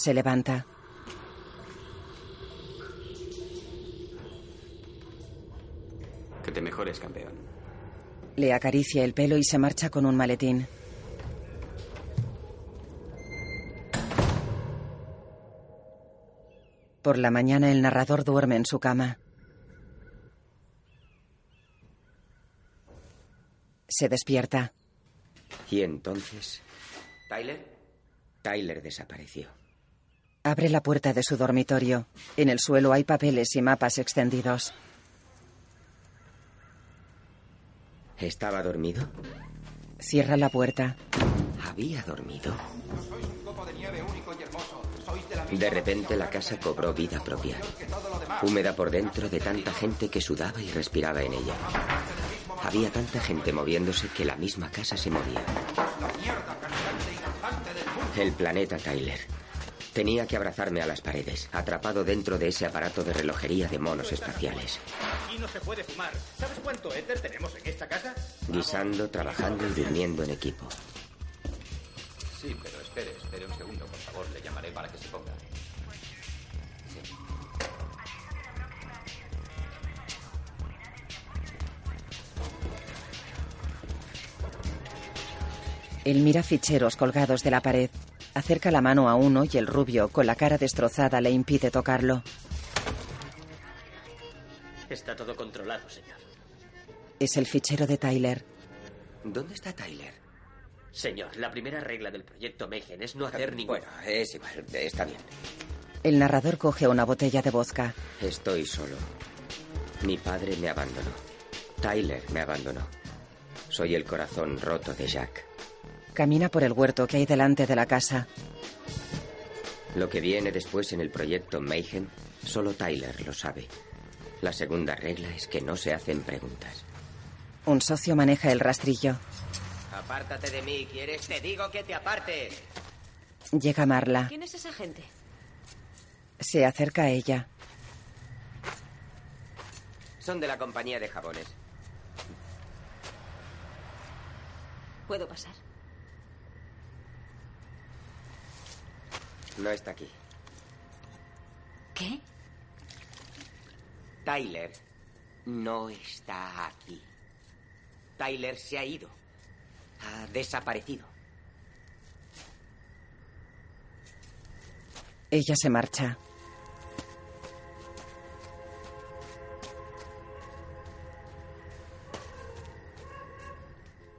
[SPEAKER 1] Se levanta.
[SPEAKER 2] Que te mejores, campeón.
[SPEAKER 1] Le acaricia el pelo y se marcha con un maletín. Por la mañana el narrador duerme en su cama. Se despierta.
[SPEAKER 2] Y entonces...
[SPEAKER 3] ¿Tyler?
[SPEAKER 2] Tyler desapareció.
[SPEAKER 1] Abre la puerta de su dormitorio. En el suelo hay papeles y mapas extendidos.
[SPEAKER 2] ¿Estaba dormido?
[SPEAKER 1] Cierra la puerta.
[SPEAKER 2] ¿Había dormido?
[SPEAKER 3] No sois un copo de nieve único y hermoso. Sois de, la
[SPEAKER 2] de repente la casa cobró vida propia. Húmeda por dentro de tanta gente que sudaba y respiraba en ella. Había tanta gente moviéndose que la misma casa se movía. El planeta Tyler. Tenía que abrazarme a las paredes, atrapado dentro de ese aparato de relojería de monos espaciales.
[SPEAKER 6] Aquí no se puede fumar. ¿Sabes cuánto éter tenemos en esta casa?
[SPEAKER 2] Guisando, trabajando y durmiendo en equipo.
[SPEAKER 3] Sí, pero espere, espere un segundo, por favor. Le llamaré para que se ponga. Sí.
[SPEAKER 1] Él mira ficheros colgados de la pared. Acerca la mano a uno y el rubio, con la cara destrozada, le impide tocarlo.
[SPEAKER 6] Está todo controlado, señor.
[SPEAKER 1] Es el fichero de Tyler.
[SPEAKER 2] ¿Dónde está Tyler?
[SPEAKER 6] Señor, la primera regla del proyecto Mayhem es no hacer ningún...
[SPEAKER 2] Ah, Bueno, es igual, está bien.
[SPEAKER 1] El narrador coge una botella de vodka.
[SPEAKER 2] Estoy solo. Mi padre me abandonó. Tyler me abandonó. Soy el corazón roto de Jack.
[SPEAKER 1] Camina por el huerto que hay delante de la casa.
[SPEAKER 2] Lo que viene después en el proyecto Mayhem, solo Tyler lo sabe. La segunda regla es que no se hacen preguntas.
[SPEAKER 1] Un socio maneja el rastrillo.
[SPEAKER 6] Apártate de mí, ¿quieres? Te digo que te apartes.
[SPEAKER 1] Llega Marla.
[SPEAKER 9] ¿Quién es esa gente?
[SPEAKER 1] Se acerca a ella.
[SPEAKER 2] Son de la compañía de jabones.
[SPEAKER 9] ¿Puedo pasar?
[SPEAKER 2] No está aquí.
[SPEAKER 9] ¿Qué?
[SPEAKER 2] Tyler no está aquí. Tyler se ha ido. Ha desaparecido.
[SPEAKER 1] Ella se marcha.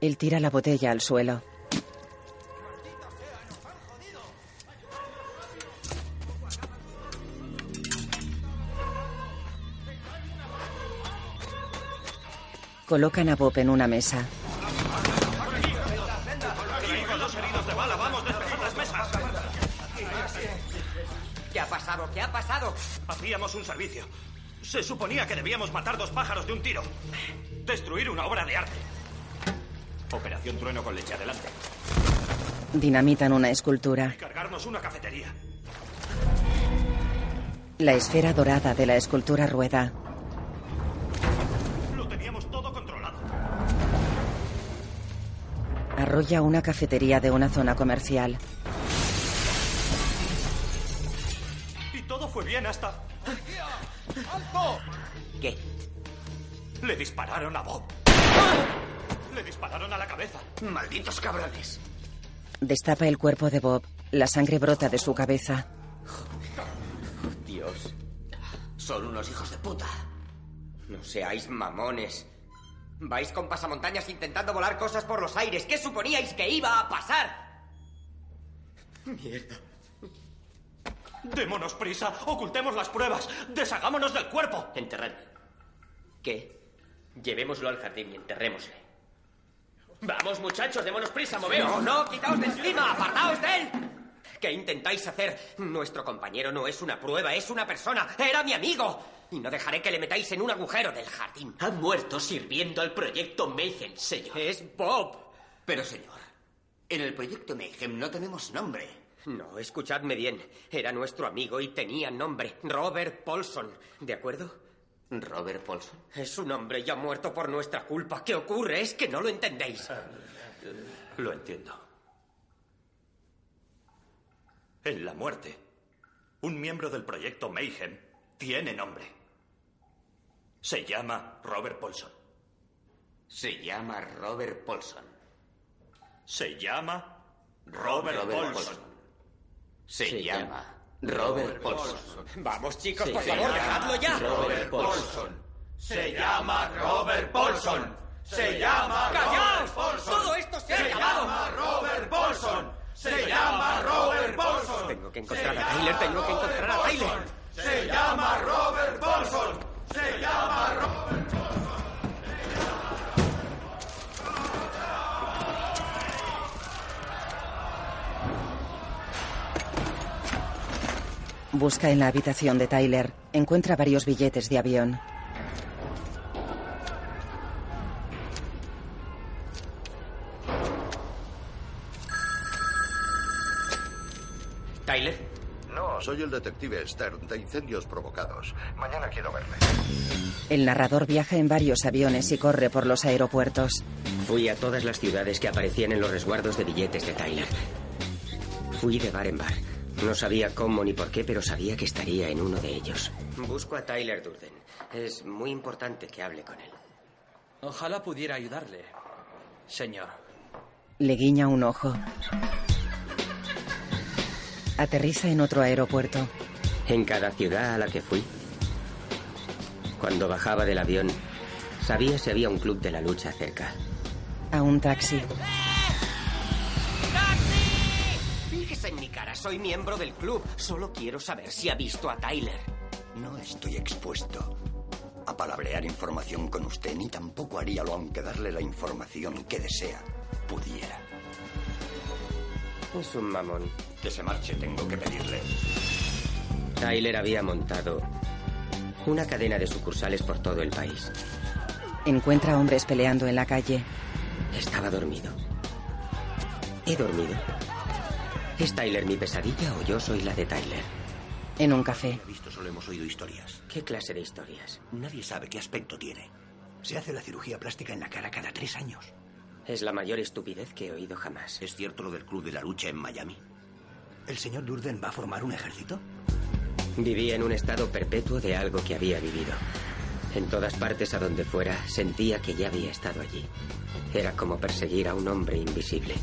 [SPEAKER 1] Él tira la botella al suelo. Colocan a Bob en una mesa.
[SPEAKER 34] ¿Qué ha pasado? ¿Qué ha pasado?
[SPEAKER 3] Hacíamos un servicio. Se suponía que debíamos matar dos pájaros de un tiro. Destruir una obra de arte. Operación Trueno con leche adelante.
[SPEAKER 1] Dinamitan una escultura.
[SPEAKER 3] Cargarnos una cafetería.
[SPEAKER 1] La esfera dorada de la escultura rueda.
[SPEAKER 3] Lo teníamos todo controlado.
[SPEAKER 1] Arrolla una cafetería de una zona comercial.
[SPEAKER 3] Y todo fue bien hasta.
[SPEAKER 35] ¡Alto!
[SPEAKER 2] ¿Qué?
[SPEAKER 3] Le dispararon a Bob. Le dispararon a la cabeza.
[SPEAKER 34] Malditos cabrones.
[SPEAKER 1] Destapa el cuerpo de Bob. La sangre brota de su cabeza.
[SPEAKER 2] Dios. Son unos hijos de puta. No seáis mamones. Vais con pasamontañas intentando volar cosas por los aires. ¿Qué suponíais que iba a pasar?
[SPEAKER 3] Mierda. Démonos prisa, ocultemos las pruebas, deshagámonos del cuerpo.
[SPEAKER 11] Enterradme. ¿Qué? Llevémoslo al jardín y enterrémosle. Vamos, muchachos, démonos prisa, moveos.
[SPEAKER 2] No, no, quitaos de encima, apartaos de él. ¿Qué intentáis hacer? Nuestro compañero no es una prueba, es una persona. Era mi amigo. Y no dejaré que le metáis en un agujero del jardín.
[SPEAKER 11] Ha muerto sirviendo al proyecto Mayhem, señor.
[SPEAKER 2] Es Bob.
[SPEAKER 6] Pero, señor, en el proyecto Mayhem no tenemos nombre.
[SPEAKER 2] No, escuchadme bien. Era nuestro amigo y tenía nombre. Robert Paulson. ¿De acuerdo?
[SPEAKER 6] Robert Paulson.
[SPEAKER 2] Es un hombre ya muerto por nuestra culpa. ¿Qué ocurre? Es que no lo entendéis.
[SPEAKER 3] Lo entiendo. En la muerte, un miembro del proyecto Mayhem tiene nombre. Se llama Robert Paulson.
[SPEAKER 6] Se llama Robert Paulson.
[SPEAKER 3] Se llama Robert, Robert Paulson. Paulson.
[SPEAKER 6] Se, Se, llama, llama Robert, Robert Paulson. Paulson.
[SPEAKER 2] Vamos, chicos, Se por favor, dejadlo ya.
[SPEAKER 6] Robert Paulson.
[SPEAKER 12] Se llama Robert Paulson. Se llama
[SPEAKER 2] ¡Callaos!
[SPEAKER 12] Robert Paulson.
[SPEAKER 2] Todo esto se, ha
[SPEAKER 12] acabado. Llama Robert Paulson. Se llama Robert Paulson.
[SPEAKER 2] Tengo que encontrar a Tyler, tengo que encontrar a Tyler.
[SPEAKER 12] Se llama Robert Paulson. Se llama Robert Paulson.
[SPEAKER 1] Busca en la habitación de Tyler. Encuentra varios billetes de avión.
[SPEAKER 2] ¿Tyler?
[SPEAKER 20] No, soy el detective Stern de incendios provocados. Mañana quiero verle.
[SPEAKER 1] El narrador viaja en varios aviones y corre por los aeropuertos.
[SPEAKER 2] Fui a todas las ciudades que aparecían en los resguardos de billetes de Tyler. Fui de bar en bar. No sabía cómo ni por qué, pero sabía que estaría en uno de ellos. Busco a Tyler Durden. Es muy importante que hable con él.
[SPEAKER 36] Ojalá pudiera ayudarle, señor.
[SPEAKER 1] Le guiña un ojo. Aterriza en otro aeropuerto.
[SPEAKER 2] En cada ciudad a la que fui, cuando bajaba del avión, sabía si había un club de la lucha cerca.
[SPEAKER 1] A un taxi.
[SPEAKER 2] en mi cara, soy miembro del club. Solo quiero saber si ha visto a Tyler.
[SPEAKER 6] No estoy expuesto a palabrear información con usted, ni tampoco haríalo aunque darle la información que desea pudiera.
[SPEAKER 2] Es un mamón.
[SPEAKER 6] Que se marche, tengo que pedirle.
[SPEAKER 2] Tyler había montado una cadena de sucursales por todo el país.
[SPEAKER 1] Encuentra hombres peleando en la calle.
[SPEAKER 2] Estaba dormido. He dormido. ¿Es Tyler mi pesadilla o yo soy la de Tyler?
[SPEAKER 1] En un café.
[SPEAKER 6] He visto, solo hemos oído historias.
[SPEAKER 2] ¿Qué clase de historias?
[SPEAKER 6] Nadie sabe qué aspecto tiene. Se hace la cirugía plástica en la cara cada tres años.
[SPEAKER 2] Es la mayor estupidez que he oído jamás.
[SPEAKER 6] ¿Es cierto lo del Club de la Lucha en Miami?
[SPEAKER 37] ¿El señor Durden va a formar un ejército?
[SPEAKER 2] Vivía en un estado perpetuo de algo que había vivido. En todas partes a donde fuera, sentía que ya había estado allí. Era como perseguir a un hombre invisible.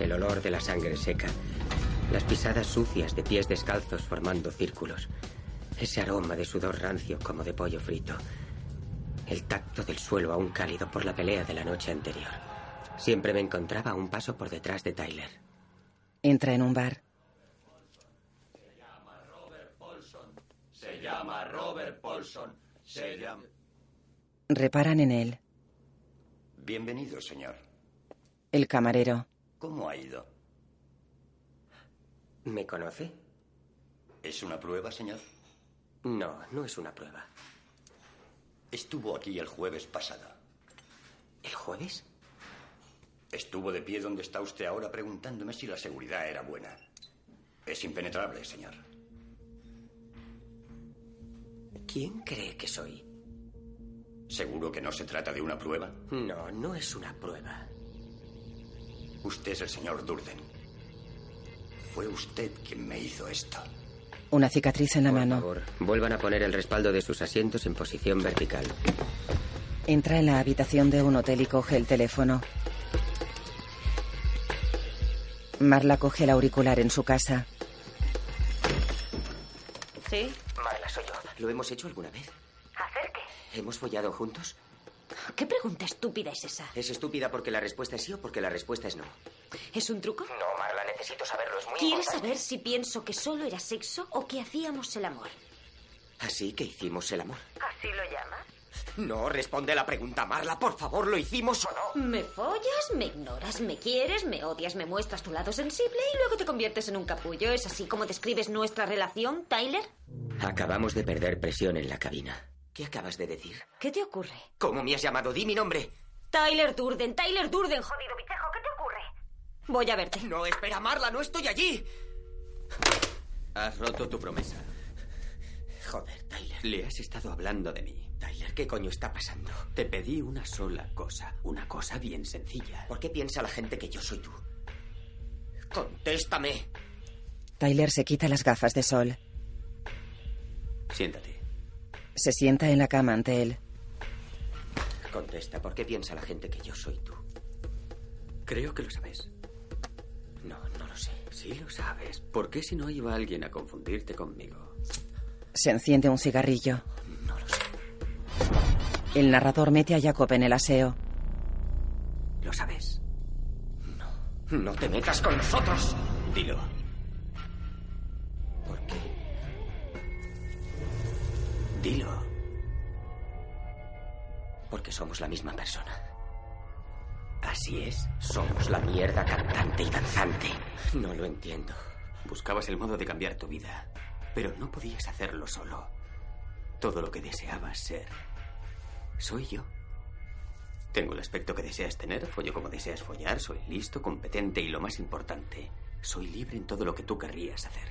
[SPEAKER 2] El olor de la sangre seca, las pisadas sucias de pies descalzos formando círculos, ese aroma de sudor rancio como de pollo frito, el tacto del suelo aún cálido por la pelea de la noche anterior. Siempre me encontraba a un paso por detrás de Tyler.
[SPEAKER 1] Entra en un bar.
[SPEAKER 10] Se llama Robert Paulson. Se llama.
[SPEAKER 1] Reparan en él.
[SPEAKER 5] Bienvenido, señor.
[SPEAKER 1] El camarero.
[SPEAKER 5] ¿Cómo ha ido?
[SPEAKER 2] ¿Me conoce?
[SPEAKER 5] ¿Es una prueba, señor?
[SPEAKER 2] No, no es una prueba.
[SPEAKER 5] Estuvo aquí el jueves pasado.
[SPEAKER 2] ¿El jueves?
[SPEAKER 5] Estuvo de pie donde está usted ahora preguntándome si la seguridad era buena. Es impenetrable, señor.
[SPEAKER 2] ¿Quién cree que soy?
[SPEAKER 5] ¿Seguro que no se trata de una prueba?
[SPEAKER 2] No, no es una prueba.
[SPEAKER 5] Usted es el señor Durden. Fue usted quien me hizo esto.
[SPEAKER 1] Una cicatriz en la mano.
[SPEAKER 2] Vuelvan a poner el respaldo de sus asientos en posición vertical.
[SPEAKER 1] Entra en la habitación de un hotel y coge el teléfono. Marla coge el auricular en su casa.
[SPEAKER 9] ¿Sí?
[SPEAKER 2] Marla, soy yo. ¿Lo hemos hecho alguna vez?
[SPEAKER 9] Acerque.
[SPEAKER 2] ¿Hemos follado juntos?
[SPEAKER 9] ¿Qué pregunta estúpida es esa?
[SPEAKER 2] ¿Es estúpida porque la respuesta es sí o porque la respuesta es no?
[SPEAKER 9] ¿Es un truco?
[SPEAKER 2] No, Marla, necesito saberlo. Es muy
[SPEAKER 9] ¿Quieres saber si pienso que solo era sexo o que hacíamos el amor?
[SPEAKER 2] Así que hicimos el amor.
[SPEAKER 9] ¿Así lo llamas?
[SPEAKER 2] No, responde la pregunta, Marla. Por favor, ¿lo hicimos o no?
[SPEAKER 9] Me follas, me ignoras, me quieres, me odias, me muestras tu lado sensible y luego te conviertes en un capullo. ¿Es así como describes nuestra relación, Tyler?
[SPEAKER 2] Acabamos de perder presión en la cabina. ¿Qué acabas de decir?
[SPEAKER 9] ¿Qué te ocurre?
[SPEAKER 2] ¿Cómo me has llamado? Di mi nombre.
[SPEAKER 9] Tyler Durden, Tyler Durden, jodido bichejo, ¿qué te ocurre? Voy a verte.
[SPEAKER 2] No, espera, Marla, no estoy allí.
[SPEAKER 11] Has roto tu promesa.
[SPEAKER 2] Joder, Tyler.
[SPEAKER 11] Le has estado hablando de mí.
[SPEAKER 2] Tyler, ¿qué coño está pasando?
[SPEAKER 11] Te pedí una sola cosa, una cosa bien sencilla.
[SPEAKER 2] ¿Por qué piensa la gente que yo soy tú? Contéstame.
[SPEAKER 1] Tyler se quita las gafas de sol.
[SPEAKER 11] Siéntate.
[SPEAKER 1] Se sienta en la cama ante él.
[SPEAKER 2] Contesta, ¿por qué piensa la gente que yo soy tú?
[SPEAKER 11] Creo que lo sabes.
[SPEAKER 2] No, no lo sé.
[SPEAKER 11] Sí lo sabes. ¿Por qué si no iba alguien a confundirte conmigo?
[SPEAKER 1] Se enciende un cigarrillo.
[SPEAKER 11] No lo sé.
[SPEAKER 1] El narrador mete a Jacob en el aseo.
[SPEAKER 11] ¿Lo sabes?
[SPEAKER 2] No. No te metas con nosotros.
[SPEAKER 11] Dilo.
[SPEAKER 2] ¿Por qué?
[SPEAKER 11] Dilo.
[SPEAKER 2] Porque somos la misma persona.
[SPEAKER 11] Así es.
[SPEAKER 2] Somos la mierda cantante y danzante.
[SPEAKER 11] No lo entiendo. Buscabas el modo de cambiar tu vida, pero no podías hacerlo solo. Todo lo que deseabas ser soy yo. Tengo el aspecto que deseas tener, follo como deseas follar, soy listo, competente y lo más importante, soy libre en todo lo que tú querrías hacer.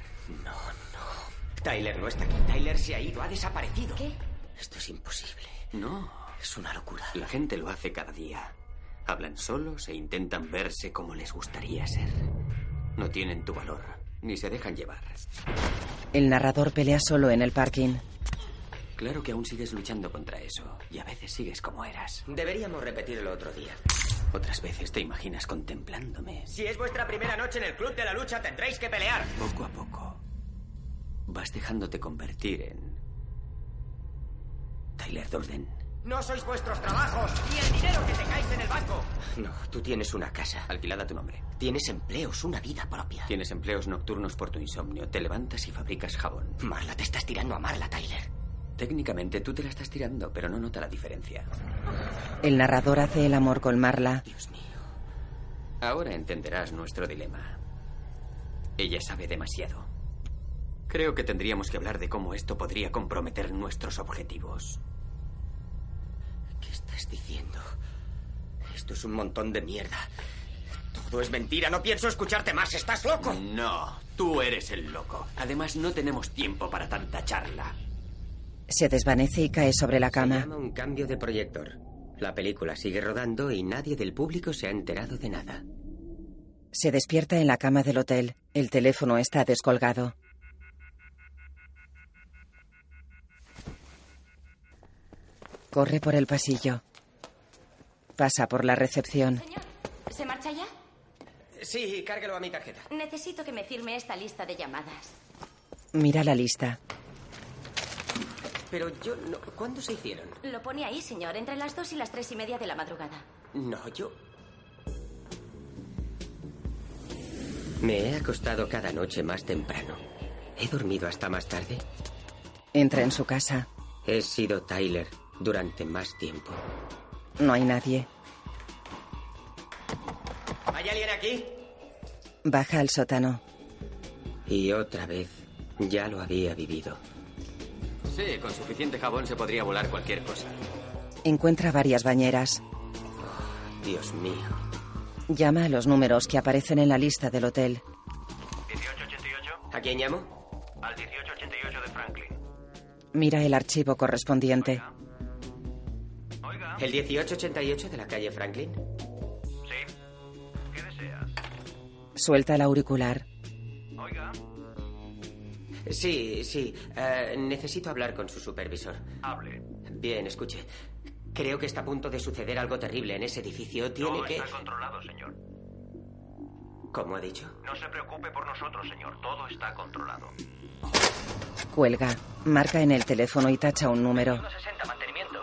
[SPEAKER 2] No, no. Tyler no está aquí. Tyler se ha ido, ha desaparecido.
[SPEAKER 9] ¿Qué?
[SPEAKER 2] Esto es imposible.
[SPEAKER 11] No.
[SPEAKER 2] Es una locura.
[SPEAKER 11] La gente lo hace cada día. Hablan solos e intentan verse como les gustaría ser. No tienen tu valor, ni se dejan llevar.
[SPEAKER 1] El narrador pelea solo en el parking.
[SPEAKER 11] Claro que aún sigues luchando contra eso, y a veces sigues como eras.
[SPEAKER 2] Deberíamos repetirlo otro día.
[SPEAKER 11] Otras veces te imaginas contemplándome.
[SPEAKER 2] Si es vuestra primera noche en el club de la lucha, tendréis que pelear.
[SPEAKER 11] Poco a poco, vas dejándote convertir en... Tyler Durden.
[SPEAKER 2] No sois vuestros trabajos, ni el dinero que tengáis en el banco. No, tú tienes una casa.
[SPEAKER 11] Alquilada a tu nombre.
[SPEAKER 2] Tienes empleos, una vida propia.
[SPEAKER 11] Tienes empleos nocturnos por tu insomnio. Te levantas y fabricas jabón.
[SPEAKER 2] Marla, te estás tirando a Marla, Tyler.
[SPEAKER 11] Técnicamente tú te la estás tirando, pero no nota la diferencia.
[SPEAKER 1] El narrador hace el amor con Marla.
[SPEAKER 11] Dios mío. Ahora entenderás nuestro dilema. Ella sabe demasiado. Creo que tendríamos que hablar de cómo esto podría comprometer nuestros objetivos.
[SPEAKER 2] ¿Qué estás diciendo? Esto es un montón de mierda. Todo es mentira, no pienso escucharte más, estás loco.
[SPEAKER 11] No, tú eres el loco. Además, no tenemos tiempo para tanta charla.
[SPEAKER 1] Se desvanece y cae sobre la cama.
[SPEAKER 2] Se llama un cambio de proyector. La película sigue rodando y nadie del público se ha enterado de nada.
[SPEAKER 1] Se despierta en la cama del hotel. El teléfono está descolgado. Corre por el pasillo. Pasa por la recepción.
[SPEAKER 9] ¿Se marcha ya?
[SPEAKER 2] Sí, cárguelo a mi tarjeta.
[SPEAKER 9] Necesito que me firme esta lista de llamadas.
[SPEAKER 1] Mira la lista.
[SPEAKER 2] Pero yo no... ¿Cuándo se hicieron?
[SPEAKER 9] Lo pone ahí, señor, entre las dos y las tres y media de la madrugada.
[SPEAKER 2] No, yo... Me he acostado cada noche más temprano. He dormido hasta más tarde.
[SPEAKER 1] Entra en su casa.
[SPEAKER 2] He sido Tyler durante más tiempo.
[SPEAKER 1] No hay nadie.
[SPEAKER 2] ¿Hay alguien aquí?
[SPEAKER 1] Baja al sótano.
[SPEAKER 2] Y otra vez, ya lo había vivido.
[SPEAKER 11] Sí, con suficiente jabón se podría volar cualquier cosa.
[SPEAKER 1] Encuentra varias bañeras.
[SPEAKER 2] Dios mío.
[SPEAKER 1] Llama a los números que aparecen en la lista del hotel.
[SPEAKER 2] 1888. ¿A quién llamo?
[SPEAKER 12] Al 1888 de Franklin.
[SPEAKER 1] Mira el archivo correspondiente.
[SPEAKER 2] ¿El 1888 de la calle Franklin?
[SPEAKER 12] Sí. ¿Qué deseas?
[SPEAKER 1] Suelta el auricular.
[SPEAKER 12] Oiga,
[SPEAKER 2] Sí, sí. Eh, necesito hablar con su supervisor.
[SPEAKER 12] hable.
[SPEAKER 2] Bien, escuche. Creo que está a punto de suceder algo terrible en ese edificio. Tiene
[SPEAKER 12] Todo
[SPEAKER 2] que...
[SPEAKER 12] está controlado, señor.
[SPEAKER 2] ¿Cómo ha dicho?
[SPEAKER 12] No se preocupe por nosotros, señor. Todo está controlado.
[SPEAKER 1] Cuelga. Marca en el teléfono y tacha un número.
[SPEAKER 12] 60, mantenimiento.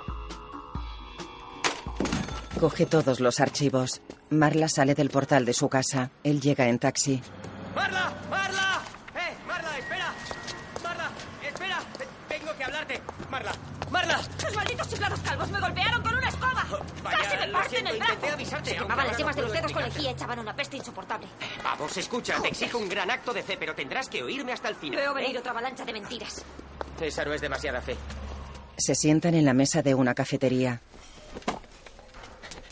[SPEAKER 1] Coge todos los archivos. Marla sale del portal de su casa. Él llega en taxi.
[SPEAKER 2] ¡Marla! ¡Marla! ¡Eh! ¡Marla, espera! ¡Marla, espera! Eh, Tengo que hablarte. ¡Marla! ¡Marla!
[SPEAKER 6] ¡Los malditos chiflados calvos me golpearon con una escoba!
[SPEAKER 2] Oh, vaya,
[SPEAKER 6] ¡Casi me
[SPEAKER 2] lo
[SPEAKER 6] parten
[SPEAKER 2] siento,
[SPEAKER 6] el
[SPEAKER 2] intenté
[SPEAKER 6] brazo!
[SPEAKER 2] avisarte,
[SPEAKER 9] Se
[SPEAKER 2] aunque
[SPEAKER 9] quemaban
[SPEAKER 2] ahora
[SPEAKER 9] las
[SPEAKER 2] no
[SPEAKER 9] yemas de
[SPEAKER 2] puedo
[SPEAKER 9] los dedos con
[SPEAKER 2] explicarte.
[SPEAKER 9] lejía, echaban una peste insoportable.
[SPEAKER 2] Vamos, escucha, te exijo un gran acto de fe, pero tendrás que oírme hasta el final. ¿eh?
[SPEAKER 9] Veo venir otra avalancha de mentiras.
[SPEAKER 2] Esa no es demasiada fe.
[SPEAKER 1] Se sientan en la mesa de una cafetería.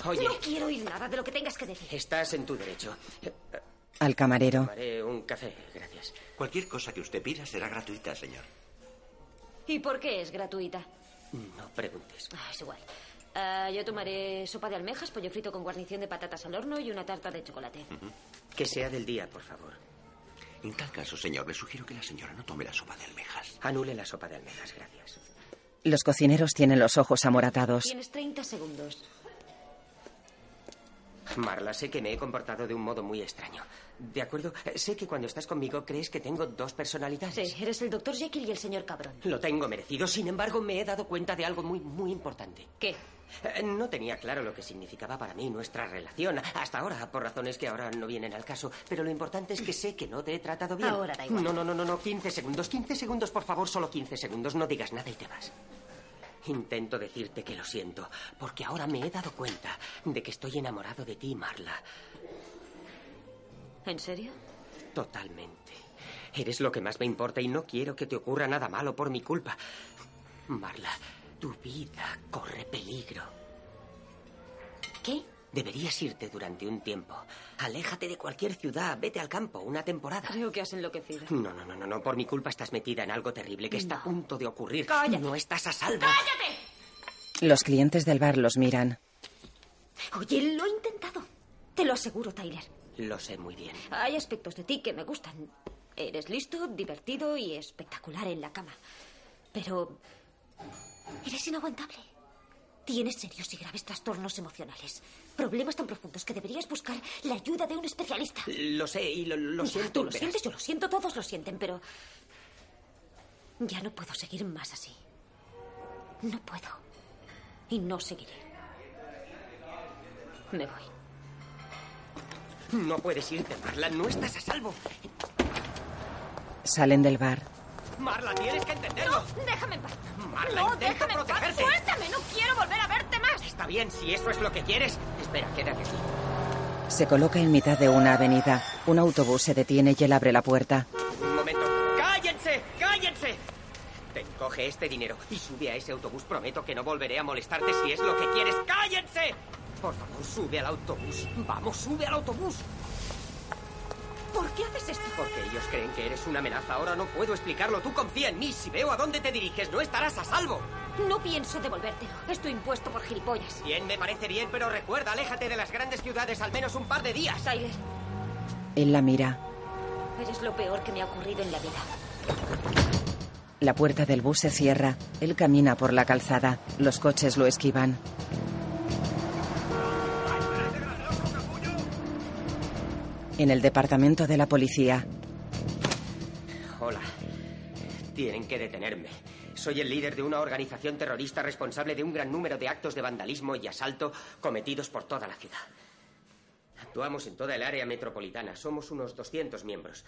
[SPEAKER 2] Oye,
[SPEAKER 9] No quiero oír nada de lo que tengas que decir.
[SPEAKER 2] estás en tu derecho. Eh, eh,
[SPEAKER 1] Al camarero.
[SPEAKER 2] Tomaré un café, gracias.
[SPEAKER 38] Cualquier cosa que usted pida será gratuita, señor.
[SPEAKER 9] ¿Y por qué es gratuita?
[SPEAKER 2] No preguntes.
[SPEAKER 9] Ah, es igual. Ah, yo tomaré sopa de almejas, pollo frito con guarnición de patatas al horno y una tarta de chocolate.
[SPEAKER 2] Que sea del día, por favor.
[SPEAKER 38] En tal caso, señor, le sugiero que la señora no tome la sopa de almejas.
[SPEAKER 2] Anule la sopa de almejas, gracias.
[SPEAKER 1] Los cocineros tienen los ojos amoratados.
[SPEAKER 9] Tienes 30 segundos.
[SPEAKER 2] Marla, sé que me he comportado de un modo muy extraño. ¿De acuerdo? Eh, Sé que cuando estás conmigo crees que tengo dos personalidades.
[SPEAKER 9] Sí, eres el doctor Jekyll y el señor cabrón.
[SPEAKER 2] Lo tengo merecido, sin embargo, me he dado cuenta de algo muy, muy importante.
[SPEAKER 9] ¿Qué?
[SPEAKER 2] Eh, No tenía claro lo que significaba para mí nuestra relación hasta ahora, por razones que ahora no vienen al caso, pero lo importante es que sé que no te he tratado bien.
[SPEAKER 9] Ahora da igual.
[SPEAKER 2] No, no, no, no, no, 15 segundos, 15 segundos, por favor, solo 15 segundos, no digas nada y te vas. Intento decirte que lo siento, porque ahora me he dado cuenta de que estoy enamorado de ti, Marla.
[SPEAKER 9] ¿En serio?
[SPEAKER 2] Totalmente. Eres lo que más me importa y no quiero que te ocurra nada malo por mi culpa. Marla, tu vida corre peligro.
[SPEAKER 9] ¿Qué?
[SPEAKER 2] Deberías irte durante un tiempo. Aléjate de cualquier ciudad, vete al campo una temporada.
[SPEAKER 9] Creo que has enloquecido.
[SPEAKER 2] No, no, no, no, no. Por mi culpa estás metida en algo terrible que está a punto de ocurrir.
[SPEAKER 9] Cállate.
[SPEAKER 2] No estás a salvo.
[SPEAKER 1] Los clientes del bar los miran.
[SPEAKER 9] Oye, lo he intentado. Te lo aseguro, Tyler.
[SPEAKER 2] Lo sé muy bien.
[SPEAKER 9] Hay aspectos de ti que me gustan. Eres listo, divertido y espectacular en la cama. Pero... Eres inaguantable. Tienes serios y graves trastornos emocionales. Problemas tan profundos que deberías buscar la ayuda de un especialista.
[SPEAKER 2] Lo sé y lo, lo
[SPEAKER 9] Ya,
[SPEAKER 2] siento.
[SPEAKER 9] Tú lo
[SPEAKER 2] verás.
[SPEAKER 9] sientes, yo lo siento, todos lo sienten, pero... Ya no puedo seguir más así. No puedo. Y no seguiré. Me voy.
[SPEAKER 2] No puedes irte, Marla. No estás a salvo.
[SPEAKER 1] Salen del bar.
[SPEAKER 2] Marla, tienes que entenderlo.
[SPEAKER 6] ¡Déjame en paz!
[SPEAKER 2] Marla,
[SPEAKER 6] ¡No,
[SPEAKER 2] intenta
[SPEAKER 6] déjame en paz!
[SPEAKER 2] protegerte.
[SPEAKER 6] ¡Suéltame! ¡No quiero volver a verte más!
[SPEAKER 2] Está bien, si eso es lo que quieres. Espera, quédate aquí.
[SPEAKER 1] Se coloca en mitad de una avenida. Un autobús se detiene y él abre la puerta.
[SPEAKER 2] Un momento. ¡Cállense! ¡Cállense! Te encoge este dinero y sube a ese autobús. Prometo que no volveré a molestarte si es lo que quieres. ¡Cállense! Por favor, sube al autobús. Vamos, sube al autobús.
[SPEAKER 9] ¿Por qué haces esto?
[SPEAKER 2] Porque ellos creen que eres una amenaza. Ahora no puedo explicarlo. Tú confía en mí. Si veo a dónde te diriges, no estarás a salvo.
[SPEAKER 9] No pienso devolvértelo. Estoy impuesto por gilipollas.
[SPEAKER 2] Bien, me parece bien, pero recuerda, aléjate de las grandes ciudades al menos un par de días.
[SPEAKER 9] Tyler,
[SPEAKER 1] Él la mira.
[SPEAKER 9] Eres lo peor que me ha ocurrido en la vida.
[SPEAKER 1] La puerta del bus se cierra. Él camina por la calzada. Los coches lo esquivan. En el departamento de la policía,
[SPEAKER 2] Hola. Tienen que detenerme. Soy el líder de una organización terrorista responsable de un gran número de actos de vandalismo y asalto cometidos por toda la ciudad. Actuamos en toda el área metropolitana. Somos unos 200 miembros.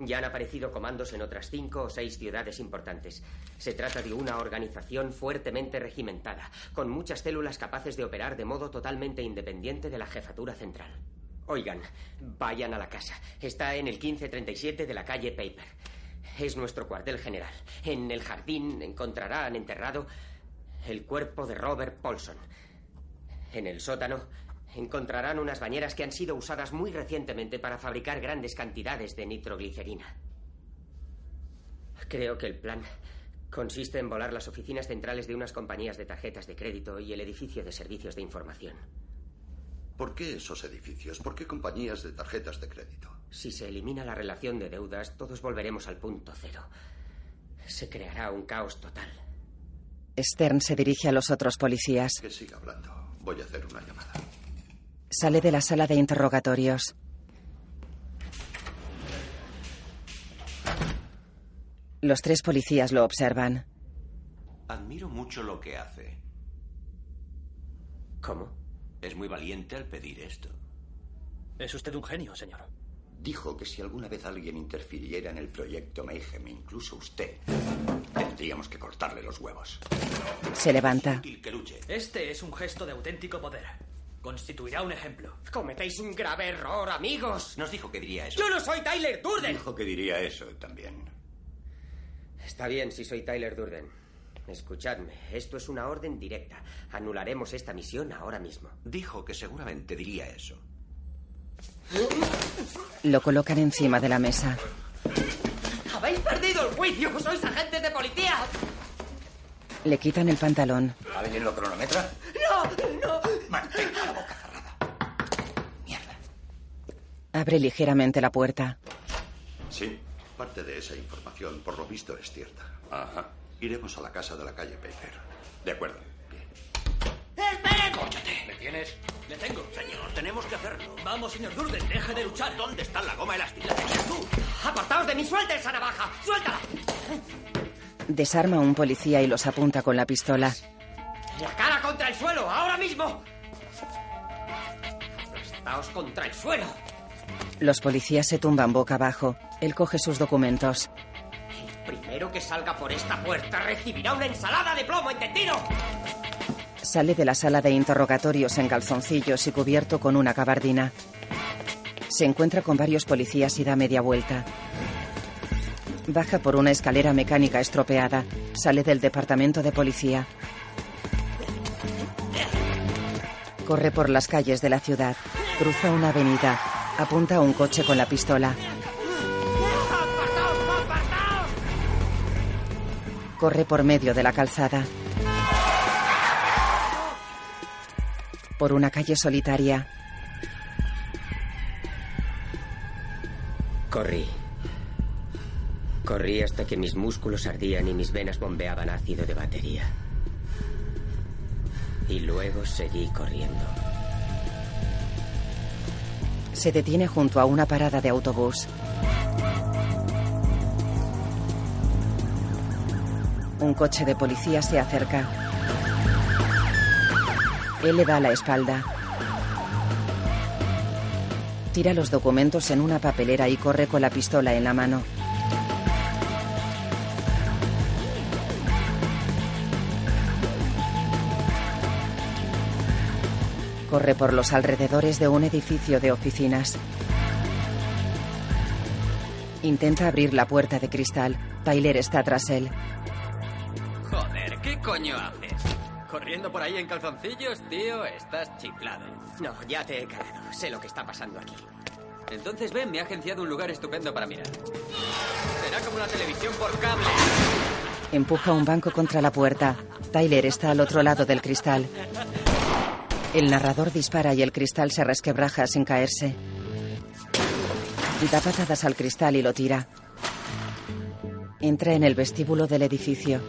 [SPEAKER 2] Ya han aparecido comandos en otras cinco o seis ciudades importantes. Se trata de una organización fuertemente regimentada, con muchas células capaces de operar de modo totalmente independiente de la jefatura central. Oigan, vayan a la casa. Está en el 1537 de la calle Paper. Es nuestro cuartel general. En el jardín encontrarán enterrado el cuerpo de Robert Paulson. En el sótano encontrarán unas bañeras que han sido usadas muy recientemente para fabricar grandes cantidades de nitroglicerina. Creo que el plan consiste en volar las oficinas centrales de unas compañías de tarjetas de crédito y el edificio de servicios de información.
[SPEAKER 20] ¿Por qué esos edificios? ¿Por qué compañías de tarjetas de crédito?
[SPEAKER 2] Si se elimina la relación de deudas, todos volveremos al punto cero. Se creará un caos total.
[SPEAKER 1] Stern se dirige a los otros policías.
[SPEAKER 20] Que siga hablando. Voy a hacer una llamada.
[SPEAKER 1] Sale de la sala de interrogatorios. Los tres policías lo observan.
[SPEAKER 3] Admiro mucho lo que hace.
[SPEAKER 2] ¿Cómo?
[SPEAKER 3] Es muy valiente al pedir esto.
[SPEAKER 6] Es usted un genio, señor.
[SPEAKER 12] Dijo que si alguna vez alguien interfiriera en el proyecto Mayhem, incluso usted, tendríamos que cortarle los huevos.
[SPEAKER 1] Se levanta.
[SPEAKER 6] Este es un gesto de auténtico poder. Constituirá un ejemplo.
[SPEAKER 2] Cometéis un grave error, amigos.
[SPEAKER 3] Nos dijo que diría eso.
[SPEAKER 2] Yo no soy Tyler Durden.
[SPEAKER 12] Dijo que diría eso también.
[SPEAKER 2] Está bien si soy Tyler Durden. Escuchadme, esto es una orden directa. Anularemos esta misión ahora mismo.
[SPEAKER 3] Dijo que seguramente diría eso.
[SPEAKER 1] Lo colocan encima de la mesa.
[SPEAKER 2] ¡Habéis perdido el juicio! ¡Sois agentes de policía!
[SPEAKER 1] Le quitan el pantalón.
[SPEAKER 12] ¿Alguien lo cronometra?
[SPEAKER 2] ¡No! ¡No!
[SPEAKER 12] Mantenga la boca cerrada.
[SPEAKER 1] Abre ligeramente la puerta.
[SPEAKER 20] Sí. Parte de esa información, por lo visto, es cierta.
[SPEAKER 12] Ajá.
[SPEAKER 20] Iremos a la casa de la calle Paper.
[SPEAKER 12] De acuerdo.
[SPEAKER 2] ¡Esperen!
[SPEAKER 3] ¡Cóchate! ¿Me tienes?
[SPEAKER 6] Le tengo.
[SPEAKER 3] Señor, tenemos que hacerlo.
[SPEAKER 6] Vamos, señor Durden, deje de luchar.
[SPEAKER 3] ¿Dónde está la goma elástica? ¡La tenías tú!
[SPEAKER 2] ¡Apartaos de mí! ¡Suelta esa navaja! ¡Suéltala!
[SPEAKER 1] Desarma a un policía y los apunta con la pistola.
[SPEAKER 2] ¡La cara contra el suelo! ¡Ahora mismo! ¡Aplastaos contra el suelo!
[SPEAKER 1] Los policías se tumban boca abajo. Él coge sus documentos.
[SPEAKER 2] Primero que salga por esta puerta recibirá una ensalada de plomo, ¿entendido?
[SPEAKER 1] Sale de la sala de interrogatorios en calzoncillos y cubierto con una gabardina. Se encuentra con varios policías y da media vuelta. Baja por una escalera mecánica estropeada. Sale del departamento de policía. Corre por las calles de la ciudad. Cruza una avenida. Apunta a un coche con la pistola. Corre por medio de la calzada. Por una calle solitaria.
[SPEAKER 2] Corrí. Corrí hasta que mis músculos ardían y mis venas bombeaban ácido de batería. Y luego seguí corriendo.
[SPEAKER 1] Se detiene junto a una parada de autobús. Un coche de policía se acerca. Él le da la espalda. Tira los documentos en una papelera y corre con la pistola en la mano. Corre por los alrededores de un edificio de oficinas. Intenta abrir la puerta de cristal. Tyler está tras él.
[SPEAKER 11] Joder, ¿qué coño haces? Corriendo por ahí en calzoncillos, tío, estás chiflado.
[SPEAKER 2] No, ya te he cagado. Sé lo que está pasando aquí.
[SPEAKER 11] Entonces ven, me ha agenciado un lugar estupendo para mirar. Será como una televisión por cable.
[SPEAKER 1] Empuja un banco contra la puerta. Tyler está al otro lado del cristal. El narrador dispara y el cristal se resquebraja sin caerse. y da patadas al cristal y lo tira. Entra en el vestíbulo del edificio.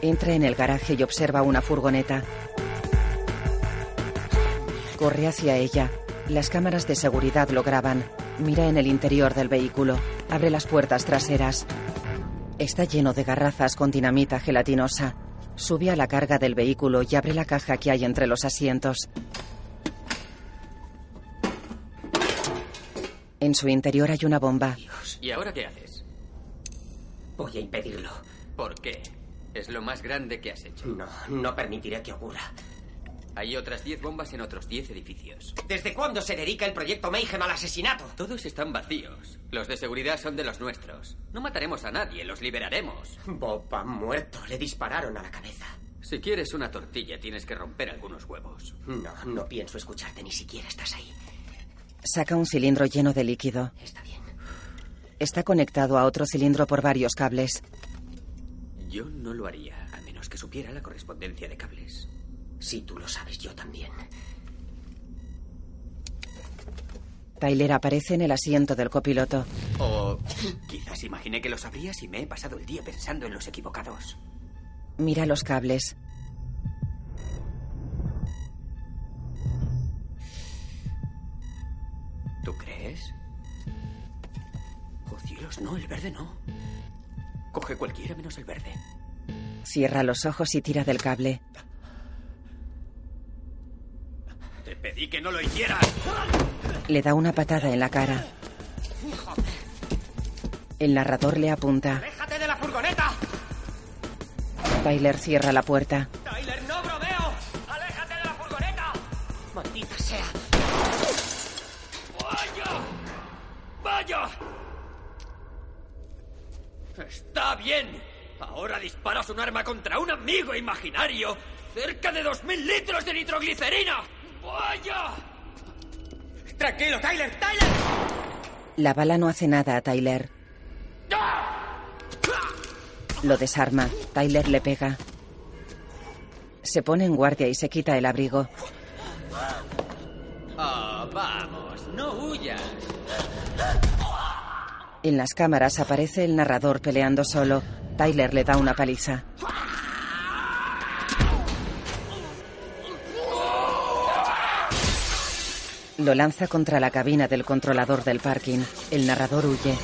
[SPEAKER 1] Entra en el garaje y observa una furgoneta. Corre hacia ella. Las cámaras de seguridad lo graban. Mira en el interior del vehículo. Abre las puertas traseras. Está lleno de garrafas con dinamita gelatinosa. Sube a la carga del vehículo y abre la caja que hay entre los asientos. En su interior hay una bomba.
[SPEAKER 11] ¿Y ahora qué haces?
[SPEAKER 2] Voy a impedirlo.
[SPEAKER 11] ¿Por qué? Es lo más grande que has hecho.
[SPEAKER 2] No, no permitiré que ocurra.
[SPEAKER 11] Hay otras 10 bombas en otros 10 edificios.
[SPEAKER 12] ¿Desde cuándo se dedica el proyecto Mayhem al asesinato?
[SPEAKER 11] Todos están vacíos. Los de seguridad son de los nuestros. No mataremos a nadie, los liberaremos.
[SPEAKER 12] Bob ha muerto, le dispararon a la cabeza.
[SPEAKER 11] Si quieres una tortilla, tienes que romper algunos huevos.
[SPEAKER 12] No, no pienso escucharte, ni siquiera estás ahí.
[SPEAKER 1] Saca un cilindro lleno de líquido.
[SPEAKER 12] Está bien.
[SPEAKER 1] Está conectado a otro cilindro por varios cables.
[SPEAKER 11] Yo no lo haría, a menos que supiera la correspondencia de cables.
[SPEAKER 12] Si tú lo sabes, yo también.
[SPEAKER 1] Tyler aparece en el asiento del copiloto.
[SPEAKER 11] O quizás imaginé que lo sabrías y me he pasado el día pensando en los equivocados.
[SPEAKER 1] Mira los cables.
[SPEAKER 11] ¿Tú crees? Oh, cielos, no, el verde no. Coge cualquiera menos el verde.
[SPEAKER 1] Cierra los ojos y tira del cable.
[SPEAKER 11] Te pedí que no lo hicieras.
[SPEAKER 1] Le da una patada en la cara. El narrador le apunta.
[SPEAKER 12] ¡Déjate de la furgoneta!
[SPEAKER 1] Tyler cierra la puerta.
[SPEAKER 12] ¡Tyler, no bromeo! ¡Aléjate de la furgoneta! ¡Maldita sea!
[SPEAKER 11] ¡Vaya! ¡Vaya! ¡Está bien! Ahora disparas un arma contra un amigo imaginario. ¡Cerca de 2.000 litros de nitroglicerina! ¡Vaya!
[SPEAKER 12] Tranquilo, Tyler, Tyler.
[SPEAKER 1] La bala no hace nada a Tyler. Lo desarma. Tyler le pega. Se pone en guardia y se quita el abrigo.
[SPEAKER 11] Oh, vamos, no huyas.
[SPEAKER 1] En las cámaras aparece el narrador peleando solo. Tyler le da una paliza. Lo lanza contra la cabina del controlador del parking. El narrador huye.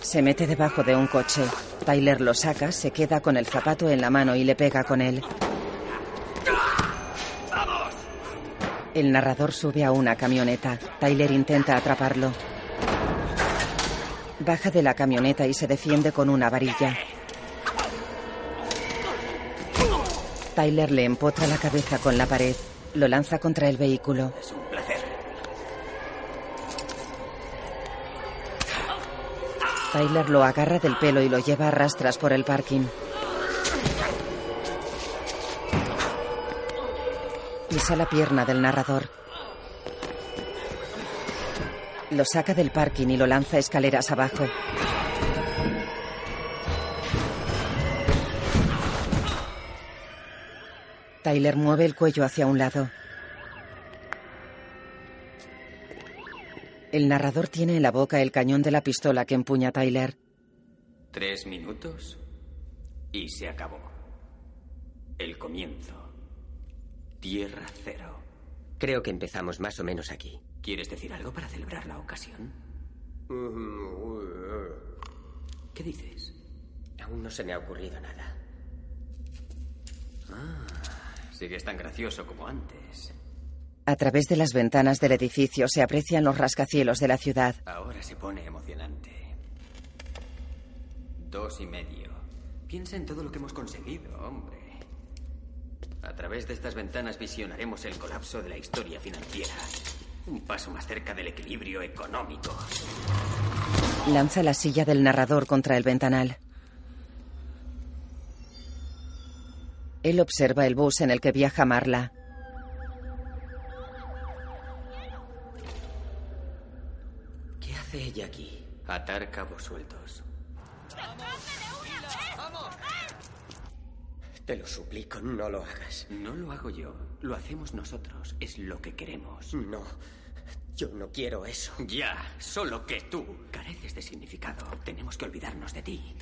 [SPEAKER 1] Se mete debajo de un coche. Tyler lo saca, se queda con el zapato en la mano y le pega con él.
[SPEAKER 11] ¡Ah!
[SPEAKER 1] El narrador sube a una camioneta. Tyler intenta atraparlo. Baja de la camioneta y se defiende con una varilla. Tyler le empotra la cabeza con la pared. Lo lanza contra el vehículo.
[SPEAKER 11] Es un placer.
[SPEAKER 1] Tyler lo agarra del pelo y lo lleva a rastras por el parking. Pisa la pierna del narrador. Lo saca del parking y lo lanza escaleras abajo. Tyler mueve el cuello hacia un lado. El narrador tiene en la boca el cañón de la pistola que empuña Tyler.
[SPEAKER 11] Tres minutos y se acabó. El comienzo. Tierra cero.
[SPEAKER 2] Creo que empezamos más o menos aquí.
[SPEAKER 11] ¿Quieres decir algo para celebrar la ocasión? ¿Qué dices?
[SPEAKER 2] Aún no se me ha ocurrido nada.
[SPEAKER 11] Ah. Sigues tan gracioso como antes.
[SPEAKER 1] A través de las ventanas del edificio se aprecian los rascacielos de la ciudad.
[SPEAKER 11] Ahora se pone emocionante. Dos y medio. Piensa en todo lo que hemos conseguido, hombre. A través de estas ventanas visionaremos el colapso de la historia financiera. Un paso más cerca del equilibrio económico.
[SPEAKER 1] Lanza la silla del narrador contra el ventanal. Él observa el bus en el que viaja Marla.
[SPEAKER 2] ¿Qué hace ella aquí?
[SPEAKER 11] Atar cabos sueltos.
[SPEAKER 6] Te lo suplico, no lo hagas.
[SPEAKER 11] No lo hago yo. Lo hacemos nosotros. Es lo que queremos.
[SPEAKER 6] No. Yo no quiero eso.
[SPEAKER 11] Ya, solo que tú careces de significado. Tenemos que olvidarnos de ti.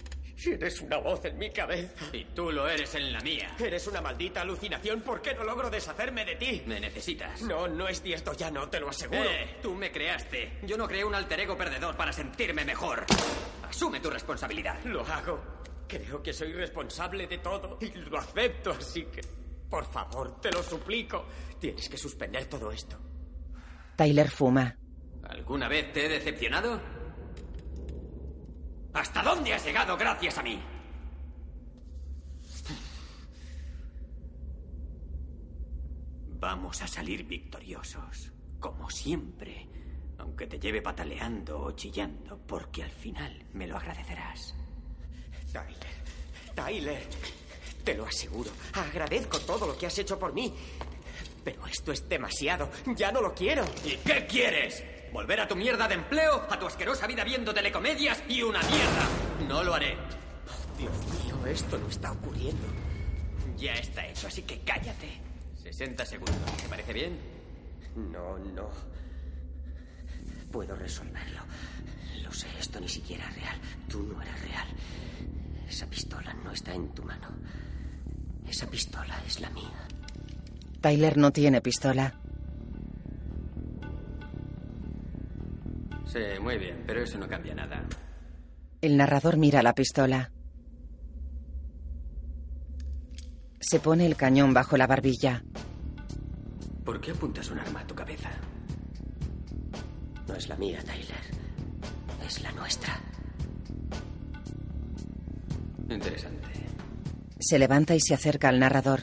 [SPEAKER 6] Eres una voz en mi cabeza.
[SPEAKER 11] Y tú lo eres en la mía.
[SPEAKER 6] Eres una maldita alucinación. ¿Por qué no logro deshacerme de ti?
[SPEAKER 11] Me necesitas.
[SPEAKER 6] No, no es cierto, ya no, te lo aseguro.
[SPEAKER 11] Eh, tú me creaste. Yo no creé un alter ego perdedor para sentirme mejor. Asume tu responsabilidad.
[SPEAKER 6] Lo hago. Creo que soy responsable de todo y lo acepto, así que... Por favor, te lo suplico. Tienes que suspender todo esto.
[SPEAKER 1] Tyler fuma.
[SPEAKER 11] ¿Alguna vez te he decepcionado? ¿Hasta dónde has llegado gracias a mí? Vamos a salir victoriosos, como siempre, aunque te lleve pataleando o chillando, porque al final me lo agradecerás.
[SPEAKER 6] Tyler, Tyler, te lo aseguro, agradezco todo lo que has hecho por mí, pero esto es demasiado. Ya no lo quiero.
[SPEAKER 11] ¿Y qué quieres? ¿Volver a tu mierda de empleo? ¿A tu asquerosa vida viendo telecomedias? ¡Y una mierda! No lo haré.
[SPEAKER 6] Oh, Dios mío, esto no está ocurriendo.
[SPEAKER 11] Ya está hecho, así que cállate. 60 segundos. ¿Te parece bien?
[SPEAKER 6] No, no. Puedo resolverlo. Lo sé, esto ni siquiera es real. Tú no eres real. Esa pistola no está en tu mano. Esa pistola es la mía.
[SPEAKER 1] Tyler no tiene pistola.
[SPEAKER 11] Sí, muy bien, pero eso no cambia nada.
[SPEAKER 1] El narrador mira la pistola. Se pone el cañón bajo la barbilla.
[SPEAKER 11] ¿Por qué apuntas un arma a tu cabeza?
[SPEAKER 6] No es la mía, Tyler. Es la nuestra.
[SPEAKER 11] Interesante.
[SPEAKER 1] Se levanta y se acerca al narrador.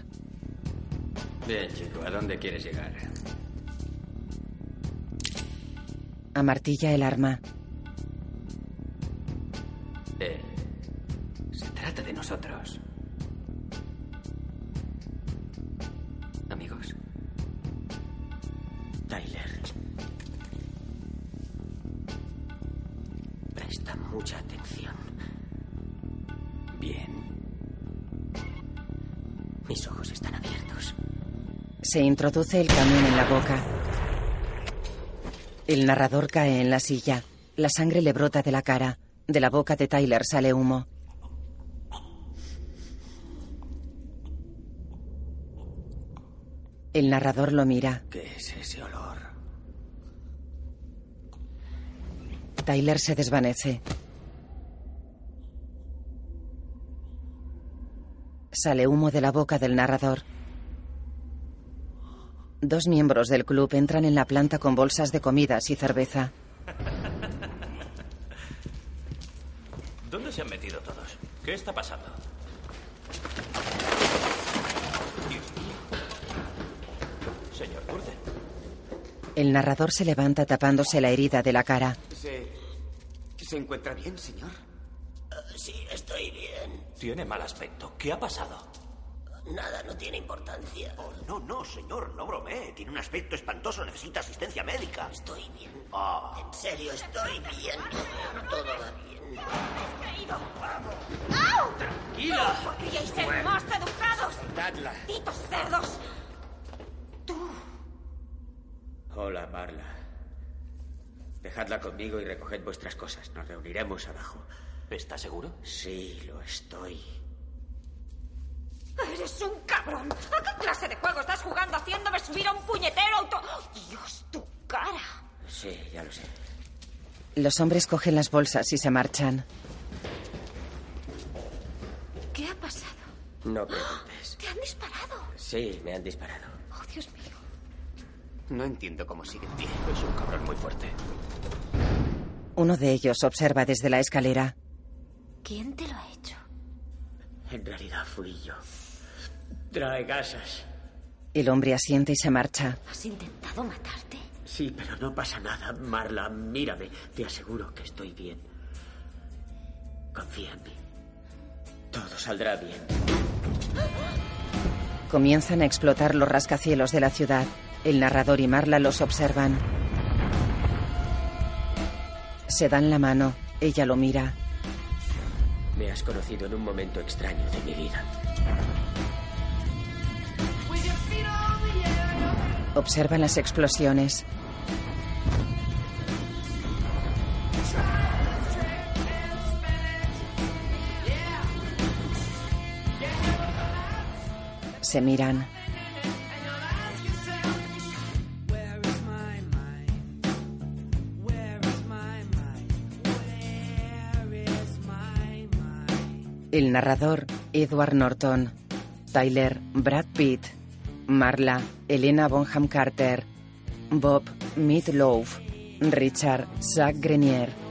[SPEAKER 11] Bien, chico, ¿a dónde quieres llegar?
[SPEAKER 1] Amartilla el arma.
[SPEAKER 11] Eh, se trata de nosotros. Amigos.
[SPEAKER 6] Tyler. Presta mucha atención.
[SPEAKER 11] Bien.
[SPEAKER 6] Mis ojos están abiertos.
[SPEAKER 1] Se introduce el camión en la boca. El narrador cae en la silla. La sangre le brota de la cara. De la boca de Tyler sale humo. El narrador lo mira.
[SPEAKER 11] ¿Qué es ese olor?
[SPEAKER 1] Tyler se desvanece. Sale humo de la boca del narrador. Dos miembros del club entran en la planta con bolsas de comidas y cerveza.
[SPEAKER 8] ¿Dónde se han metido todos? ¿Qué está pasando? Dios mío. Señor Burden.
[SPEAKER 1] El narrador se levanta tapándose la herida de la cara.
[SPEAKER 39] ¿Se, ¿se encuentra bien, señor?
[SPEAKER 6] Eh,
[SPEAKER 8] Uh, sí, estoy bien. Tiene mal aspecto. ¿Qué ha pasado?
[SPEAKER 39] Nada, no tiene importancia.
[SPEAKER 8] Oh, no, no, señor, no bromee. Tiene un aspecto espantoso, necesita asistencia médica.
[SPEAKER 39] Estoy bien.
[SPEAKER 6] Ah.
[SPEAKER 8] Oh.
[SPEAKER 39] En serio, estoy bien. Todo va bien.
[SPEAKER 9] caído!
[SPEAKER 39] ¡Vamos!
[SPEAKER 9] ¡Au!
[SPEAKER 8] ¡Tranquila!
[SPEAKER 9] ¡No podríais ser más educados!
[SPEAKER 39] ¡Dadla!
[SPEAKER 9] ¡Malditos cerdos! ¡Tú!
[SPEAKER 6] Hola, Marla. Dejadla conmigo y recoged vuestras cosas. Nos reuniremos abajo.
[SPEAKER 8] ¿Estás seguro?
[SPEAKER 6] Sí, lo estoy.
[SPEAKER 9] ¡Eres un cabrón! ¿A qué clase de juego estás jugando haciéndome subir a un puñetero auto...? ¡Dios, tu cara!
[SPEAKER 6] Sí, ya lo sé.
[SPEAKER 1] Los hombres cogen las bolsas y se marchan.
[SPEAKER 9] ¿Qué ha pasado?
[SPEAKER 6] No preguntes.
[SPEAKER 9] ¡Te han disparado!
[SPEAKER 6] Sí, me han disparado.
[SPEAKER 9] ¡Oh, Dios mío!
[SPEAKER 39] No entiendo cómo sigue en pie.
[SPEAKER 8] Es un cabrón muy fuerte.
[SPEAKER 1] Uno de ellos observa desde la escalera.
[SPEAKER 9] ¿Quién te lo ha hecho?
[SPEAKER 6] En realidad fui yo. Trae gasas.
[SPEAKER 1] El hombre asiente y se marcha.
[SPEAKER 9] ¿Has intentado matarte?
[SPEAKER 6] Sí, pero no pasa nada, Marla. Mírame. Te aseguro que estoy bien. Confía en mí. Todo saldrá bien.
[SPEAKER 1] Comienzan a explotar los rascacielos de la ciudad. El narrador y Marla los observan. Se dan la mano. Ella lo mira.
[SPEAKER 6] Me has conocido en un momento extraño de mi vida.
[SPEAKER 1] Observa las explosiones. Se miran. El narrador, Edward Norton. Tyler, Brad Pitt. Marla, Elena Bonham Carter. Bob, Meat Loaf. Richard, Zach Grenier.